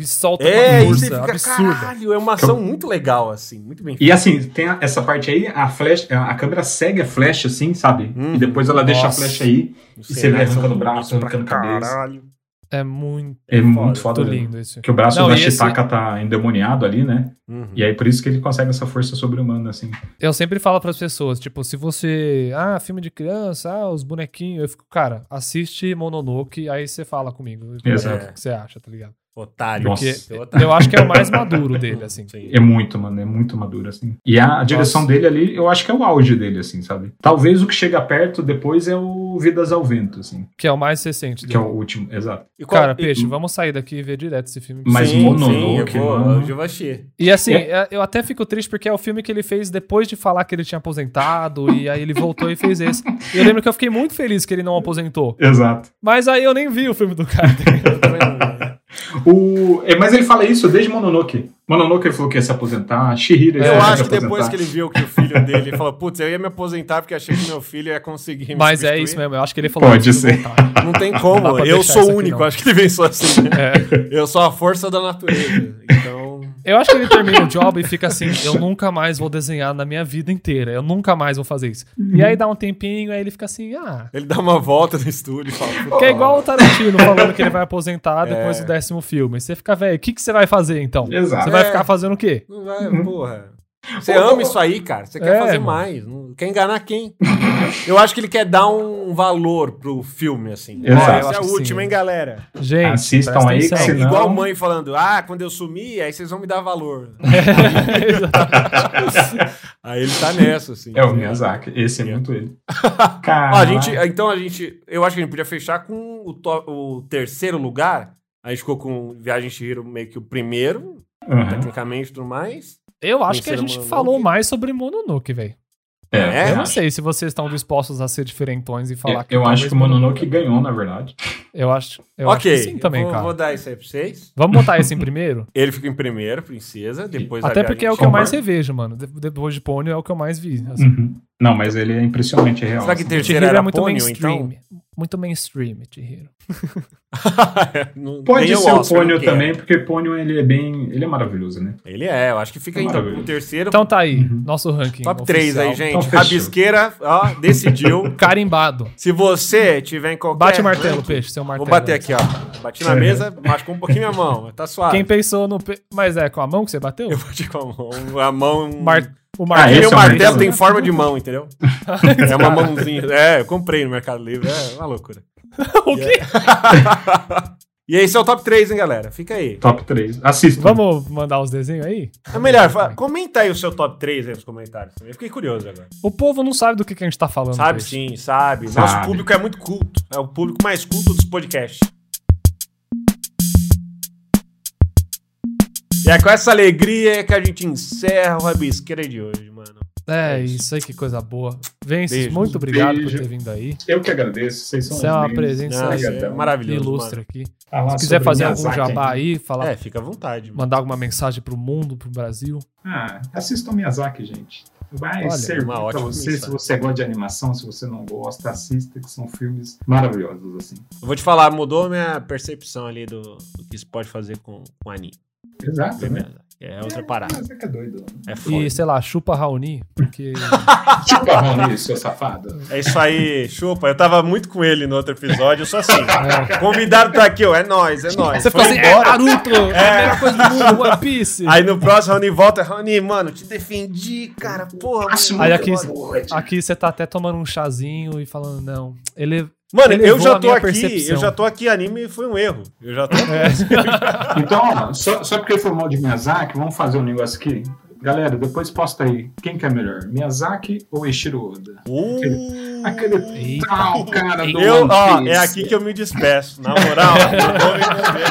Speaker 1: e solta
Speaker 2: é,
Speaker 1: uma
Speaker 2: isso
Speaker 1: força
Speaker 2: aí fica,
Speaker 1: absurda.
Speaker 2: caralho, é uma ação muito legal, assim, muito bem
Speaker 3: E assim, tem a- essa parte aí, a flecha, a câmera segue a flecha assim, sabe?
Speaker 2: Hum.
Speaker 3: e depois ela deixa
Speaker 1: Nossa.
Speaker 3: a flecha aí.
Speaker 2: feita.
Speaker 3: E você vai
Speaker 2: Cenário
Speaker 3: arrancando
Speaker 2: bonito
Speaker 3: braço,
Speaker 2: pra
Speaker 3: arrancando cabeça.
Speaker 2: Caralho.
Speaker 1: É muito
Speaker 3: É, muito
Speaker 2: foda,
Speaker 3: foda. mesmo.
Speaker 1: lindo isso.
Speaker 3: Que o braço
Speaker 1: Não,
Speaker 3: da
Speaker 1: e esse-
Speaker 3: Chitaka tá endemoniado ali, né?
Speaker 2: Uhum.
Speaker 3: E aí por isso que ele consegue essa força sobre-humana, assim.
Speaker 1: Eu sempre falo pras pessoas, tipo, se você. Ah, filme de criança, ah, os bonequinhos. Eu fico, cara, assiste Mononoke, aí você fala comigo. e
Speaker 3: Exato.
Speaker 1: fala O que que você acha, tá ligado?
Speaker 2: Otário.
Speaker 3: Nossa.
Speaker 2: seu otário.
Speaker 1: Eu acho que é o mais maduro dele, assim.
Speaker 2: Sim.
Speaker 3: É muito, mano, é muito maduro, assim. E a direção dele ali, eu acho que é o auge dele, assim, sabe? Talvez o que chega perto depois é o Vidas ao Vento, assim,
Speaker 1: Que é o mais recente
Speaker 3: que é
Speaker 1: dele.
Speaker 3: o último, exato.
Speaker 2: E qual-
Speaker 1: Cara,
Speaker 2: e-
Speaker 1: Peixe, vamos sair daqui e ver direto esse filme.
Speaker 3: Mas
Speaker 2: Sim,
Speaker 3: Mononoke,
Speaker 2: sim, eu vou-
Speaker 3: mano.
Speaker 2: hoje eu vou assistir.
Speaker 1: E assim, é- eu até fico triste porque é o filme que ele fez depois de falar que ele tinha aposentado, e aí ele voltou e fez esse. E eu lembro que eu fiquei muito feliz que ele não aposentou.
Speaker 3: Exato.
Speaker 1: Mas aí eu nem vi o filme do cara.
Speaker 3: O... é, mas ele fala isso desde Mononoke. Mononoke ele falou que ia se aposentar, Shihiro ele
Speaker 2: Eu
Speaker 3: falou
Speaker 2: acho
Speaker 3: ia
Speaker 2: que depois
Speaker 3: aposentar.
Speaker 2: que ele viu que o filho dele falou, putz, eu ia me aposentar porque achei que meu filho ia conseguir me
Speaker 1: Mas é
Speaker 2: substituir."
Speaker 1: isso mesmo, eu acho que ele falou.
Speaker 3: Pode
Speaker 1: "Eu preciso
Speaker 3: ser."
Speaker 1: voltar.
Speaker 2: Não tem
Speaker 1: Não dá
Speaker 2: como,
Speaker 1: pra
Speaker 2: eu
Speaker 1: deixar
Speaker 2: sou
Speaker 1: isso aqui,
Speaker 2: único,
Speaker 1: não.
Speaker 2: acho que ele pensou assim. né?
Speaker 1: É.
Speaker 2: Eu sou a força da natureza. Então,
Speaker 1: Eu acho que ele termina o job e fica assim: eu nunca mais vou desenhar na minha vida inteira, eu nunca mais vou fazer isso. E aí dá um tempinho, aí ele fica assim: ah.
Speaker 2: ele dá uma volta no estúdio e fala, "Puta,
Speaker 1: Que é igual o Tarantino falando que ele vai aposentar
Speaker 3: É.
Speaker 1: depois do décimo filme. Você fica, velho, o que, que você vai fazer então? Você
Speaker 3: Exato.
Speaker 1: vai
Speaker 2: É.
Speaker 1: ficar fazendo o quê?
Speaker 2: não vai, porra. Você ama isso aí, cara. Você quer
Speaker 1: É,
Speaker 2: fazer
Speaker 1: mano.
Speaker 2: mais. Não quer enganar quem? Eu acho que ele quer dar um valor pro filme, assim. Ó,
Speaker 3: Exato. Eu
Speaker 2: Essa é
Speaker 1: acho
Speaker 2: a
Speaker 1: que
Speaker 2: última,
Speaker 1: sim.
Speaker 2: hein, galera?
Speaker 1: Gente,
Speaker 3: Assistam
Speaker 1: presta
Speaker 3: aí que
Speaker 1: atenção.
Speaker 2: É,
Speaker 3: Senão-
Speaker 2: igual mãe falando, ah, quando eu sumir, aí vocês vão me dar valor.
Speaker 3: Assim.
Speaker 2: aí ele tá nessa, assim.
Speaker 3: É o Miyazaki, esse é muito ele. Cara,
Speaker 2: Ó, a gente, então a gente, eu acho que a gente podia fechar com o, to- o terceiro lugar. A gente ficou com Viagem Shihiro meio que o primeiro, tecnicamente e tudo mais.
Speaker 1: Eu acho que a
Speaker 2: Conhecer
Speaker 1: gente
Speaker 2: Mononoke.
Speaker 1: falou mais sobre Mononoke, velho.
Speaker 3: é,
Speaker 2: É?
Speaker 1: Eu não
Speaker 3: acho.
Speaker 1: sei se vocês estão dispostos a ser diferentões e falar
Speaker 3: Eu, eu
Speaker 1: talvez
Speaker 3: acho que o Mononoke ganhou, na verdade.
Speaker 1: Eu acho, eu
Speaker 2: ok,
Speaker 1: acho que sim também,
Speaker 2: eu vou,
Speaker 1: cara.
Speaker 2: vou dar isso aí pra vocês.
Speaker 1: Vamos botar esse em primeiro?
Speaker 2: Ele fica em primeiro, Princesa, depois a
Speaker 1: Até
Speaker 2: Viagem
Speaker 1: porque é o que eu
Speaker 2: Shihiro.
Speaker 1: mais
Speaker 3: Concordo.
Speaker 1: revejo, mano. De- Depois de Pônio é o que eu mais vi. assim.
Speaker 3: Uhum. Não, mas ele é impressionante, é real.
Speaker 2: Será que
Speaker 3: assim.
Speaker 2: terceiro
Speaker 1: Chihiro
Speaker 2: era
Speaker 1: é muito
Speaker 2: Ponyo, então?
Speaker 1: mainstream. Muito mainstream, Chihiro.
Speaker 2: Não- nem
Speaker 3: Pode
Speaker 2: o
Speaker 3: ser o
Speaker 2: Oscar não
Speaker 3: Ponyo
Speaker 2: quer.
Speaker 3: também, porque Ponyo ele é bem. Ele é maravilhoso, né?
Speaker 2: Ele é, eu acho que fica então com o
Speaker 3: Maravilha.
Speaker 2: terceiro,
Speaker 1: Então tá aí,
Speaker 3: Uhum.
Speaker 1: nosso ranking.
Speaker 2: Top 3
Speaker 1: oficial.
Speaker 2: aí, gente.
Speaker 3: Então, fechou.
Speaker 2: Rabisqueira, ó, decidiu.
Speaker 1: Carimbado.
Speaker 2: Se você tiver em qualquer.
Speaker 1: Bate o martelo, peixe, seu martelo.
Speaker 2: É, Vou bater aqui, ó. Bati na mesa, machucou um pouquinho minha mão, mas tá suave.
Speaker 1: Quem pensou no. pe- Mas é com a mão que você bateu?
Speaker 2: Eu bati com a mão. A mão.
Speaker 1: Mar- O
Speaker 3: Ah,
Speaker 2: E
Speaker 1: martelo.
Speaker 3: esse
Speaker 2: o
Speaker 3: é o
Speaker 2: martelo
Speaker 3: martelo?
Speaker 2: tem forma de mão, entendeu? É uma mãozinha. É, eu comprei no Mercado Livre. É uma loucura.
Speaker 1: o quê?
Speaker 2: E esse é o top 3, hein, galera? Fica aí.
Speaker 3: Top 3. Assista.
Speaker 1: Vamos mandar os desenhos aí?
Speaker 2: É melhor, fa- comenta aí o seu top 3 aí nos comentários. também. Eu fiquei curioso agora.
Speaker 1: O povo não sabe do que, que a gente tá falando.
Speaker 2: Sabe
Speaker 1: peixe.
Speaker 2: sim, sabe. Nosso
Speaker 3: Sabe.
Speaker 2: público é muito culto. É o público mais culto dos podcasts. E é com essa alegria que a gente encerra o Rabisqueira de hoje, mano.
Speaker 1: É,
Speaker 2: É isso.
Speaker 1: isso aí, que coisa boa. Vences,
Speaker 2: Beijo.
Speaker 1: muito obrigado
Speaker 3: Beijo.
Speaker 1: por ter vindo aí.
Speaker 3: Eu que agradeço. Vocês são
Speaker 1: Você é uma
Speaker 3: lindos.
Speaker 1: presença
Speaker 2: Nossa, é
Speaker 3: Obrigadão.
Speaker 2: maravilhoso.
Speaker 1: ilustre aqui.
Speaker 3: Falar
Speaker 1: Se quiser
Speaker 3: sobre
Speaker 1: fazer algum
Speaker 3: Miyazaki
Speaker 1: jabá
Speaker 3: ainda.
Speaker 1: aí, falar,
Speaker 2: mano. É, fica à vontade, mano.
Speaker 1: mandar alguma mensagem pro mundo, pro Brasil.
Speaker 3: Ah, assistam Miyazaki, gente. Vai
Speaker 1: Olha,
Speaker 3: servir
Speaker 2: uma
Speaker 3: pra
Speaker 2: ótima
Speaker 3: você
Speaker 2: mensagem.
Speaker 3: se você gosta de animação, se você não gosta, assista, que são filmes maravilhosos, assim.
Speaker 2: Eu vou te falar, mudou minha percepção ali do, do que isso pode fazer com, com a Annie.
Speaker 3: Exato, né?
Speaker 2: É
Speaker 1: Tá.
Speaker 2: outra parada.
Speaker 3: Mas é que é doido.
Speaker 2: É foda.
Speaker 1: E, sei lá, chupa Raoni, porque.
Speaker 3: Tipo a Rony, seu safado.
Speaker 2: É isso aí, chupa. Eu tava muito com ele no outro episódio, eu sou assim. Convidado tá aqui, ó. É nóis, é nóis.
Speaker 1: Você
Speaker 2: Foi
Speaker 1: fica assim, é
Speaker 2: embora.
Speaker 1: Naruto! É a melhor coisa do mundo, One Piece!
Speaker 2: Aí no próximo, Rony volta. Rony, mano, te defendi, cara. Porra.
Speaker 3: Próximo.
Speaker 1: Aí aqui,
Speaker 3: Pode.
Speaker 1: aqui você tá até tomando um chazinho e falando, não. Ele.
Speaker 2: Mano,
Speaker 1: Elevou
Speaker 2: eu já
Speaker 1: a
Speaker 2: tô
Speaker 1: minha
Speaker 2: aqui,
Speaker 1: percepção. É.
Speaker 2: eu já tô aqui, anime foi um erro. Eu já tô.
Speaker 3: Então, ó, só, só porque foi mal de Miyazaki, vamos fazer um negócio aqui. Galera, depois posta aí. Quem que é melhor? Miyazaki ou Eiichiro Oda?
Speaker 2: Uh,
Speaker 3: Aquele
Speaker 1: Eita.
Speaker 3: tal cara do
Speaker 2: eu,
Speaker 3: One
Speaker 2: ó,
Speaker 3: Piece.
Speaker 2: é aqui que eu me despeço. Na moral, eu vou me envolver,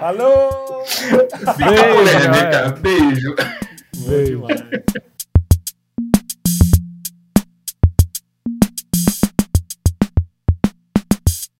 Speaker 2: não. Alô!
Speaker 1: é.
Speaker 3: Fica polêmica. Beijo.
Speaker 2: Bom demais.